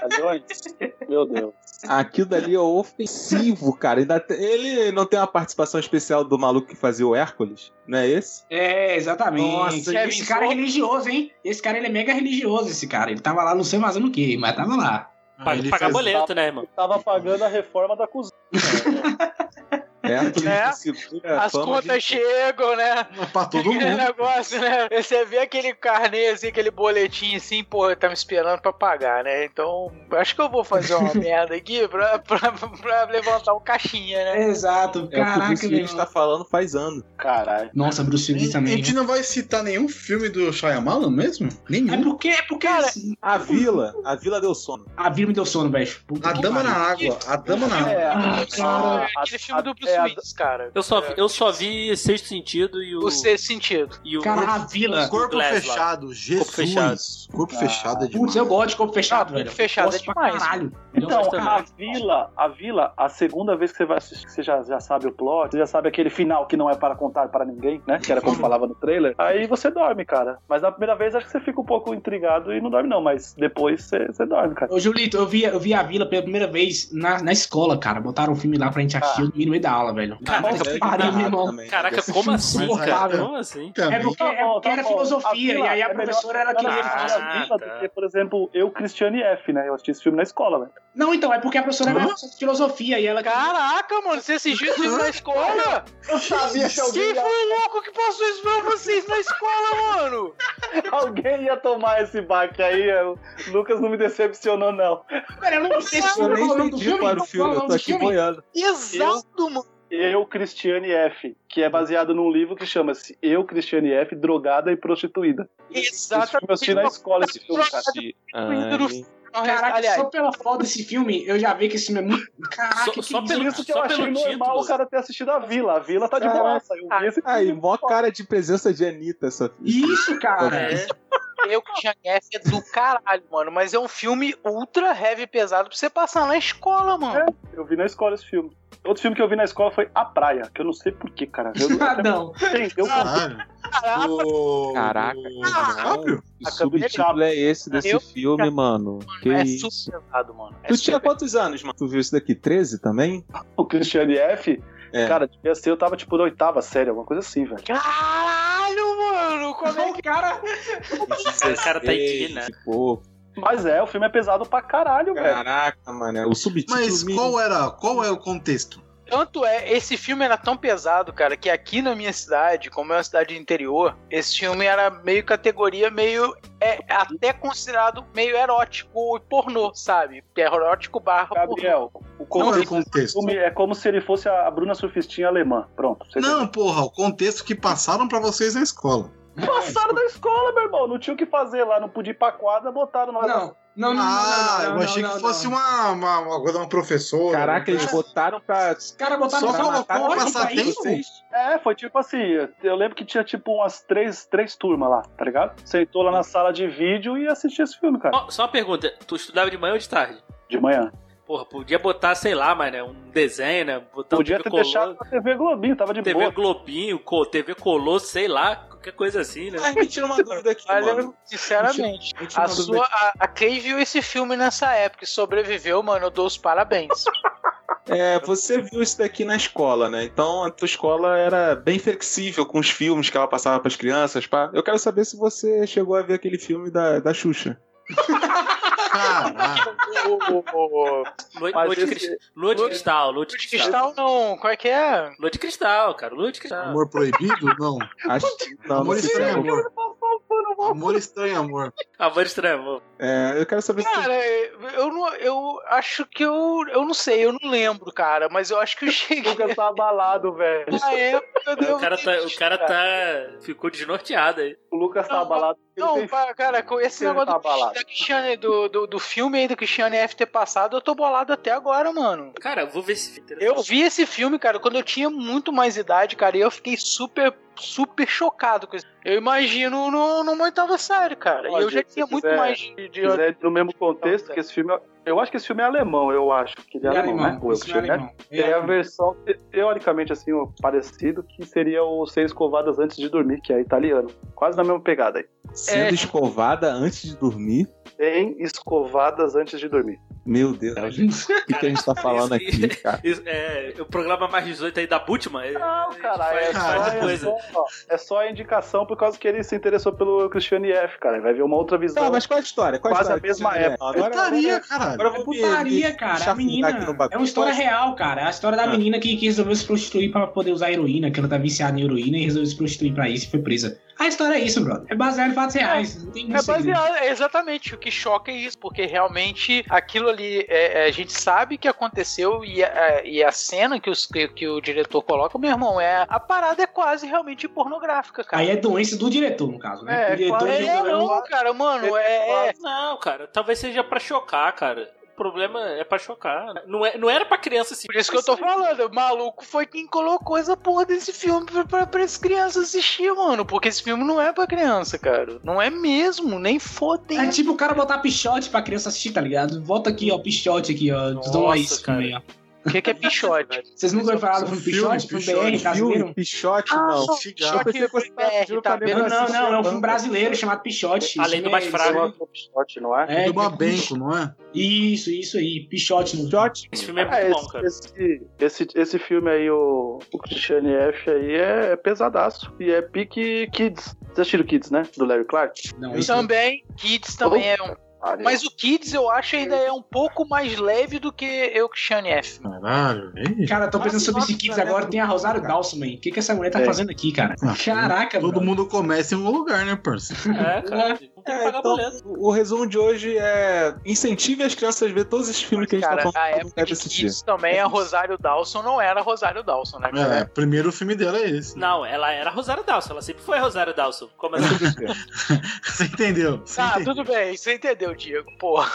Padrões? Meu Deus. Aquilo dali é ofensivo, cara. Ainda te- Ele não tem uma participação especial do maluco que fazia o Hércules, não é esse? É, exatamente. Nossa, esse Kevin cara é Sorbo. religioso, hein? Esse cara ele é mega religioso, esse cara. Ele tava lá, não sei mais no que, mas tava lá. Pra, Ele pagar fez- boleto, né, irmão? Tava pagando a reforma da cozinha. Hércules É. que segura a As fama contas de- chegam, né? Mas Pra todo aquele mundo. negócio, né? Você vê aquele carnê, assim, aquele boletim assim, pô, tá me esperando pra pagar, né? Então, acho que eu vou fazer uma merda aqui pra, pra, pra levantar um caixinha, né? Exato, É o que o caraca, Bruce meu. Willis tá falando faz anos. Caralho. Nossa, Bruce Willis A também. gente né? não vai citar nenhum filme do Shyamalan mesmo? né? É Nenhum. porque, é porque Cara, assim, A vila, a vila deu sono. a vida me deu sono, bicho. Puta A que Dama na pariu. Água. A Dama na Água. É, Ah, cara. a- aquele filme a- do Bruce é, a- Willis, cara. Eu só, É, eu só vi Sexto Sentido e o. O sexto sentido. E o Cara, a vila. Corpo Glass lá. fechado. Jesus. Corpo fechado. fechado. é demais. Putz, eu gosto de corpo fechado, Ah, velho. fechado Gosto é pra demais. Caralho. Então, gosto a também. vila, a vila, a segunda vez que você vai assistir, que você já, já sabe o plot, você já sabe aquele final que não é para contar para ninguém, né? Que era como falava no trailer. Aí você dorme, cara. Mas na primeira vez acho que você fica um pouco intrigado e não dorme, não. Mas depois você, você dorme, cara. Ô, Julito, eu vi, eu vi a vila pela primeira vez na, na escola, cara. Botaram um filme lá pra gente assistir, eu dormi no meio da aula, velho. Caraca, Puta que Deve pariu, errado meu irmão. também. Caraca, como assim, cara? insuportável. Como assim? Também. É porque, é Tá bom, porque tá era bom. filosofia, A e aí a vila é professora melhor- ela queria é melhor falar- a vila Ah, tá. do que, por exemplo, eu, Cristiane F, né? Eu assisti esse filme na escola, velho. Não, então, é porque a professora era professora de filosofia e ela. Caraca, mano, você assistiu isso na escola? Eu sabia que Quem foi o louco que passou isso pra vocês na escola, mano? Alguém ia tomar esse baque aí. eu- Lucas não me decepcionou, não. Cara, eu não sei se Eu qual é o nem nome do entendi filme. para o filme, qual é eu o tô nome do aqui filme? boiando. Exato, mano. Eu, Cristiane F, que é baseado num livro que chama-se Eu, Cristiane F, Drogada e Prostituída. Esse filme eu assisti na escola esse filme, cara. Caraca, Aliás, só pela foto desse filme, eu já vi que esse filme é muito. Caraca, Só- que só bizarro. pelo- Isso que eu Só achei pelo normal título. o cara ter assistido a Vila. A Vila tá de Caraca. boa. Eu vi esse Aí, filme. mó cara de presença de Anitta, essa Isso, cara. É. Eu que já é do caralho, mano. Mas é um filme ultra heavy pesado pra você passar na escola, mano. Eu vi na escola esse filme. Outro filme que eu vi na escola foi A Praia, que eu não sei porquê, cara. Eu não Ah, não. entendeu Caralho. Caraca, Do- Caraca, do- cara. Óbvio. Que subtítulo é esse desse Eu- filme, mano? Que é isso? super pesado, mano. É Tu tinha super... quantos anos, mano? Tu viu isso daqui? 13 também? o Christiane F. É. Cara, devia ser, eu tava tipo na oitava série, alguma coisa assim, velho. Caralho, mano. Como é O cara. O cara tá indignado. Que pouco. Mas é, o filme é pesado pra caralho, velho. Caraca, mano. é O subtítulo. Mas me- qual era, qual é o contexto? Tanto é, esse filme era tão pesado, cara, que aqui na minha cidade, como é uma cidade do interior, esse filme era meio categoria, meio. É até considerado meio erótico e pornô, sabe? Erótico barra pornô. Gabriel, o Qual era contexto o contexto? do filme é como se ele fosse a a Bruna Surfistinha alemã. Pronto. você Não, porra, o contexto que passaram pra vocês na escola. entendeu? Passaram da escola, meu irmão. Não tinha o que fazer lá, não podia ir pra quadra, botaram nós. Não. Não, não, não, ah, não, não, eu achei não, que não, fosse não. Uma, uma, uma coisa, uma professora. Tipo, Caraca, eles botaram pra. Os caras botaram Só pra colocou matar, pra olha passar pra isso. tempo? É, foi tipo assim, eu lembro que tinha tipo umas três, três turmas lá, tá ligado? Sentou lá na sala de vídeo e assistia esse filme, cara, Só, só uma pergunta, tu estudava de manhã ou de tarde? de manhã. Porra, podia botar, sei lá, mas né, um desenho, né? Botar um Podia TV ter deixado na TV Globinho, tava de TV boa. Globinho, co- TV Colô, sei lá, qualquer coisa assim, né? Mas me tira uma dúvida aqui, Olha, mano. sinceramente, Me tira a uma dúvida sua. A, a Kay viu esse filme nessa época e sobreviveu, mano. Eu dou os parabéns. É, você viu isso daqui na escola, né? Então a tua escola era bem flexível com os filmes que ela passava pras crianças, pá. Eu quero saber se você chegou a ver aquele filme da, da Xuxa. Caralho. o, o, o, o Lua, Mas lua de, esse- cris- lua de lua- cristal, lua de de cristal. cristal não. Qual é que é? Lua de cristal, cara, lua de cristal. Amor proibido? Não. Acho... Não, não amor sei se estranho, é. amor. Amor estranho, amor. Amor estranho. É, eu quero saber se Cara, eu não. Eu acho que eu. Eu não sei, eu não lembro, cara. Mas eu acho que eu cheguei. Lucas tá abalado, velho. Na época eu O devo cara, ter tá, o visto, cara tá. ficou desnorteado aí. O Lucas tá Não, abalado. porque ele Não, tem pa- cara, com esse Ele negócio tá do, abalado. da Cristiane, do, do, do filme aí do Cristiane F ter passado, eu tô bolado até agora, mano. Cara, eu vou ver se. Eu vi esse filme, cara, quando eu tinha muito mais idade, cara, e eu fiquei super, super chocado com isso. Eu imagino no, numa oitava série, cara. E Ó, eu já gente, tinha se muito quiser- mais de. É, de- quiser no mesmo contexto que esse filme. Eu acho que esse filme é alemão, eu acho. Que ele é, É alemão, né? alemão. O Isso não é Schiller. alemão. É a versão, te- teoricamente, assim, ó, parecido, que seria o Ser Escovadas Antes de Dormir, que é italiano. Quase na mesma pegada aí. é. sendo escovada antes de dormir. Sem Escovadas Antes de Dormir. Meu Deus, o que, que a gente tá falando Isso- aqui, cara? Isso- é, o programa mais 18 aí da Butman. é- Não, cara, faz- é, faz só, é, coisa. só, ó, é só a indicação por causa que ele se interessou pelo Christiane F, cara. Ele Vai ver uma outra visão. é Tá, mas qual é a história? Qual é Quase a história? mesma Deixa eu ver. época. Agora, Putaria, agora, caralho. agora eu É vou me- putaria, me cara. A chafurdar menina. aqui no bagulho. É uma história real, cara. É a história da Ah. menina que, que resolveu se prostituir pra poder usar heroína, que ela tá viciada em heroína e resolveu se prostituir pra isso e foi presa. A história é isso, brother. É baseado em fatos reais. Não tem muito É segredo. baseado, é exatamente. O que choca é isso, porque realmente aquilo ali, é- é, a gente sabe que aconteceu e a, é, e a cena que, os, que, que o diretor coloca, meu irmão, é a parada é quase realmente pornográfica, cara. Aí é doença do diretor, no caso, né? É, o diretor claro, É, é, jogou- não, cara, mano, é. é- Não, cara, talvez seja pra chocar, cara. O problema é pra chocar. Não, é, não era pra criança assim. Por isso que eu tô falando, o maluco foi quem colocou essa porra desse filme pra, pra, pra as crianças assistir, mano. Porque esse filme não é pra criança, cara. Não é mesmo, nem fodem. É tipo o cara botar pichote pra criança assistir, tá ligado? Volta aqui, ó, pichote aqui, ó. Nossa, Dona Laís cara. é um também, ó. O que, que é pichote? Vocês nunca ouviram falar do filme Filme, pichote? Filme Pichote, BR brasileiro? um Filme, pichote, Ah, não. Figar. Eu pensei que você tava pedindo pra Tá lembrar Não, não, se não. É um filme chamando. brasileiro chamado Pichote. Além Isso do mais mesmo. fraco. Uma shot, não é? É, do Babenco, não é? Isso, isso aí. Pichote no Pichote. Esse filme é muito Ah, bom, esse, cara. esse, esse, esse filme aí, o, o Christiane F aí é, é pesadaço. E é pique Kids. Vocês assistiram Kids, né? Do Larry Clark? Não, E isso não. também, Kids também é um. Ah, Mas o Kids eu acho ainda é um pouco mais leve do que eu que Shane F. Caralho, velho. Cara, eu tô pensando Nossa, sobre esse nossa, Kids né? agora. Tem a Rosário Dalsman. O que, que essa mulher tá É. fazendo aqui, cara? Ah, Caraca, Todo mano. mundo começa em um lugar, né, parceiro? É, cara. Não tem que É, pagar então, boleto. o resumo de hoje é incentive as crianças a ver todos esses filmes que a gente Cara, tá a falando que não época deve de assistir. É Kids também é a Rosário Dawson não era a Rosário Dawson, né? cara? É, primeiro filme dela é esse. Não, ela era a Rosário Dawson, ela sempre foi a Rosário Dawson. Como assim? ela... Você entendeu? Você Tá, entendeu? tudo bem, você entendeu, Diego, porra.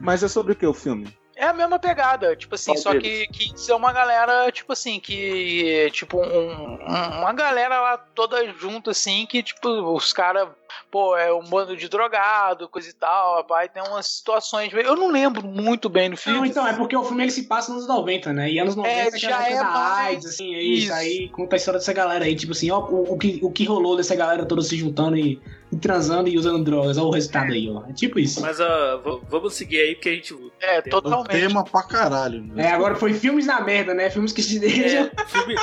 Mas é sobre o que o filme? É a mesma pegada, tipo assim, Qual só que deles? Kids é uma galera, tipo assim, que. Tipo, um, um- uma galera lá toda junto, assim, que, tipo, os caras pô, é um bando de drogado, coisa e tal, rapaz, tem umas situações. meio- Eu não lembro muito bem no filme. Não, então, é porque o filme ele se passa nos anos 90, né? E anos 90 É, tinha já a época é da mais- AIDS, assim, é isso. isso. Aí conta a história dessa galera aí, tipo assim, ó, o, o que, o que rolou dessa galera toda se juntando e, e transando e usando drogas, ó o resultado aí, ó. É tipo isso. Mas ó, v- vamos seguir aí, porque a gente. É, O totalmente. tema pra caralho. né? É, agora foi filmes na merda, né? Filmes que te deixam. É, filme...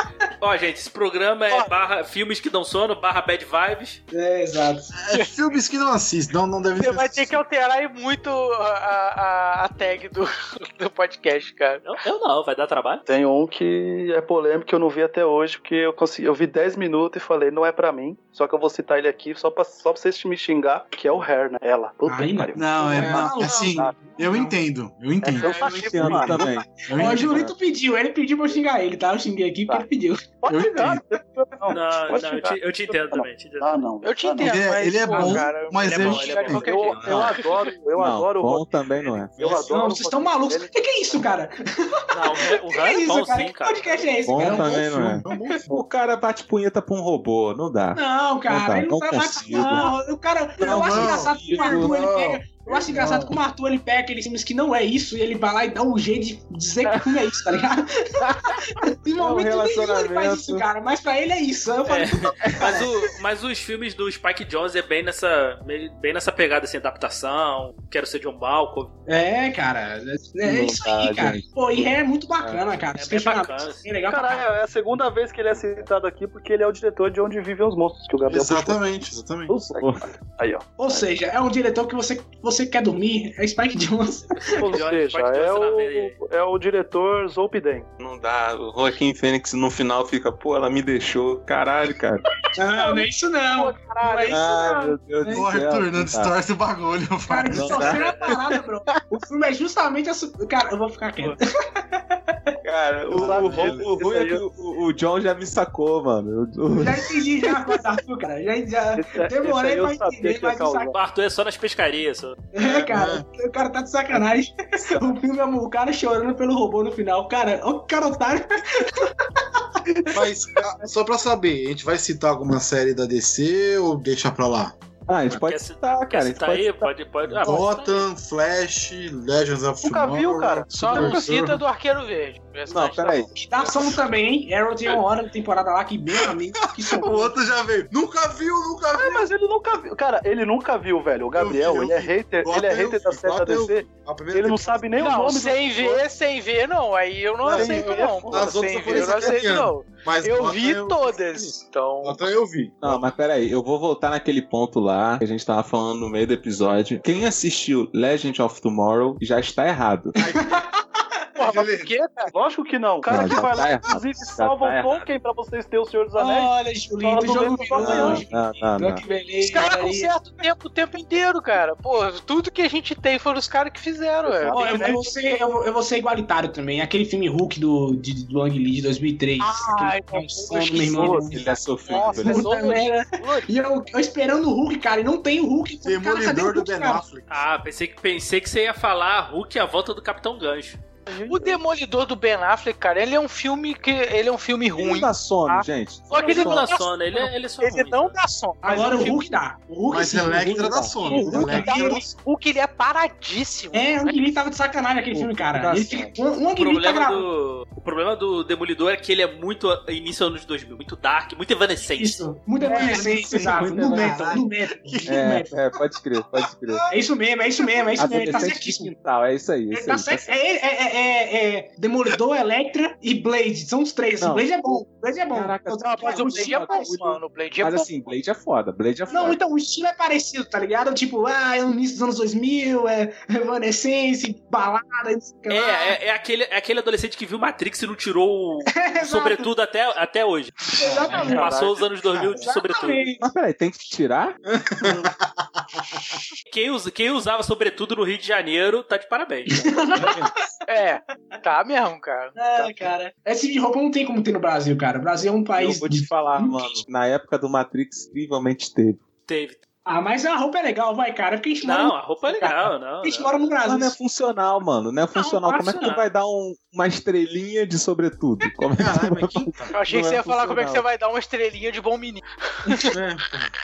Ó, gente, esse programa é barra filmes que dão sono, barra bad vibes. É, exato. É filmes que não assistem, não, não deve Você ter. vai ter que alterar aí muito a, a- a- a tag do, do podcast, cara. Eu, eu não, vai dar trabalho. Tem um que é polêmico que eu não vi até hoje, porque eu consegui, eu vi 10 minutos e falei, não é pra mim. Só que eu vou citar ele aqui só pra, só pra vocês me xingar, que é o Hair, né? Ela. Puta Ai, que não. pariu. Não, é, Não, não, assim, não. eu entendo, eu É que entendo. eu Eu sachê, entendo mano. também. eu Ó, o entendo. Julito pediu, ele pediu pra eu xingar ele, tá? Eu xinguei aqui porque Tá. ele pediu. Pode Eu né, xingar, Não, não, pode eu, xingar. te, eu te entendo também. Te entendo. Ah, não. Eu te Ah, não. entendo, Ele é- mas, ele é pô, bom, cara, mas eu eu- bom, ele é bom. Eu, eu adoro, eu não, adoro o bom também não é. Eu adoro. Não, vocês estão malucos. O que, que é isso, cara? Não, o- o O que é Ryan é isso, bom cara? sim, Que cara. podcast é esse, Bom cara? É um bom também não é. filme. O cara bate punheta pra um robô, não dá. Não, cara, Não dá, ele não não trabalha com consigo. não. O cara, eu Não, acho não, engraçado que o Arthur ele não. pega. Eu acho engraçado como o Arthur ele pega aqueles filmes que não é isso e ele vai lá e dá um jeito de dizer que o filme é isso, tá ligado? em momento nenhum ele faz isso, É um relacionamento. cara, mas pra ele é isso. Aí Eu falei, Mas, o- mas os filmes do Spike Jones é bem nessa, bem nessa pegada, assim, adaptação, Quero Ser John Malkovich. é, cara, é isso aí, dá, cara. Pô, e é muito bacana, cara. É Os bem questionamentos bacana. são bem legal pra Caralho, é a segunda vez que ele é citado aqui, porque ele é o diretor de Onde Vivem os Monstros, que o Gabriel Exatamente, exatamente. puxou. Puta que pariu. Aí, ó. Ou seja, é um diretor que você, você quer dormir, é Spike Jones. Ou seja, é o, é o diretor Zolpidem. Não dá. O Joaquim Fênix no final fica, pô, ela me deixou. Caralho, cara. Não, não é isso não. Não é isso Ah, não. meu Deus do Ô, céu. Arthur, não Não dá. distorce o bagulho, Cara, vai. isso é uma parada, bro. O filme é justamente a. su- Cara, eu vou ficar quieto. Cara, É, o, Sabe o, disso, o, o ruim isso é aí que o, o John já me sacou, mano. O- o- Já entendi já, mas Arthur, cara. Já, já é- demorei pra entender, mas o saco. O Arthur é só nas pescarias. Só. É, cara, o cara tá de sacanagem. O filme é o cara chorando pelo robô no final. Cara, ó, que cara tá- otário. Mas ca- só pra saber, a gente vai citar alguma série da DC ou deixa pra lá? Ah, a gente pode Quer ci- citar, cara. Quer a gente citar pode aí? Pode, pode. Ah, pode citar. Gotham, Flash, Legends of Nunca Tomorrow. viu, cara? Só não Super cita do Arqueiro Verde. O Não, restante tá peraí. Dá som um também, hein? Arrow tem uma hora da temporada lá que, meu amigo, que som. O outro já veio. Nunca viu, nunca Ah, viu. mas ele nunca viu. Cara, ele nunca viu, velho. O Gabriel, Eu vi, ele eu é vi. hater, Gotham ele é eu hater vi, da série da Gotham eu DC. A primeira Ele não sabe nem o Não, um nome sem do- ver, sem ver não. Aí eu não Não, aceito eu- não. pô. nas outras Sem eu ver eu não falei aceito sacaneando. não. Mas Eu Gotham vi todas. Então, Gotham eu vi. Não, mas peraí, eu vou voltar naquele ponto lá que a gente tava falando no meio do episódio. Quem assistiu Legend of Tomorrow já está errado. porra, mas Beleza. por que, cara? Lógico que não. O cara Não, que já vai tá lá, errado. inclusive, Já salva tá o Tolkien pra vocês terem os Senhor dos Anéis. Olha, Julito, o jogo virou Não, hoje. não, não, Olha não. que Os beleza. caras olha aí. consertam o tempo o tempo inteiro, cara. Pô, tudo que a gente tem foram os caras que fizeram, velho. Ó, eu, eu Né? vou ser, eu, vou- eu vou ser igualitário também. Aquele filme Hulk do, de, do Ang Lee de 2003. Ai, aquele filme é um meu sono, Deus, meu que irmão. Pô, Ele é sofrido. Nossa, ele é- Puta merda. E eu, eu esperando o Hulk, cara, e não tem o Hulk. Cara, cadê o é. Demolidor do Hulk, Ben cara? Affleck. Ah, pensei que, pensei que você ia falar Hulk e a volta do Capitão Gancho. O Demolidor do Ben Affleck, cara, ele é um filme que ele é um filme Ele não ruim. dá sono, Ah. tá gente. Só que ele Ele não dá não dá sono, ele é, ele é só Ele ruim, não cara. dá som. mas Agora é um o filme- Hulk dá. O Hulk Mas sim, o Hulk Electra dá. dá sono. O Hulk, Electra dá- dá o Hulk, ele é paradíssimo. É, o Ang Lee tava de sacanagem aquele filme, cara. Ele fica- o o O Ang Lee tá problema, gravando. do, o problema do Demolidor é que ele é muito a- início anos 2000, muito dark, muito evanescente. Isso, muita É, adolescência, sim, exato. muito No metal, verdade. no metal. É, é, pode crer, pode crer. É isso mesmo, é isso mesmo, é isso mesmo. Ele tá Adolescente certíssimo. digital, é isso aí. é Ele isso tá aí, tá certo. É, ele, é, é, é, é Demolidor, Electra e Blade. São os três. Assim. Não. Blade é bom. Blade é bom. Caraca, Eu tô Não, mas falando, o o Blade estilo é bom, parecido. mano. O Blade é Mas bom. assim, Blade é foda, Blade é Não, foda. então o estilo é parecido, tá ligado? Tipo, ah, é um início dos anos 2000, é Evanescence, balada, e não sei o que É, lá. é, é aquele, é aquele adolescente que viu Matrix e não tirou o, o Exato, sobretudo É, até, até hoje. Ah, Exatamente. Passou os anos 2000 de sobretudo. Exatamente. Mas peraí, tem que tirar? Quem, us- quem usava sobretudo no Rio de Janeiro tá de parabéns. É, tá mesmo, cara. É, cara. Esse tipo de roupa não tem como ter no Brasil, cara. O Brasil é um Eu país. vou te falar, Hum. mano. Na época do Matrix, incrivelmente teve. Teve. Ah, mas a roupa é legal, vai, cara. Porque a gente mora, Não, no... a roupa é legal, não. a gente não. mora no Mas Brasil. não é funcional, mano. Não é funcional. não é Como é que tu funcional. vai dar um- uma estrelinha de sobretudo? Como é que tu Caralho, vai mas quinta. Eu achei Não que você é ia falar como é que funcional. você vai dar uma estrelinha de bom menino.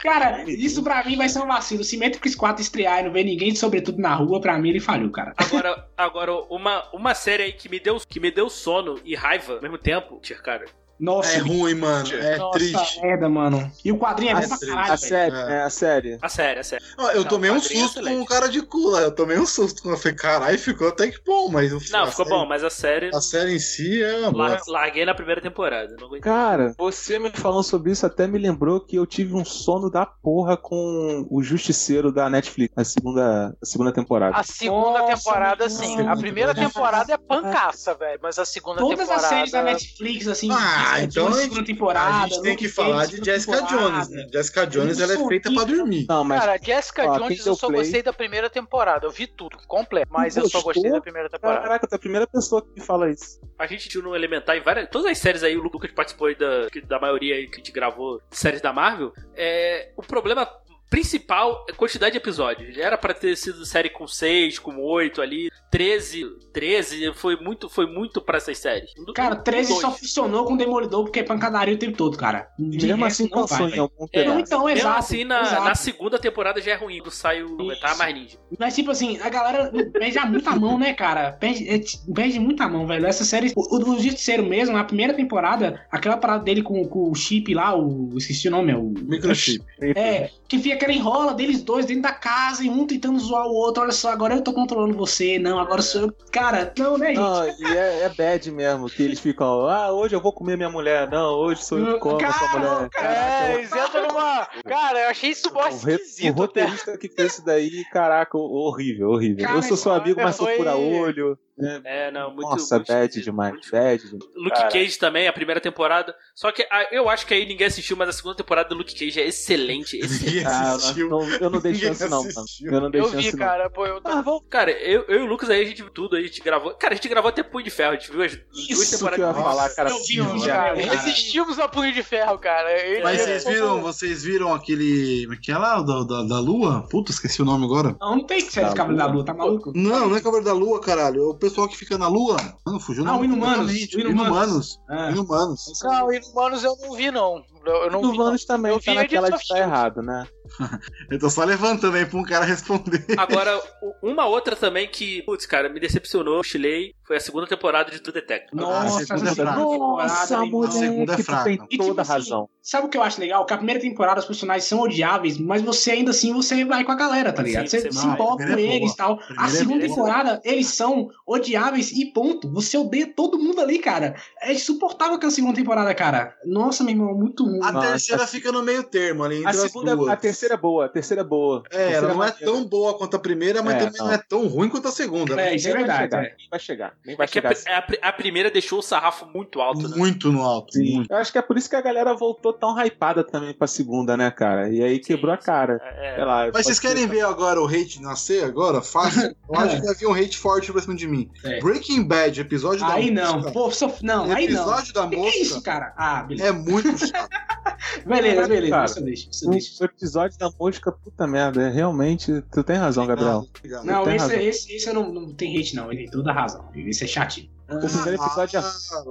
Cara, isso pra mim vai ser um vacilo. Se Matrix 4 estrear e não ver ninguém, sobretudo na rua, pra mim ele falhou, cara. Agora, agora uma, uma série aí que me, deu, que me deu sono e raiva ao mesmo tempo, Tia, cara. Nossa, né? É ruim, mano. É Nossa, triste. merda, mano. E o quadrinho é bom pra Nossa, caralho, A velho. série, velho. é, a série. A série, a série. Ó, eu Não, tomei um quadrinho é susto com excelente. um cara de cu lá. Eu tomei um susto com Eu falei, caralho, ficou até que bom, mas. o- Não, a ficou série- bom, mas a série. A série em si é uma lar- bosta. larguei na primeira temporada. Não aguentei. Cara, você me falando sobre isso até me lembrou que eu tive um sono da porra com o Justiceiro da Netflix, a segunda, a segunda temporada. Ah, A segunda Nossa, temporada, mano. sim. A primeira temporada é pancaça, velho. Mas a segunda Todas temporada. as séries da Netflix, assim, Ah, de então a gente- segunda temporada. a gente tem Luke que Cage, falar de segunda Jessica temporada. Jones, né? Jessica Jones ela é Isso, feita pra dormir. Não, mas Cara, Jessica Ó, quem Jones deu eu só play? gostei da primeira temporada. Eu vi tudo, completo. Mas eu só Gostou? gostei da primeira temporada. caraca, tu é a primeira pessoa que me fala isso. A gente viu no Elementar e várias. Todas as séries aí, o Lucas participou aí da, que- da maioria aí que a gente gravou, séries da Marvel. É, o problema principal é a quantidade de episódios. Era pra ter sido série com 6, com 8 ali, 13. 13 foi muito, foi muito pra essas séries. Um do- Cara, 13 só dois. funcionou com Demolidor porque é pancadaria o tempo todo, cara. De Mesmo resto, assim, não vai, cansou em velho. algum É, Não, pedaço. então, Mesmo exato. assim, na, exato. na segunda temporada já é ruim. Quando sai o Elementar, é Isso. mais ninja. Mas, tipo assim, a galera perde a muita mão, né, cara? Perde, é, t- perde muita mão, velho. Essa série, o, o Justiceiro mesmo, na primeira temporada, aquela parada dele com, com o chip lá, o. Esqueci o nome, é o. Microchip. É, que fica aquela enrola deles dois dentro da casa e um tentando zoar o outro. Olha só, agora eu tô controlando você, não, agora sou eu. Cara, não, né, gente? Não, e é, é bad mesmo, que eles ficam, ah, hoje eu vou comer minha mulher, não, hoje sou eu que como essa Cara, mulher. É, eles entram numa. Cara, eu achei isso mó O, re- o Tá esquisito, né? roteirista que fez isso daí, caraca, horrível, horrível. Cara, eu sou seu isso amigo, mas sou foi- fura olho. É, não, muito. Nossa, muito bad esquisito, demais, muito bad demais. Luke Cara. Cage também, a primeira temporada. Só que ah, eu acho que aí ninguém assistiu, mas a segunda temporada do Luke Cage é excelente. excelente. Ninguém Ah, assistiu. não, eu não dei Ninguém chance, não, mano. assistiu. Eu não dei Eu chance, vi, assim, não. cara. Pô, eu tô... Ah, vamos. Cara, eu, eu e o Lucas aí, a gente viu tudo, a gente gravou. Cara, a gente gravou até Punho de Ferro, a gente viu as duas Isso que eu ia temporadas. falar, cara. eu vi sim, um já. já. cara, resistimos a punho de ferro, cara. Ele- é Mas ele- vocês viram, vocês viram aquele. é Aquela da, da, da Lua? Puta, esqueci o nome agora. Não, não tem que ser Tá esse cabelo da bom. lua, tá maluco? Não, não é Cavaleiro da Lua, caralho. É o pessoal que fica na Lua. Mano, fugiu Ah, o Inumanos. Exatamente, O Inumanos. Inumanos. Ah. Inumanos. Não, Inumanos eu não vi, não. Eu eu não vi. não. Inumanos também Eu tá vi a naquela de edição estar errado, né? Eu tô só levantando aí pra um cara responder. Agora, u- uma outra também que, putz, cara, me decepcionou, eu chilei, foi a segunda temporada de True Detective. Nossa, segunda é segunda temporada. temporada, Nossa, animal. moleque, Segunda é tu fraca. tem E, toda tipo a assim, razão. Sabe o que eu acho legal? Que a primeira temporada os personagens são odiáveis, mas você ainda assim você vai com a galera, tá Sim, ligado? você Você se vai. envolve A com primeira é eles e tal. primeira A é segunda boa. temporada, eles são odiáveis e ponto. Você odeia todo mundo ali, cara. É insuportável aquela segunda temporada, cara. Nossa, meu irmão, é muito ruim. A Nossa. terceira fica no meio termo ali. Entre A as segunda, duas. a terceira é boa, a terceira é boa. A É, terceira ela não é maneira. tão boa quanto a primeira, mas É, também não. não. é tão ruim quanto a segunda. né? É, isso é Nem vai verdade. chegar, é. nem vai chegar, nem vai É que a, chegar. pri- a pri- a primeira deixou o sarrafo muito alto, né? Muito no alto. Sim. muito. Eu acho que é por isso que a galera voltou tão hypada também pra segunda, né, cara? E aí quebrou a cara. É, Sei lá, Mas pode vocês ser querem também. ver agora o hate nascer? Agora? Fácil. Eu acho que vai vir um hate forte pra cima de mim. É. Breaking Bad, episódio da Aí não, mosca. pô, só- não, aí não. episódio da Que que é isso, mosca cara? Ah, beleza. é muito chato. Beleza, beleza. Cara, Isso eu deixo, isso eu deixo. O episódio da mosca, puta merda, é realmente. Tu tem razão, Gabriel. Obrigado. Não, tem esse, razão. esse, esse eu não, não tem hate, não. Ele tem toda a razão. Esse é chatinho. O primeiro episódio é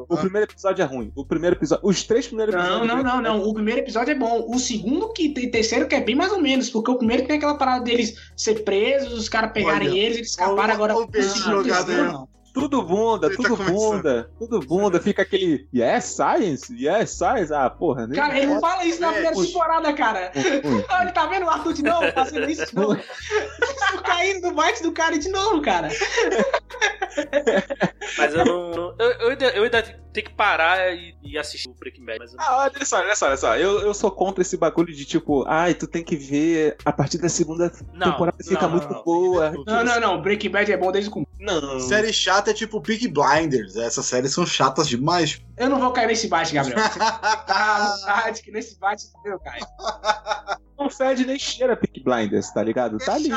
O Ah, primeiro episódio é ruim. O primeiro episódio. Os três primeiros Não, episódios. não, não, não. O primeiro episódio é bom. O segundo que e terceiro que é bem mais ou menos, porque o primeiro tem aquela parada deles ser presos, os caras pegarem Olha, eles, eles olha escaparam o- agora. Ah, olha o peixe Não, jogado aí, não, não. Tudo bunda, Ele tá tudo começando. bunda. Tudo bunda. Fica aquele. Yes, science? Yes, science? Ah, porra. nem- Cara, ele não fala isso na É, primeira puxa. temporada, cara. Ruim. Ah, Ele tá vendo o Arthur de novo fazendo isso de novo. Tô caindo do bite do cara de novo, cara. mas eu não. não- Eu, eu ainda, eu ainda tenho que parar e, e assistir o Breaking Bad, mas eu não- Ah, olha só, olha só, olha só. Eu, eu sou contra esse bagulho de tipo, ai, tu tem que ver a partir da segunda não. temporada fica não, muito não. boa. Não, não, não. Breaking Bad é bom desde o começo. Não. Série chata é tipo Peak Blinders. Essas séries são chatas demais. Eu não vou cair nesse bate, Gabriel. Tá à vontade que nesse bate eu caio. Não fede nem cheira Peak Blinders, tá ligado? Tá ali.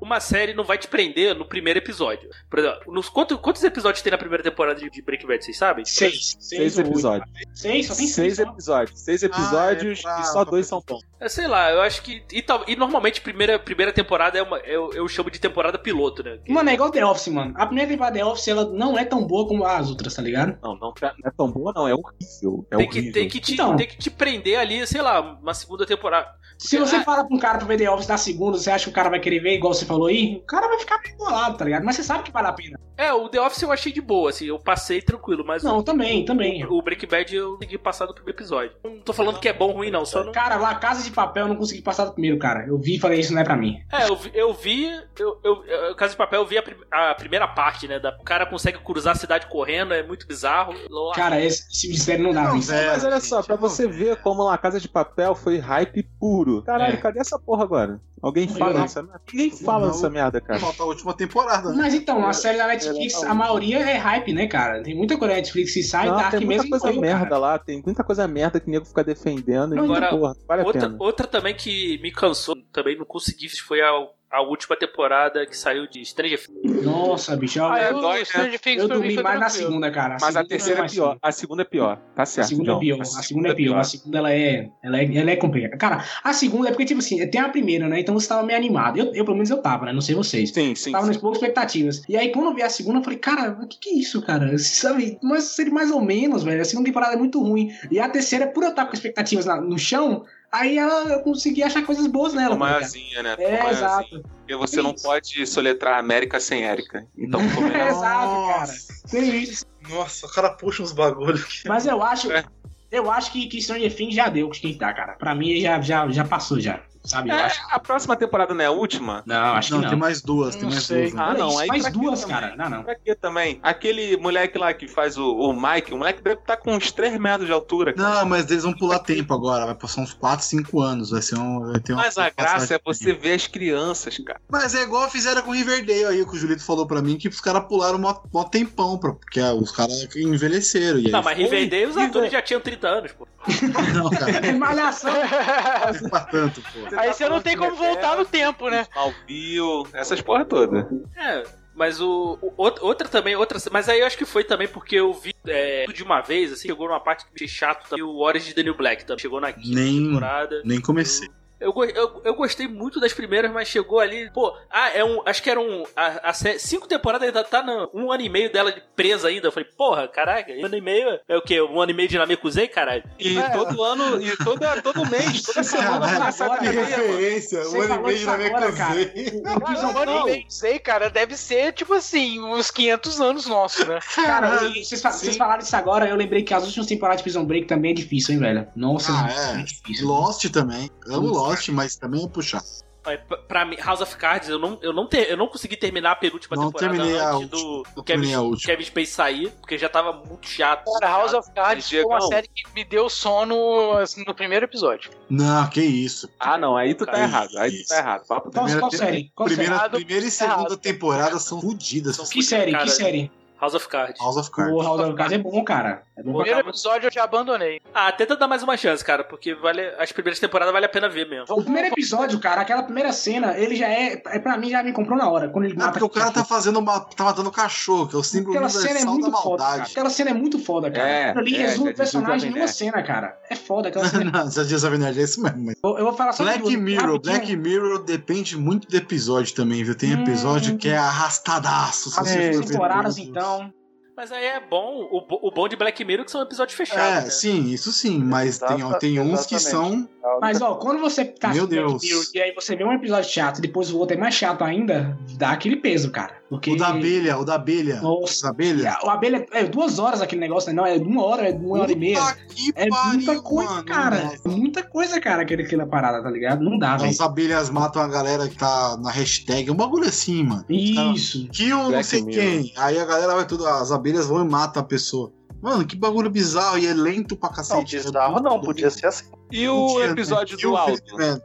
uma série não vai te prender no primeiro episódio. Por exemplo, nos, quanto- quantos episódios tem na primeira temporada de de Breaking Bad, vocês sabem? Seis. Seis ou oito. episódios. Seis? né? Só tem seis. Seis só. episódios. Seis episódios Ah, é pra- e só pra- dois são bons. É, sei lá, eu acho que. E, tal- e normalmente primeira, primeira temporada é uma. Eu, eu chamo de temporada piloto, né? Que- Mano, é igual The Office, mano. A primeira temporada de The Office, ela não é tão boa como as outras, tá ligado? Não, não, tá- não é tão boa, não. É horrível. É tem, que, horrível. tem, que te, Então. tem que te prender ali, sei lá, uma segunda temporada. Se você fala pra um cara pra ver The Office da segunda, você acha que o cara vai querer ver, igual você falou aí? O cara vai ficar meio bolado, tá ligado? Mas você sabe que vale a pena. É, o The Office eu achei de boa, assim, eu passei tranquilo, mas Não, também, também. o, o Breaking Bad eu consegui passar do primeiro episódio. Não tô falando que é bom ou ruim, não, só não. Cara, lá, Casa de Papel, eu não consegui passar do primeiro, cara. Eu vi e falei, isso não é pra mim. É, eu vi, eu vi eu, eu, eu- Casa de Papel, eu vi a, prim- a primeira parte, né? Da, o cara consegue cruzar a cidade correndo, é muito bizarro. Lá- Cara, esse, esse mistério não dá pra Não, isso. velho, Mas olha só, gente, é pra não. você ver como La Casa de Papel foi hype puro. Caralho, É. cadê essa porra agora? Alguém Não, fala eu não. dessa merda? Ninguém fala Não. dessa merda, cara. Falta a última temporada, né? Mas então, a série da Netflix, a maioria é hype, né, cara? Tem muita coisa da Netflix que sai, Não, Dark tem muita mesmo coisa inclui, merda cara. lá, tem muita coisa merda que o nego fica defendendo e Agora, porra, não vale a outra, pena. outra também que me cansou, também não consegui, foi a, a última temporada que saiu de Stranger Things. Nossa, bicho, eu, Ah, é, eu, dói, né? Stranger Things pra mim dormi foi mais na tranquilo. segunda, cara. Mas a segunda terceira é mais pior, a segunda é pior, tá A certo. segunda é John. pior, a segunda é pior, a segunda ela é, ela é, ela é complicada. Cara, a segunda é porque, tipo assim, tem a primeira, né? Então você tava meio animado. Eu, eu, pelo menos, eu tava, né? Não sei vocês. Sim, sim. tava sim. nas poucas expectativas. E aí, quando eu vi a segunda, eu falei, cara, o que, que é isso, cara? Você Sabe, mas seria mais ou menos, velho. A segunda temporada é muito ruim. E a terceira, por eu estar com expectativas na- no chão, aí ela, eu consegui achar coisas boas nela. Ficou tá ligado? maiorzinha, né? Ficou É, maiorzinha. exato. Porque você não pode soletrar América sem Érica. Então, como é? É, exato, cara. Tem isso. Nossa, o cara puxa uns bagulhos. Mas eu acho. É. Eu acho que, que Stranger Things já deu o que tem que dar, cara. Pra mim já, já, já passou, já. Sabe? Eu É, acho. a próxima temporada não é a última? Não, acho Não, que tem não. mais duas, tem Não mais sei. duas. Né? Ah, não, Isso, aí mais pra que duas, também? cara. Não, não. Pra quê também? Aquele moleque lá que faz o, o Mike, o moleque deve estar com uns 3 metros de altura. cara. Não, mas eles vão pular tempo agora. Vai passar uns 4, 5 anos. Vai ser um. Vai ter uma Mas a graça passagem. é você ver as crianças, cara. Mas é igual fizeram com Riverdale aí, que o Julito falou pra mim, que os caras pularam mó, mó tempão, pra, porque ah, os caras envelheceram. E aí, Não, mas Riverdale, os atores já tinham 30 anos, pô. não, cara, Malhação. não é pra tanto, pô. tá Aí você não tem como voltar no tempo, tá né? Malvio, essas porra toda. É, mas o, o- out- outra também, outra, mas aí eu acho que foi também porque eu vi é, tudo de uma vez, assim, chegou numa parte que me achei chato também, o Orange de Daniel Black também, chegou na quinta Nem- temporada. Nem comecei. Eu, go- eu, eu gostei muito das primeiras, mas chegou ali, pô, ah, é um, acho que era um, a, a sé- cinco temporadas ainda tá na, um ano e meio dela de presa ainda, eu falei, porra, caraca, um ano e meio é o quê, um ano e meio de Namekusei, caralho? E É. todo ano, e toda, todo mês, toda semana Caralho, tá sacada que mesmo. referência, Você falou isso agora, cara. O- o Mas Prison o Break- Money Bay, sei, cara, deve ser, tipo assim, uns 500 anos nossos, né? Cara, vocês, fa- vocês falaram isso agora, eu lembrei que as últimas temporadas de Prison Break também é difícil, hein, velho? Nossa, Ah, é é. difícil. Lost também. Amo Lost, mas também é puxar. Aí, pra- Pra mim, House of Cards, eu não, eu não, ter, eu não consegui terminar a penúltima Não temporada terminei a antes do, do Não Kevin, terminei a última. Kevin Space sair, porque já tava muito chato. Cara, House of Cards foi uma Diegão. série que me deu sono assim, no primeiro episódio. Não, que isso. Ah, não, aí tu tá Cara, errado. Aí tu isso. tá errado. Papo Qual, Primeira qual tem- série? Qual série? Primeira, errado, primeira e errado. segunda temporada são fodidas. Que série? Cara, que série? House of Cards. House of Cards. O House of Cards é bom, cara. É bom No Pô, pra primeiro tá- episódio eu já abandonei. Ah, tenta dar mais uma chance, cara, porque vale, as primeiras temporadas vale a pena ver mesmo. O primeiro episódio, cara, aquela primeira cena, ele já é. é pra mim, já me comprou na hora. Quando ele Ah, mata porque o cara tá fazendo uma. tá matando cachorro, que é o símbolo Aquela cena é universal da muito foda. Cara. maldade. Aquela cena é muito foda, cara. É, Aquilo ali é, resume já o personagem diz o numa Jovem cena, cara. É foda aquela cena. Não, Zé Dias Avenard, é isso mesmo. mas- eu, eu vou falar só de Black duas, Mirror, rapidinho. Black Mirror depende muito do episódio também, viu? Tem episódio Hum. que é arrastadaço. se As você for duas ver temporadas, todos. então. Mas aí é bom, o, bo- o bom de Black Mirror é que são episódios fechados, É, né? sim, isso sim, mas tem, Exata- tem uns que exatamente. são. Mas, ó, quando você tá Meu assistindo Black Deus. Mirror e aí você vê um episódio chato e depois o outro é mais chato ainda, dá aquele peso, cara. Porque... O da abelha, o da abelha. O Nossa. da abelha. O abelha é duas horas aquele negócio, né? Não, é uma hora, é uma hora e meia. Puta que É muita pariu, coisa, mano. né? cara. Nossa. É muita coisa, cara, aquele, aquela parada, tá ligado? Não dá, velho. As abelhas matam a galera que tá na hashtag. É um bagulho assim, mano. Isso. Que eu não Black sei Mirror. quem. Aí a galera vai tudo. As abelhas vão e matam a pessoa. Mano, que bagulho bizarro. E é lento pra Não, cacete. bizarro não, podia ser assim. E o né? episódio um do Aldo?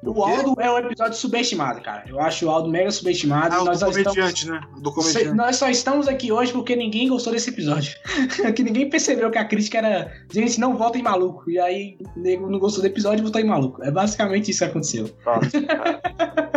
O Aldo é um episódio subestimado, cara. Eu acho o Aldo mega subestimado. Ah, e o nós, do só estamos... comediante, né? O Do se- comediante. nós só estamos aqui hoje porque ninguém gostou desse episódio. que ninguém percebeu que a crítica era, gente, não vota em maluco. E aí, o nego não gostou do episódio e votou em maluco. É basicamente isso que aconteceu. Nossa, cara. Cara,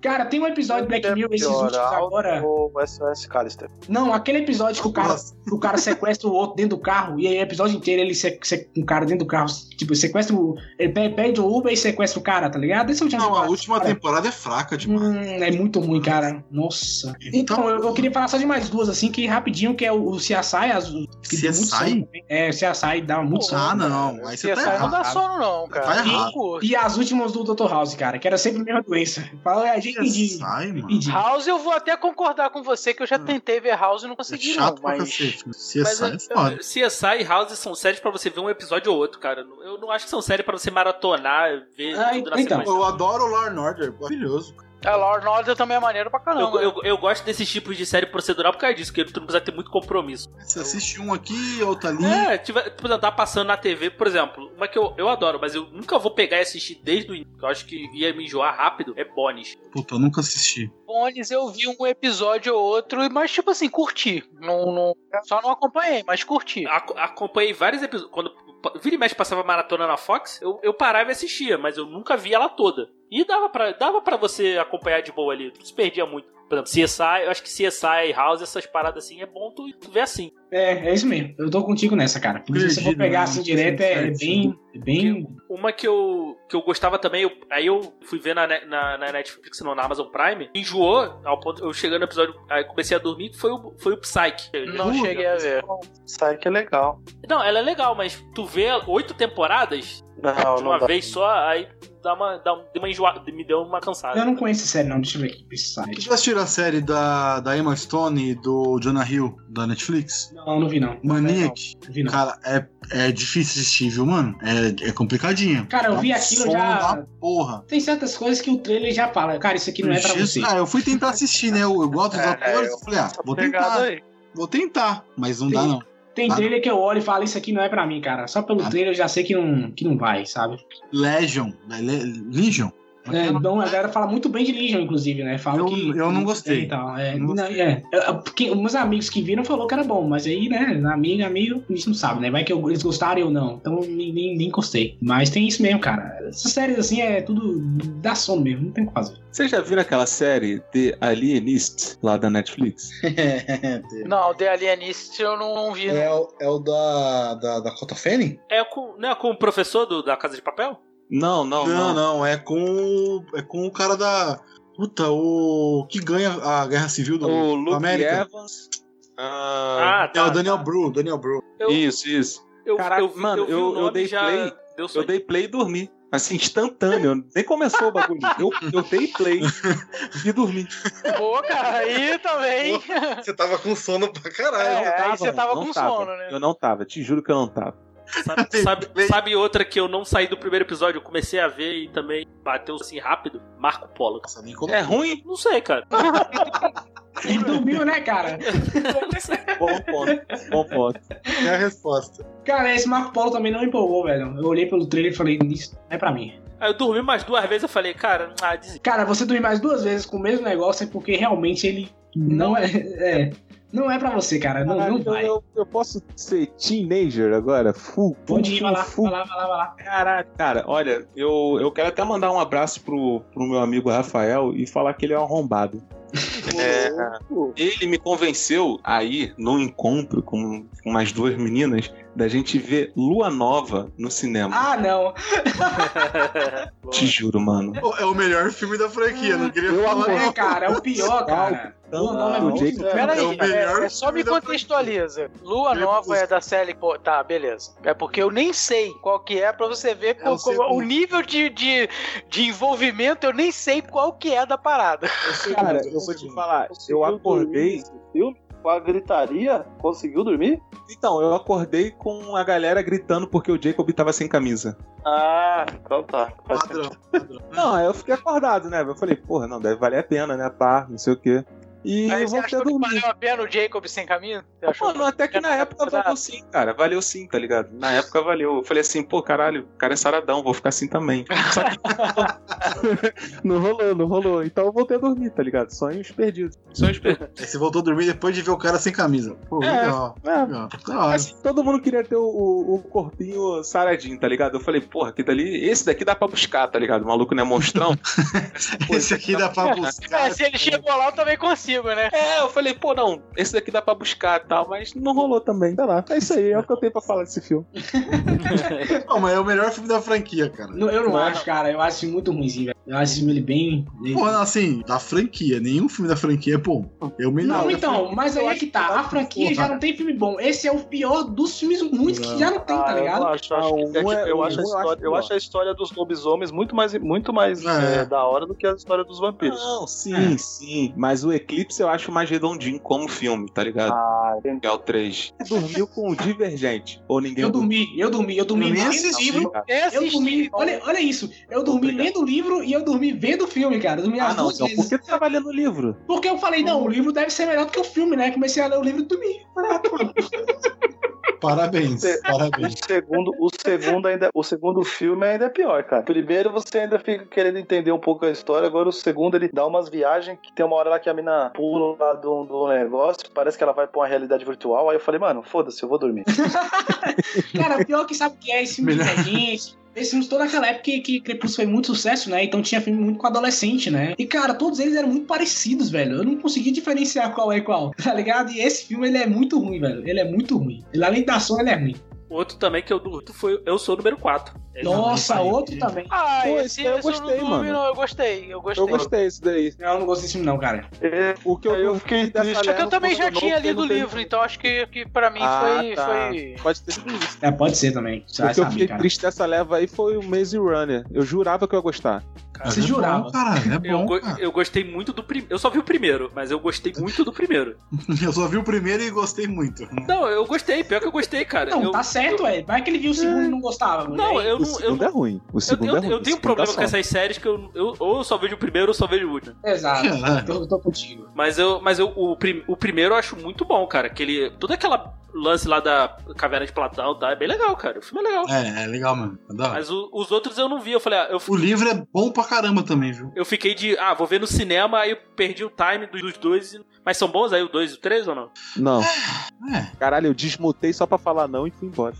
Cara, tem um episódio de Black Mirror, esses últimos tá agora. Ou SOS Callister. Não, aquele episódio que o cara, que o cara sequestra o outro dentro do carro, e aí o episódio inteiro ele se, se, um cara dentro do carro, tipo, sequestra o. Ele pe- pede o Uber e sequestra o cara, tá ligado? Esse é o último Não, a episódio, última cara. temporada é fraca demais. Hum, é muito ruim, cara. Nossa. Então, eu, eu queria falar só de mais duas, assim, que rapidinho, que é o, o CSI, as, que deu muito CSI? sono também. É, o CSI dá muito sono. Ah, não. Aí é você Essa tá aí não dá errado. sono, não, cara. Tá errado. Quem curte? E as últimas do Dr. House, cara, que era sempre a mesma doença. Fala, é, a gente CSI, pediu. mano. House, eu vou até concordar com você que eu já tentei ver House e não Hum. É consegui, não. chato pra Mas cacete. mano. CSI é foda. CSI e House são séries pra você ver um episódio ou outro, cara. Eu não acho que são séries pra você maratonar, ver Ah, tudo na então. sequência. Eu adoro o Law and Order. Maravilhoso. a Lord Order também é maneiro pra caramba. Eu, eu, eu gosto desses tipos de série procedural por causa disso, que tu não precisa ter muito compromisso. Você assiste um aqui, outro ali. É, tiver, por exemplo, tá passando na TV, por exemplo, uma que eu, eu adoro, mas eu nunca vou pegar e assistir desde o início, que eu acho que ia me enjoar rápido, é Bones. Puta, eu nunca assisti. Bones eu vi um episódio ou outro, mas tipo assim, curti. Não, não- só não acompanhei, mas curti. Ac- acompanhei vários episódios. Quando pa- Vira e mexe passava maratona na Fox, eu, eu parava e assistia, mas eu nunca via ela toda. E dava pra, dava pra você acompanhar de boa ali, não se perdia muito. Por exemplo, CSI, eu acho que CSI, House, essas paradas assim, é bom tu, tu ver assim. É, é isso mesmo. Eu tô contigo nessa, cara. Por isso, se eu for Perdido, pegar mano. assim direto, é, é bem. É bem... Uma que eu, que eu gostava também, eu- aí eu fui ver na, ne- na, na Netflix, não, na Amazon Prime, me enjoou, ao ponto eu chegando no episódio, aí comecei a dormir, que foi o, foi o Psyche. Não cheguei a ver. Sai que é legal. Não, ela é legal, mas tu vê oito temporadas Não, de não uma dá. vez só, aí dá uma, dá um- deu uma enjoada, me deu uma cansada. Eu não conheço esse série, não. Deixa eu ver aqui. Esse Vocês site. já assistiram a série da, da Emma Stone e do Jonah Hill da Netflix? Não, não vi não. Maniac? Não vi não. Cara, é, é difícil assistir, viu, mano? É, é complicadinho. Cara, eu vi Dá um aquilo sono já- da porra. Tem certas coisas que o trailer já fala. Cara, isso aqui não é pra Jesus- você. Ah, eu fui tentar assistir, né? Eu, eu gosto dos É, atores. eu- Eu falei, ah, Essa vou pegada tentar. aí. Vou tentar, mas não dá, não. Tem Ah. trailer que eu olho e falo, isso aqui não é pra mim, cara. Só pelo Ah. trailer eu já sei que não, que não vai, sabe? Legion. né? Le- Legion? É, bom, a galera fala muito bem de Legion, inclusive, né? Fala Eu- que, eu não gostei. Então, é, Não não, é. Eu- eu- porque meus amigos que viram falaram que era bom, mas aí, né, amigo, amigo, a gente não sabe, né? Vai que eu- eles gostaram ou não. Então nem, nem, nem gostei. Mas tem isso mesmo, cara. Essas séries assim é tudo. dá sono mesmo, não tem o que fazer. Vocês já viram aquela série The Alienist lá da Netflix? É, Não, The Alienist eu não, não vi. é, o, é o da, da, da Cota Fanning? É com, não é com o professor do, da Casa de Papel? Não, não, Não, não. não, é com. o- É com o cara da. Puta, o. que ganha a guerra civil do, O da Luke América. Evans. Ah, Ah, É tá. o Daniel Bru, Daniel Bru. eu- Isso, isso. Eu, Caraca, eu vi- mano, vi eu- o eu nome e dei já play, Deu Eu sono. dei play e dormi. Assim, instantâneo. Nem começou o bagulho. Eu, eu dei play e dormi. Pô, cara, aí também. Você tava com sono pra caralho. É, aí você tava não com tava. sono, né? Eu não tava, te juro que eu não tava. Sabe, sabe- sabe outra que eu não saí do primeiro episódio, eu comecei a ver e também bateu assim rápido? Marco Polo. Nossa, nem como... É ruim? Não sei, cara. Ele dormiu, né, cara? Não sei. Bom ponto. Bom ponto. é a resposta. Cara, esse Marco Polo também não empolgou, velho. Eu olhei pelo trailer e falei, isso não é pra mim. Aí eu dormi mais duas vezes, eu falei, cara, ah, desisti. Cara, você dormir mais duas vezes com o mesmo negócio é porque realmente ele não é. é não é pra você, cara. Não, não então eu, vai. eu- eu posso ser teenager agora? Full, full, Pode ir, vai full, lá, vai full. lá, vai lá, vai lá. Caraca, cara, olha, eu, eu quero até mandar um abraço pro, pro meu amigo Rafael e falar que ele é um arrombado. É, ele me convenceu aí, num encontro com, com umas duas meninas, da gente ver Lua Nova no cinema. Ah, não. Te juro, mano. É o melhor filme da franquia, não queria Eu falar. É, não. cara, é o pior, cara. Lua Nova é Não, bom, Jake- velho. Pera É aí, o melhor é, é só me filme da contextualiza. Lua Depois- Nova é da série. Pô, tá, beleza. É porque eu nem sei qual que é, pra você ver É o co- co- o segundo. nível de, de, de envolvimento, eu nem sei qual que é da parada. Cara, eu vou te falar, eu acordei. Filme, com a gritaria, conseguiu dormir? Então, eu acordei com a galera gritando porque o Jacob tava sem camisa. Ah, então tá. Faz Padrão. Não, aí eu fiquei acordado, né? Eu falei, porra, não, deve valer a pena, né? Pá, não sei o quê. E Aí você você achou que dormir. valeu a pena o Jacob sem caminho? Você achou Mano, até que na época valeu sim, cara. Valeu sim, tá ligado? Na época valeu. Eu falei assim, pô, caralho, o cara é saradão, vou ficar assim também. Só que não rolou, não rolou. Então eu voltei a dormir, tá ligado? Sonhos perdidos. um Sonhos perdidos. Aí você voltou a dormir depois de ver o cara sem camisa. Pô, É. legal. É, legal. Da hora. Assim, todo mundo queria ter o, o- o corpinho saradinho, tá ligado? Eu falei, porra, que dali, esse daqui dá pra buscar, tá ligado? O maluco não é monstrão. Esse aqui dá pra É, buscar. se ele chegou lá, eu também consigo, né? É, eu falei, pô, não, esse daqui dá pra buscar e tal, mas não rolou também. Sei lá, é isso aí, é o que eu tenho pra falar desse filme. Não, mas é o melhor filme da franquia, cara. Não, eu não, Não. acho, cara. Eu acho muito ruimzinho, velho. Eu acho ele bem. Pô, não, assim, da franquia. Nenhum filme da franquia é bom. Eu me Não, lembro. então, mas aí é que tá. A franquia já não tem filme bom. Esse é o pior dos filmes ruins que já não tem, tá Ah, eu não ligado? acho, eu acho Ah, que- um é que é- eu um acho a eu acho história- eu pior. acho a história dos lobisomens muito mais, muito mais É. eh, da hora do que a história dos vampiros. Não, sim, sim. Mas o Eclipse eu acho mais redondinho como filme, tá ligado? Ah, Que é o 3. Dormiu com o Divergente. Ou ninguém Eu dormi, eu dormi, eu dormi Eu nem lendo o assisti, livro. cara. É Eu dormi, olha, olha isso. Eu dormi Obrigado. lendo o livro e eu dormi vendo o filme, cara. Eu dormi Ah, as não, duas então, por vezes. que tu tava lendo o livro? Porque eu falei, não, o livro deve ser melhor do que o filme, né? Comecei a ler o livro e dormi. Parabéns, É. parabéns. O segundo, o segundo ainda, o segundo filme ainda é pior, cara. Primeiro você ainda fica querendo entender um pouco a história, agora o segundo ele dá umas viagens que tem uma hora lá que a mina pula lá do, do negócio, parece que ela vai pra uma realidade virtual, aí eu falei, mano, foda-se, eu vou dormir. Cara, o pior que sabe o que é esse filme de gente. Esses filmes toda aquela época que, que Crepúsculo foi muito sucesso, né? Então tinha filme muito com adolescente, né? E, cara, todos eles eram muito parecidos, velho. Eu não consegui diferenciar qual é qual, tá ligado? E esse filme, ele é muito ruim, velho. Ele é muito ruim. Ele, além da ação, ele é ruim. Outro também que eu durmo foi Eu Sou o Número É, 4. Nossa, outro também. Ah, Pô, esse, esse daí eu esse eu gostei, não dormi, mano. não. Eu gostei, eu gostei. Eu gostei disso daí. Não, eu não gostei desse filme, não, cara. O que eu, É, Eu eu fiquei triste. Só É que eu também já tinha lido o livro, então acho que, que pra mim foi, foi. Pode ter sido isso. É, pode ser também. Você O vai que eu saber, fiquei cara. triste dessa leva aí foi o Maze Runner. Eu jurava que eu ia gostar. Mas Você é jurava. Bom, cara, é Eu, bom. go- cara. eu gostei muito do primeiro. Eu só vi o primeiro, mas eu gostei muito do primeiro. Eu só vi o primeiro e gostei muito. Não, eu gostei, pior que eu gostei, cara. Não, eu, tá certo, velho. Vai que ele viu o segundo e não gostava. mano. Não, E aí? eu o não. Eu, segundo é ruim. O eu, segundo eu- é ruim. eu O tenho um segundo problema é com só. essas séries que eu, eu ou eu só vejo o primeiro ou só vejo o último. Exato. Caralho. Eu tô contigo. Mas eu, mas eu, o, prim- o primeiro eu acho muito bom, cara. Aquele, toda aquela lance lá da caverna de Platão, tá? É bem legal, cara. O filme é legal. É, é legal mesmo. é da hora. Mas o- os outros eu não vi. Eu falei, ah, eu, O livro é bom pra caramba também, viu? eu fiquei de, ah, vou ver no cinema, aí eu perdi o time dos dos dois. e- Mas são bons aí o dois e o três ou não? Não. É, Caralho, eu desmutei só pra falar não e fui embora.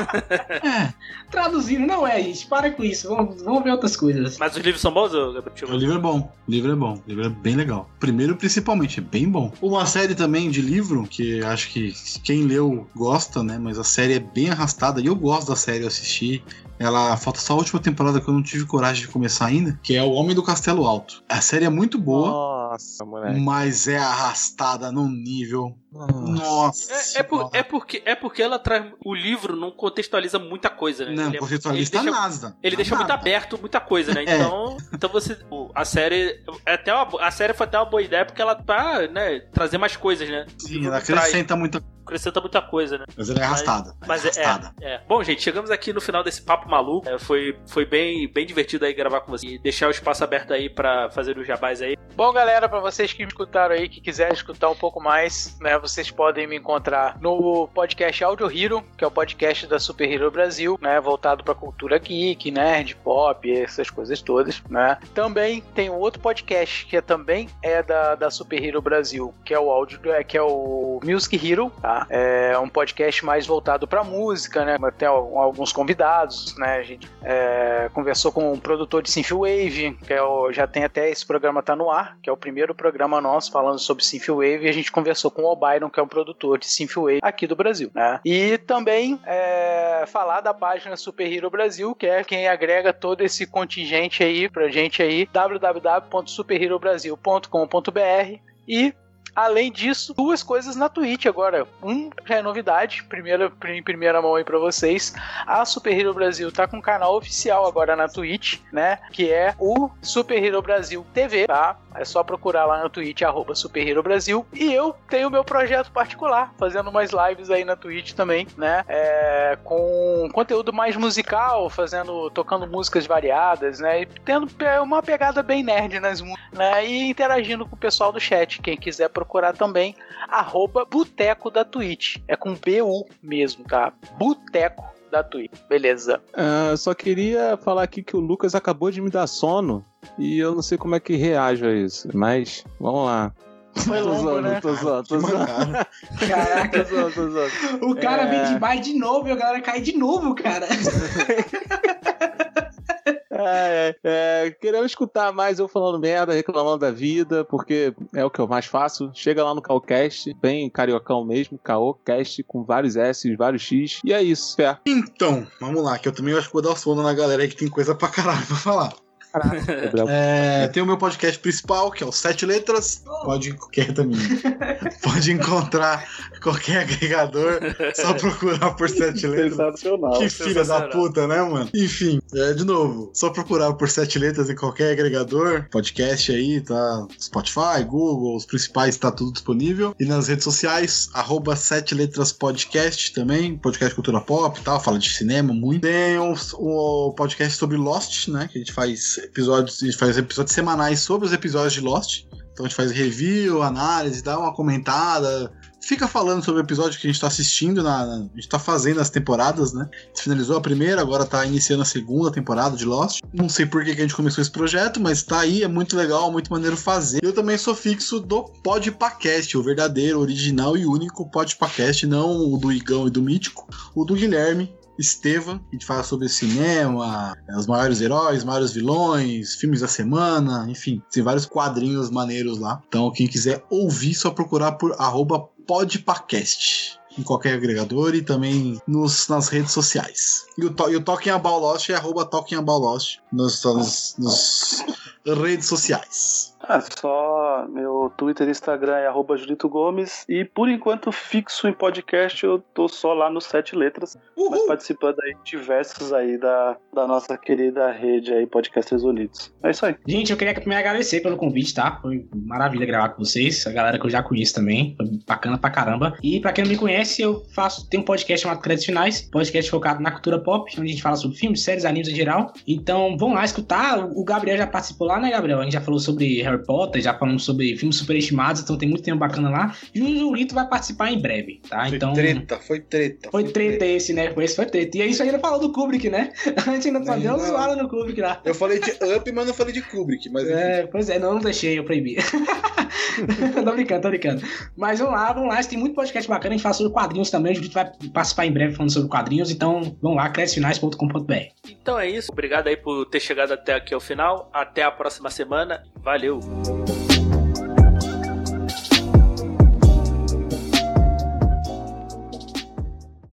é. Traduzindo, não é, gente. Para com isso. Vamos, vamos ver outras coisas. Mas os livros são bons, ô, Gabriel? Deixa eu O ver. livro é bom. O livro é bom. O livro é bem legal. Primeiro, principalmente, é bem bom. Uma série também de livro, que acho que quem leu gosta, né? Mas a série é bem arrastada. E eu gosto da série, eu assisti. Ela falta só a última temporada que eu não tive coragem de começar ainda, que é O Homem do Castelo Alto. A série é muito então. boa, Nossa, moleque. mas é arrastada num nível. Nossa. É, é, por- é porque, é porque ela traz. O livro não contextualiza muita coisa, né? Não, Ele é- conceitualista ele deixa- nada. Ele deixa muito Nada. aberto muita coisa, né? É. Então, então você. o- A série. é Até uma bo- a série foi até uma boa ideia porque ela tá, né? Trazer mais coisas, né? Sim, ela Traz- acrescenta muita coisa, Acrescenta muita coisa, né? mas ela é arrastada. Mas é é, arrastada. é, é. Bom, gente, chegamos aqui no final desse papo maluco. É, foi foi bem, bem divertido aí gravar com vocês. E deixar o espaço aberto aí pra fazer os jabás aí. Bom, galera, pra vocês que me escutaram aí, que quiserem escutar um pouco mais, né, vocês podem me encontrar no podcast Audio Hero, que é o podcast da Super Hero Brasil, né, voltado pra cultura geek, nerd, pop, essas coisas todas, né. Também tem um outro podcast que é, também é da, da Super Hero Brasil, que é o áudio, é, que é o Music Hero, tá? É um podcast mais voltado pra música, né, tem al- alguns convidados, né, a gente é, conversou com o produtor de Synthwave, que é o- já tem até esse programa tá no ar, que é o primeiro programa nosso falando sobre Synthwave, e a gente conversou com o Byron, que é um produtor de Synthwave aqui do Brasil, né? E também é, falar da página Super Hero Brasil, que é quem agrega todo esse contingente aí pra gente aí, www.superherobrasil.com.br e Além disso, duas coisas na Twitch agora. Um já é novidade, primeira, em primeira mão aí pra vocês. A Super Hero Brasil tá com um canal oficial agora na Twitch, né? Que é o Super Hero Brasil TV, tá? É só procurar lá na Twitch, arroba Super Hero Brasil. E eu tenho meu projeto particular, fazendo umas lives aí na Twitch também, né? É, com conteúdo mais musical, fazendo, tocando músicas variadas, né? E tendo pe- uma pegada bem nerd nas músicas, né? E interagindo com o pessoal do chat. Quem quiser procurar também, arroba Boteco da Twitch. É com BU mesmo, tá? Boteco da Twitch. Beleza. Ah, só queria falar aqui que o Lucas acabou de me dar sono e eu não sei como é que reajo a isso, mas vamos lá. Foi tô longo, zoando, né? tô zoando, tô Que zoando, mancada. tô zoando, tô zoando. O cara É. vem de baixo de novo e a galera cai de novo, cara. É, é, é, querendo escutar mais eu falando merda, reclamando da vida, porque é o que eu mais faço. Chega lá no Calcast, bem cariocão mesmo, Caocast, com vários S, vários X. E é isso, fé. Então, vamos lá, que eu também acho que vou dar sono na galera aí que tem coisa pra caralho pra falar. Gabriel. É, tem o meu podcast principal, que é o Sete Letras. Pode qualquer também. Pode encontrar qualquer agregador, só procurar por Sete Letras. Sensacional. Que filha da puta, né, mano? Enfim, é, de novo, só procurar por sete letras em qualquer agregador, podcast aí, tá? Spotify, Google, os principais, tá tudo disponível. E nas redes sociais, arroba sete letras podcast também, podcast cultura pop e tal, fala de cinema muito. Tem o, o podcast sobre Lost, né? Que a gente faz episódios, a gente faz episódios semanais sobre os episódios de Lost. Então a gente faz review, análise, dá uma comentada, fica falando sobre o episódio que a gente tá assistindo, na, na- a gente tá fazendo as temporadas, né? A gente finalizou a primeira, agora tá iniciando a segunda temporada de Lost. Não sei por que, que a gente começou esse projeto, mas tá aí, é muito legal, muito maneiro fazer. Eu também sou fixo do Podpacast, o verdadeiro, original e único Podpacast, não o do Igão e do Mítico, o do Guilherme. Estevam, a gente fala sobre cinema, eh, os maiores heróis, maiores vilões, filmes da semana, enfim, tem vários quadrinhos maneiros lá. Então, quem quiser ouvir, só procurar por arroba podpacast em qualquer agregador e também nos, nas redes sociais. E o, to, e o Talking About Lost é arroba Talking About Lost nas, nas, nas redes sociais. Ah, só meu Twitter e Instagram é arroba Julito Gomes. E por enquanto, fixo em podcast, eu tô só lá no Sete Letras, mas participando aí de diversos aí da, da nossa querida rede aí, Podcasters Unidos. É isso aí. Gente, eu queria primeiro agradecer pelo convite, tá? Foi maravilha gravar com vocês, a galera que eu já conheço também, foi bacana pra caramba. E pra quem não me conhece, eu faço tenho um podcast chamado Créditos Finais, podcast focado na cultura pop, onde a gente fala sobre filmes, séries, animes em geral. Então, vão lá escutar. O Gabriel já participou lá, né, Gabriel? A gente já falou sobre Harry Potter, já falamos sobre filmes superestimados, então tem muito tempo bacana lá. E o Julito vai participar em breve, tá? Então, foi treta. foi treta esse, né? Foi esse, foi treta. E é isso aí, ele falou do Kubrick, né? A gente ainda tá Não. dando zoada no Kubrick lá. Eu falei de Up, mas não falei de Kubrick, mas É, pois é, não, não deixei, eu proibi. tô brincando, tô brincando. Mas vamos lá, vamos lá. Tem muito podcast bacana, a gente fala sobre quadrinhos também. A gente vai participar em breve falando sobre quadrinhos, então vamos lá, crescefinais.com.br. Então é isso. Obrigado aí por ter chegado até aqui ao final. Até a próxima semana. Valeu!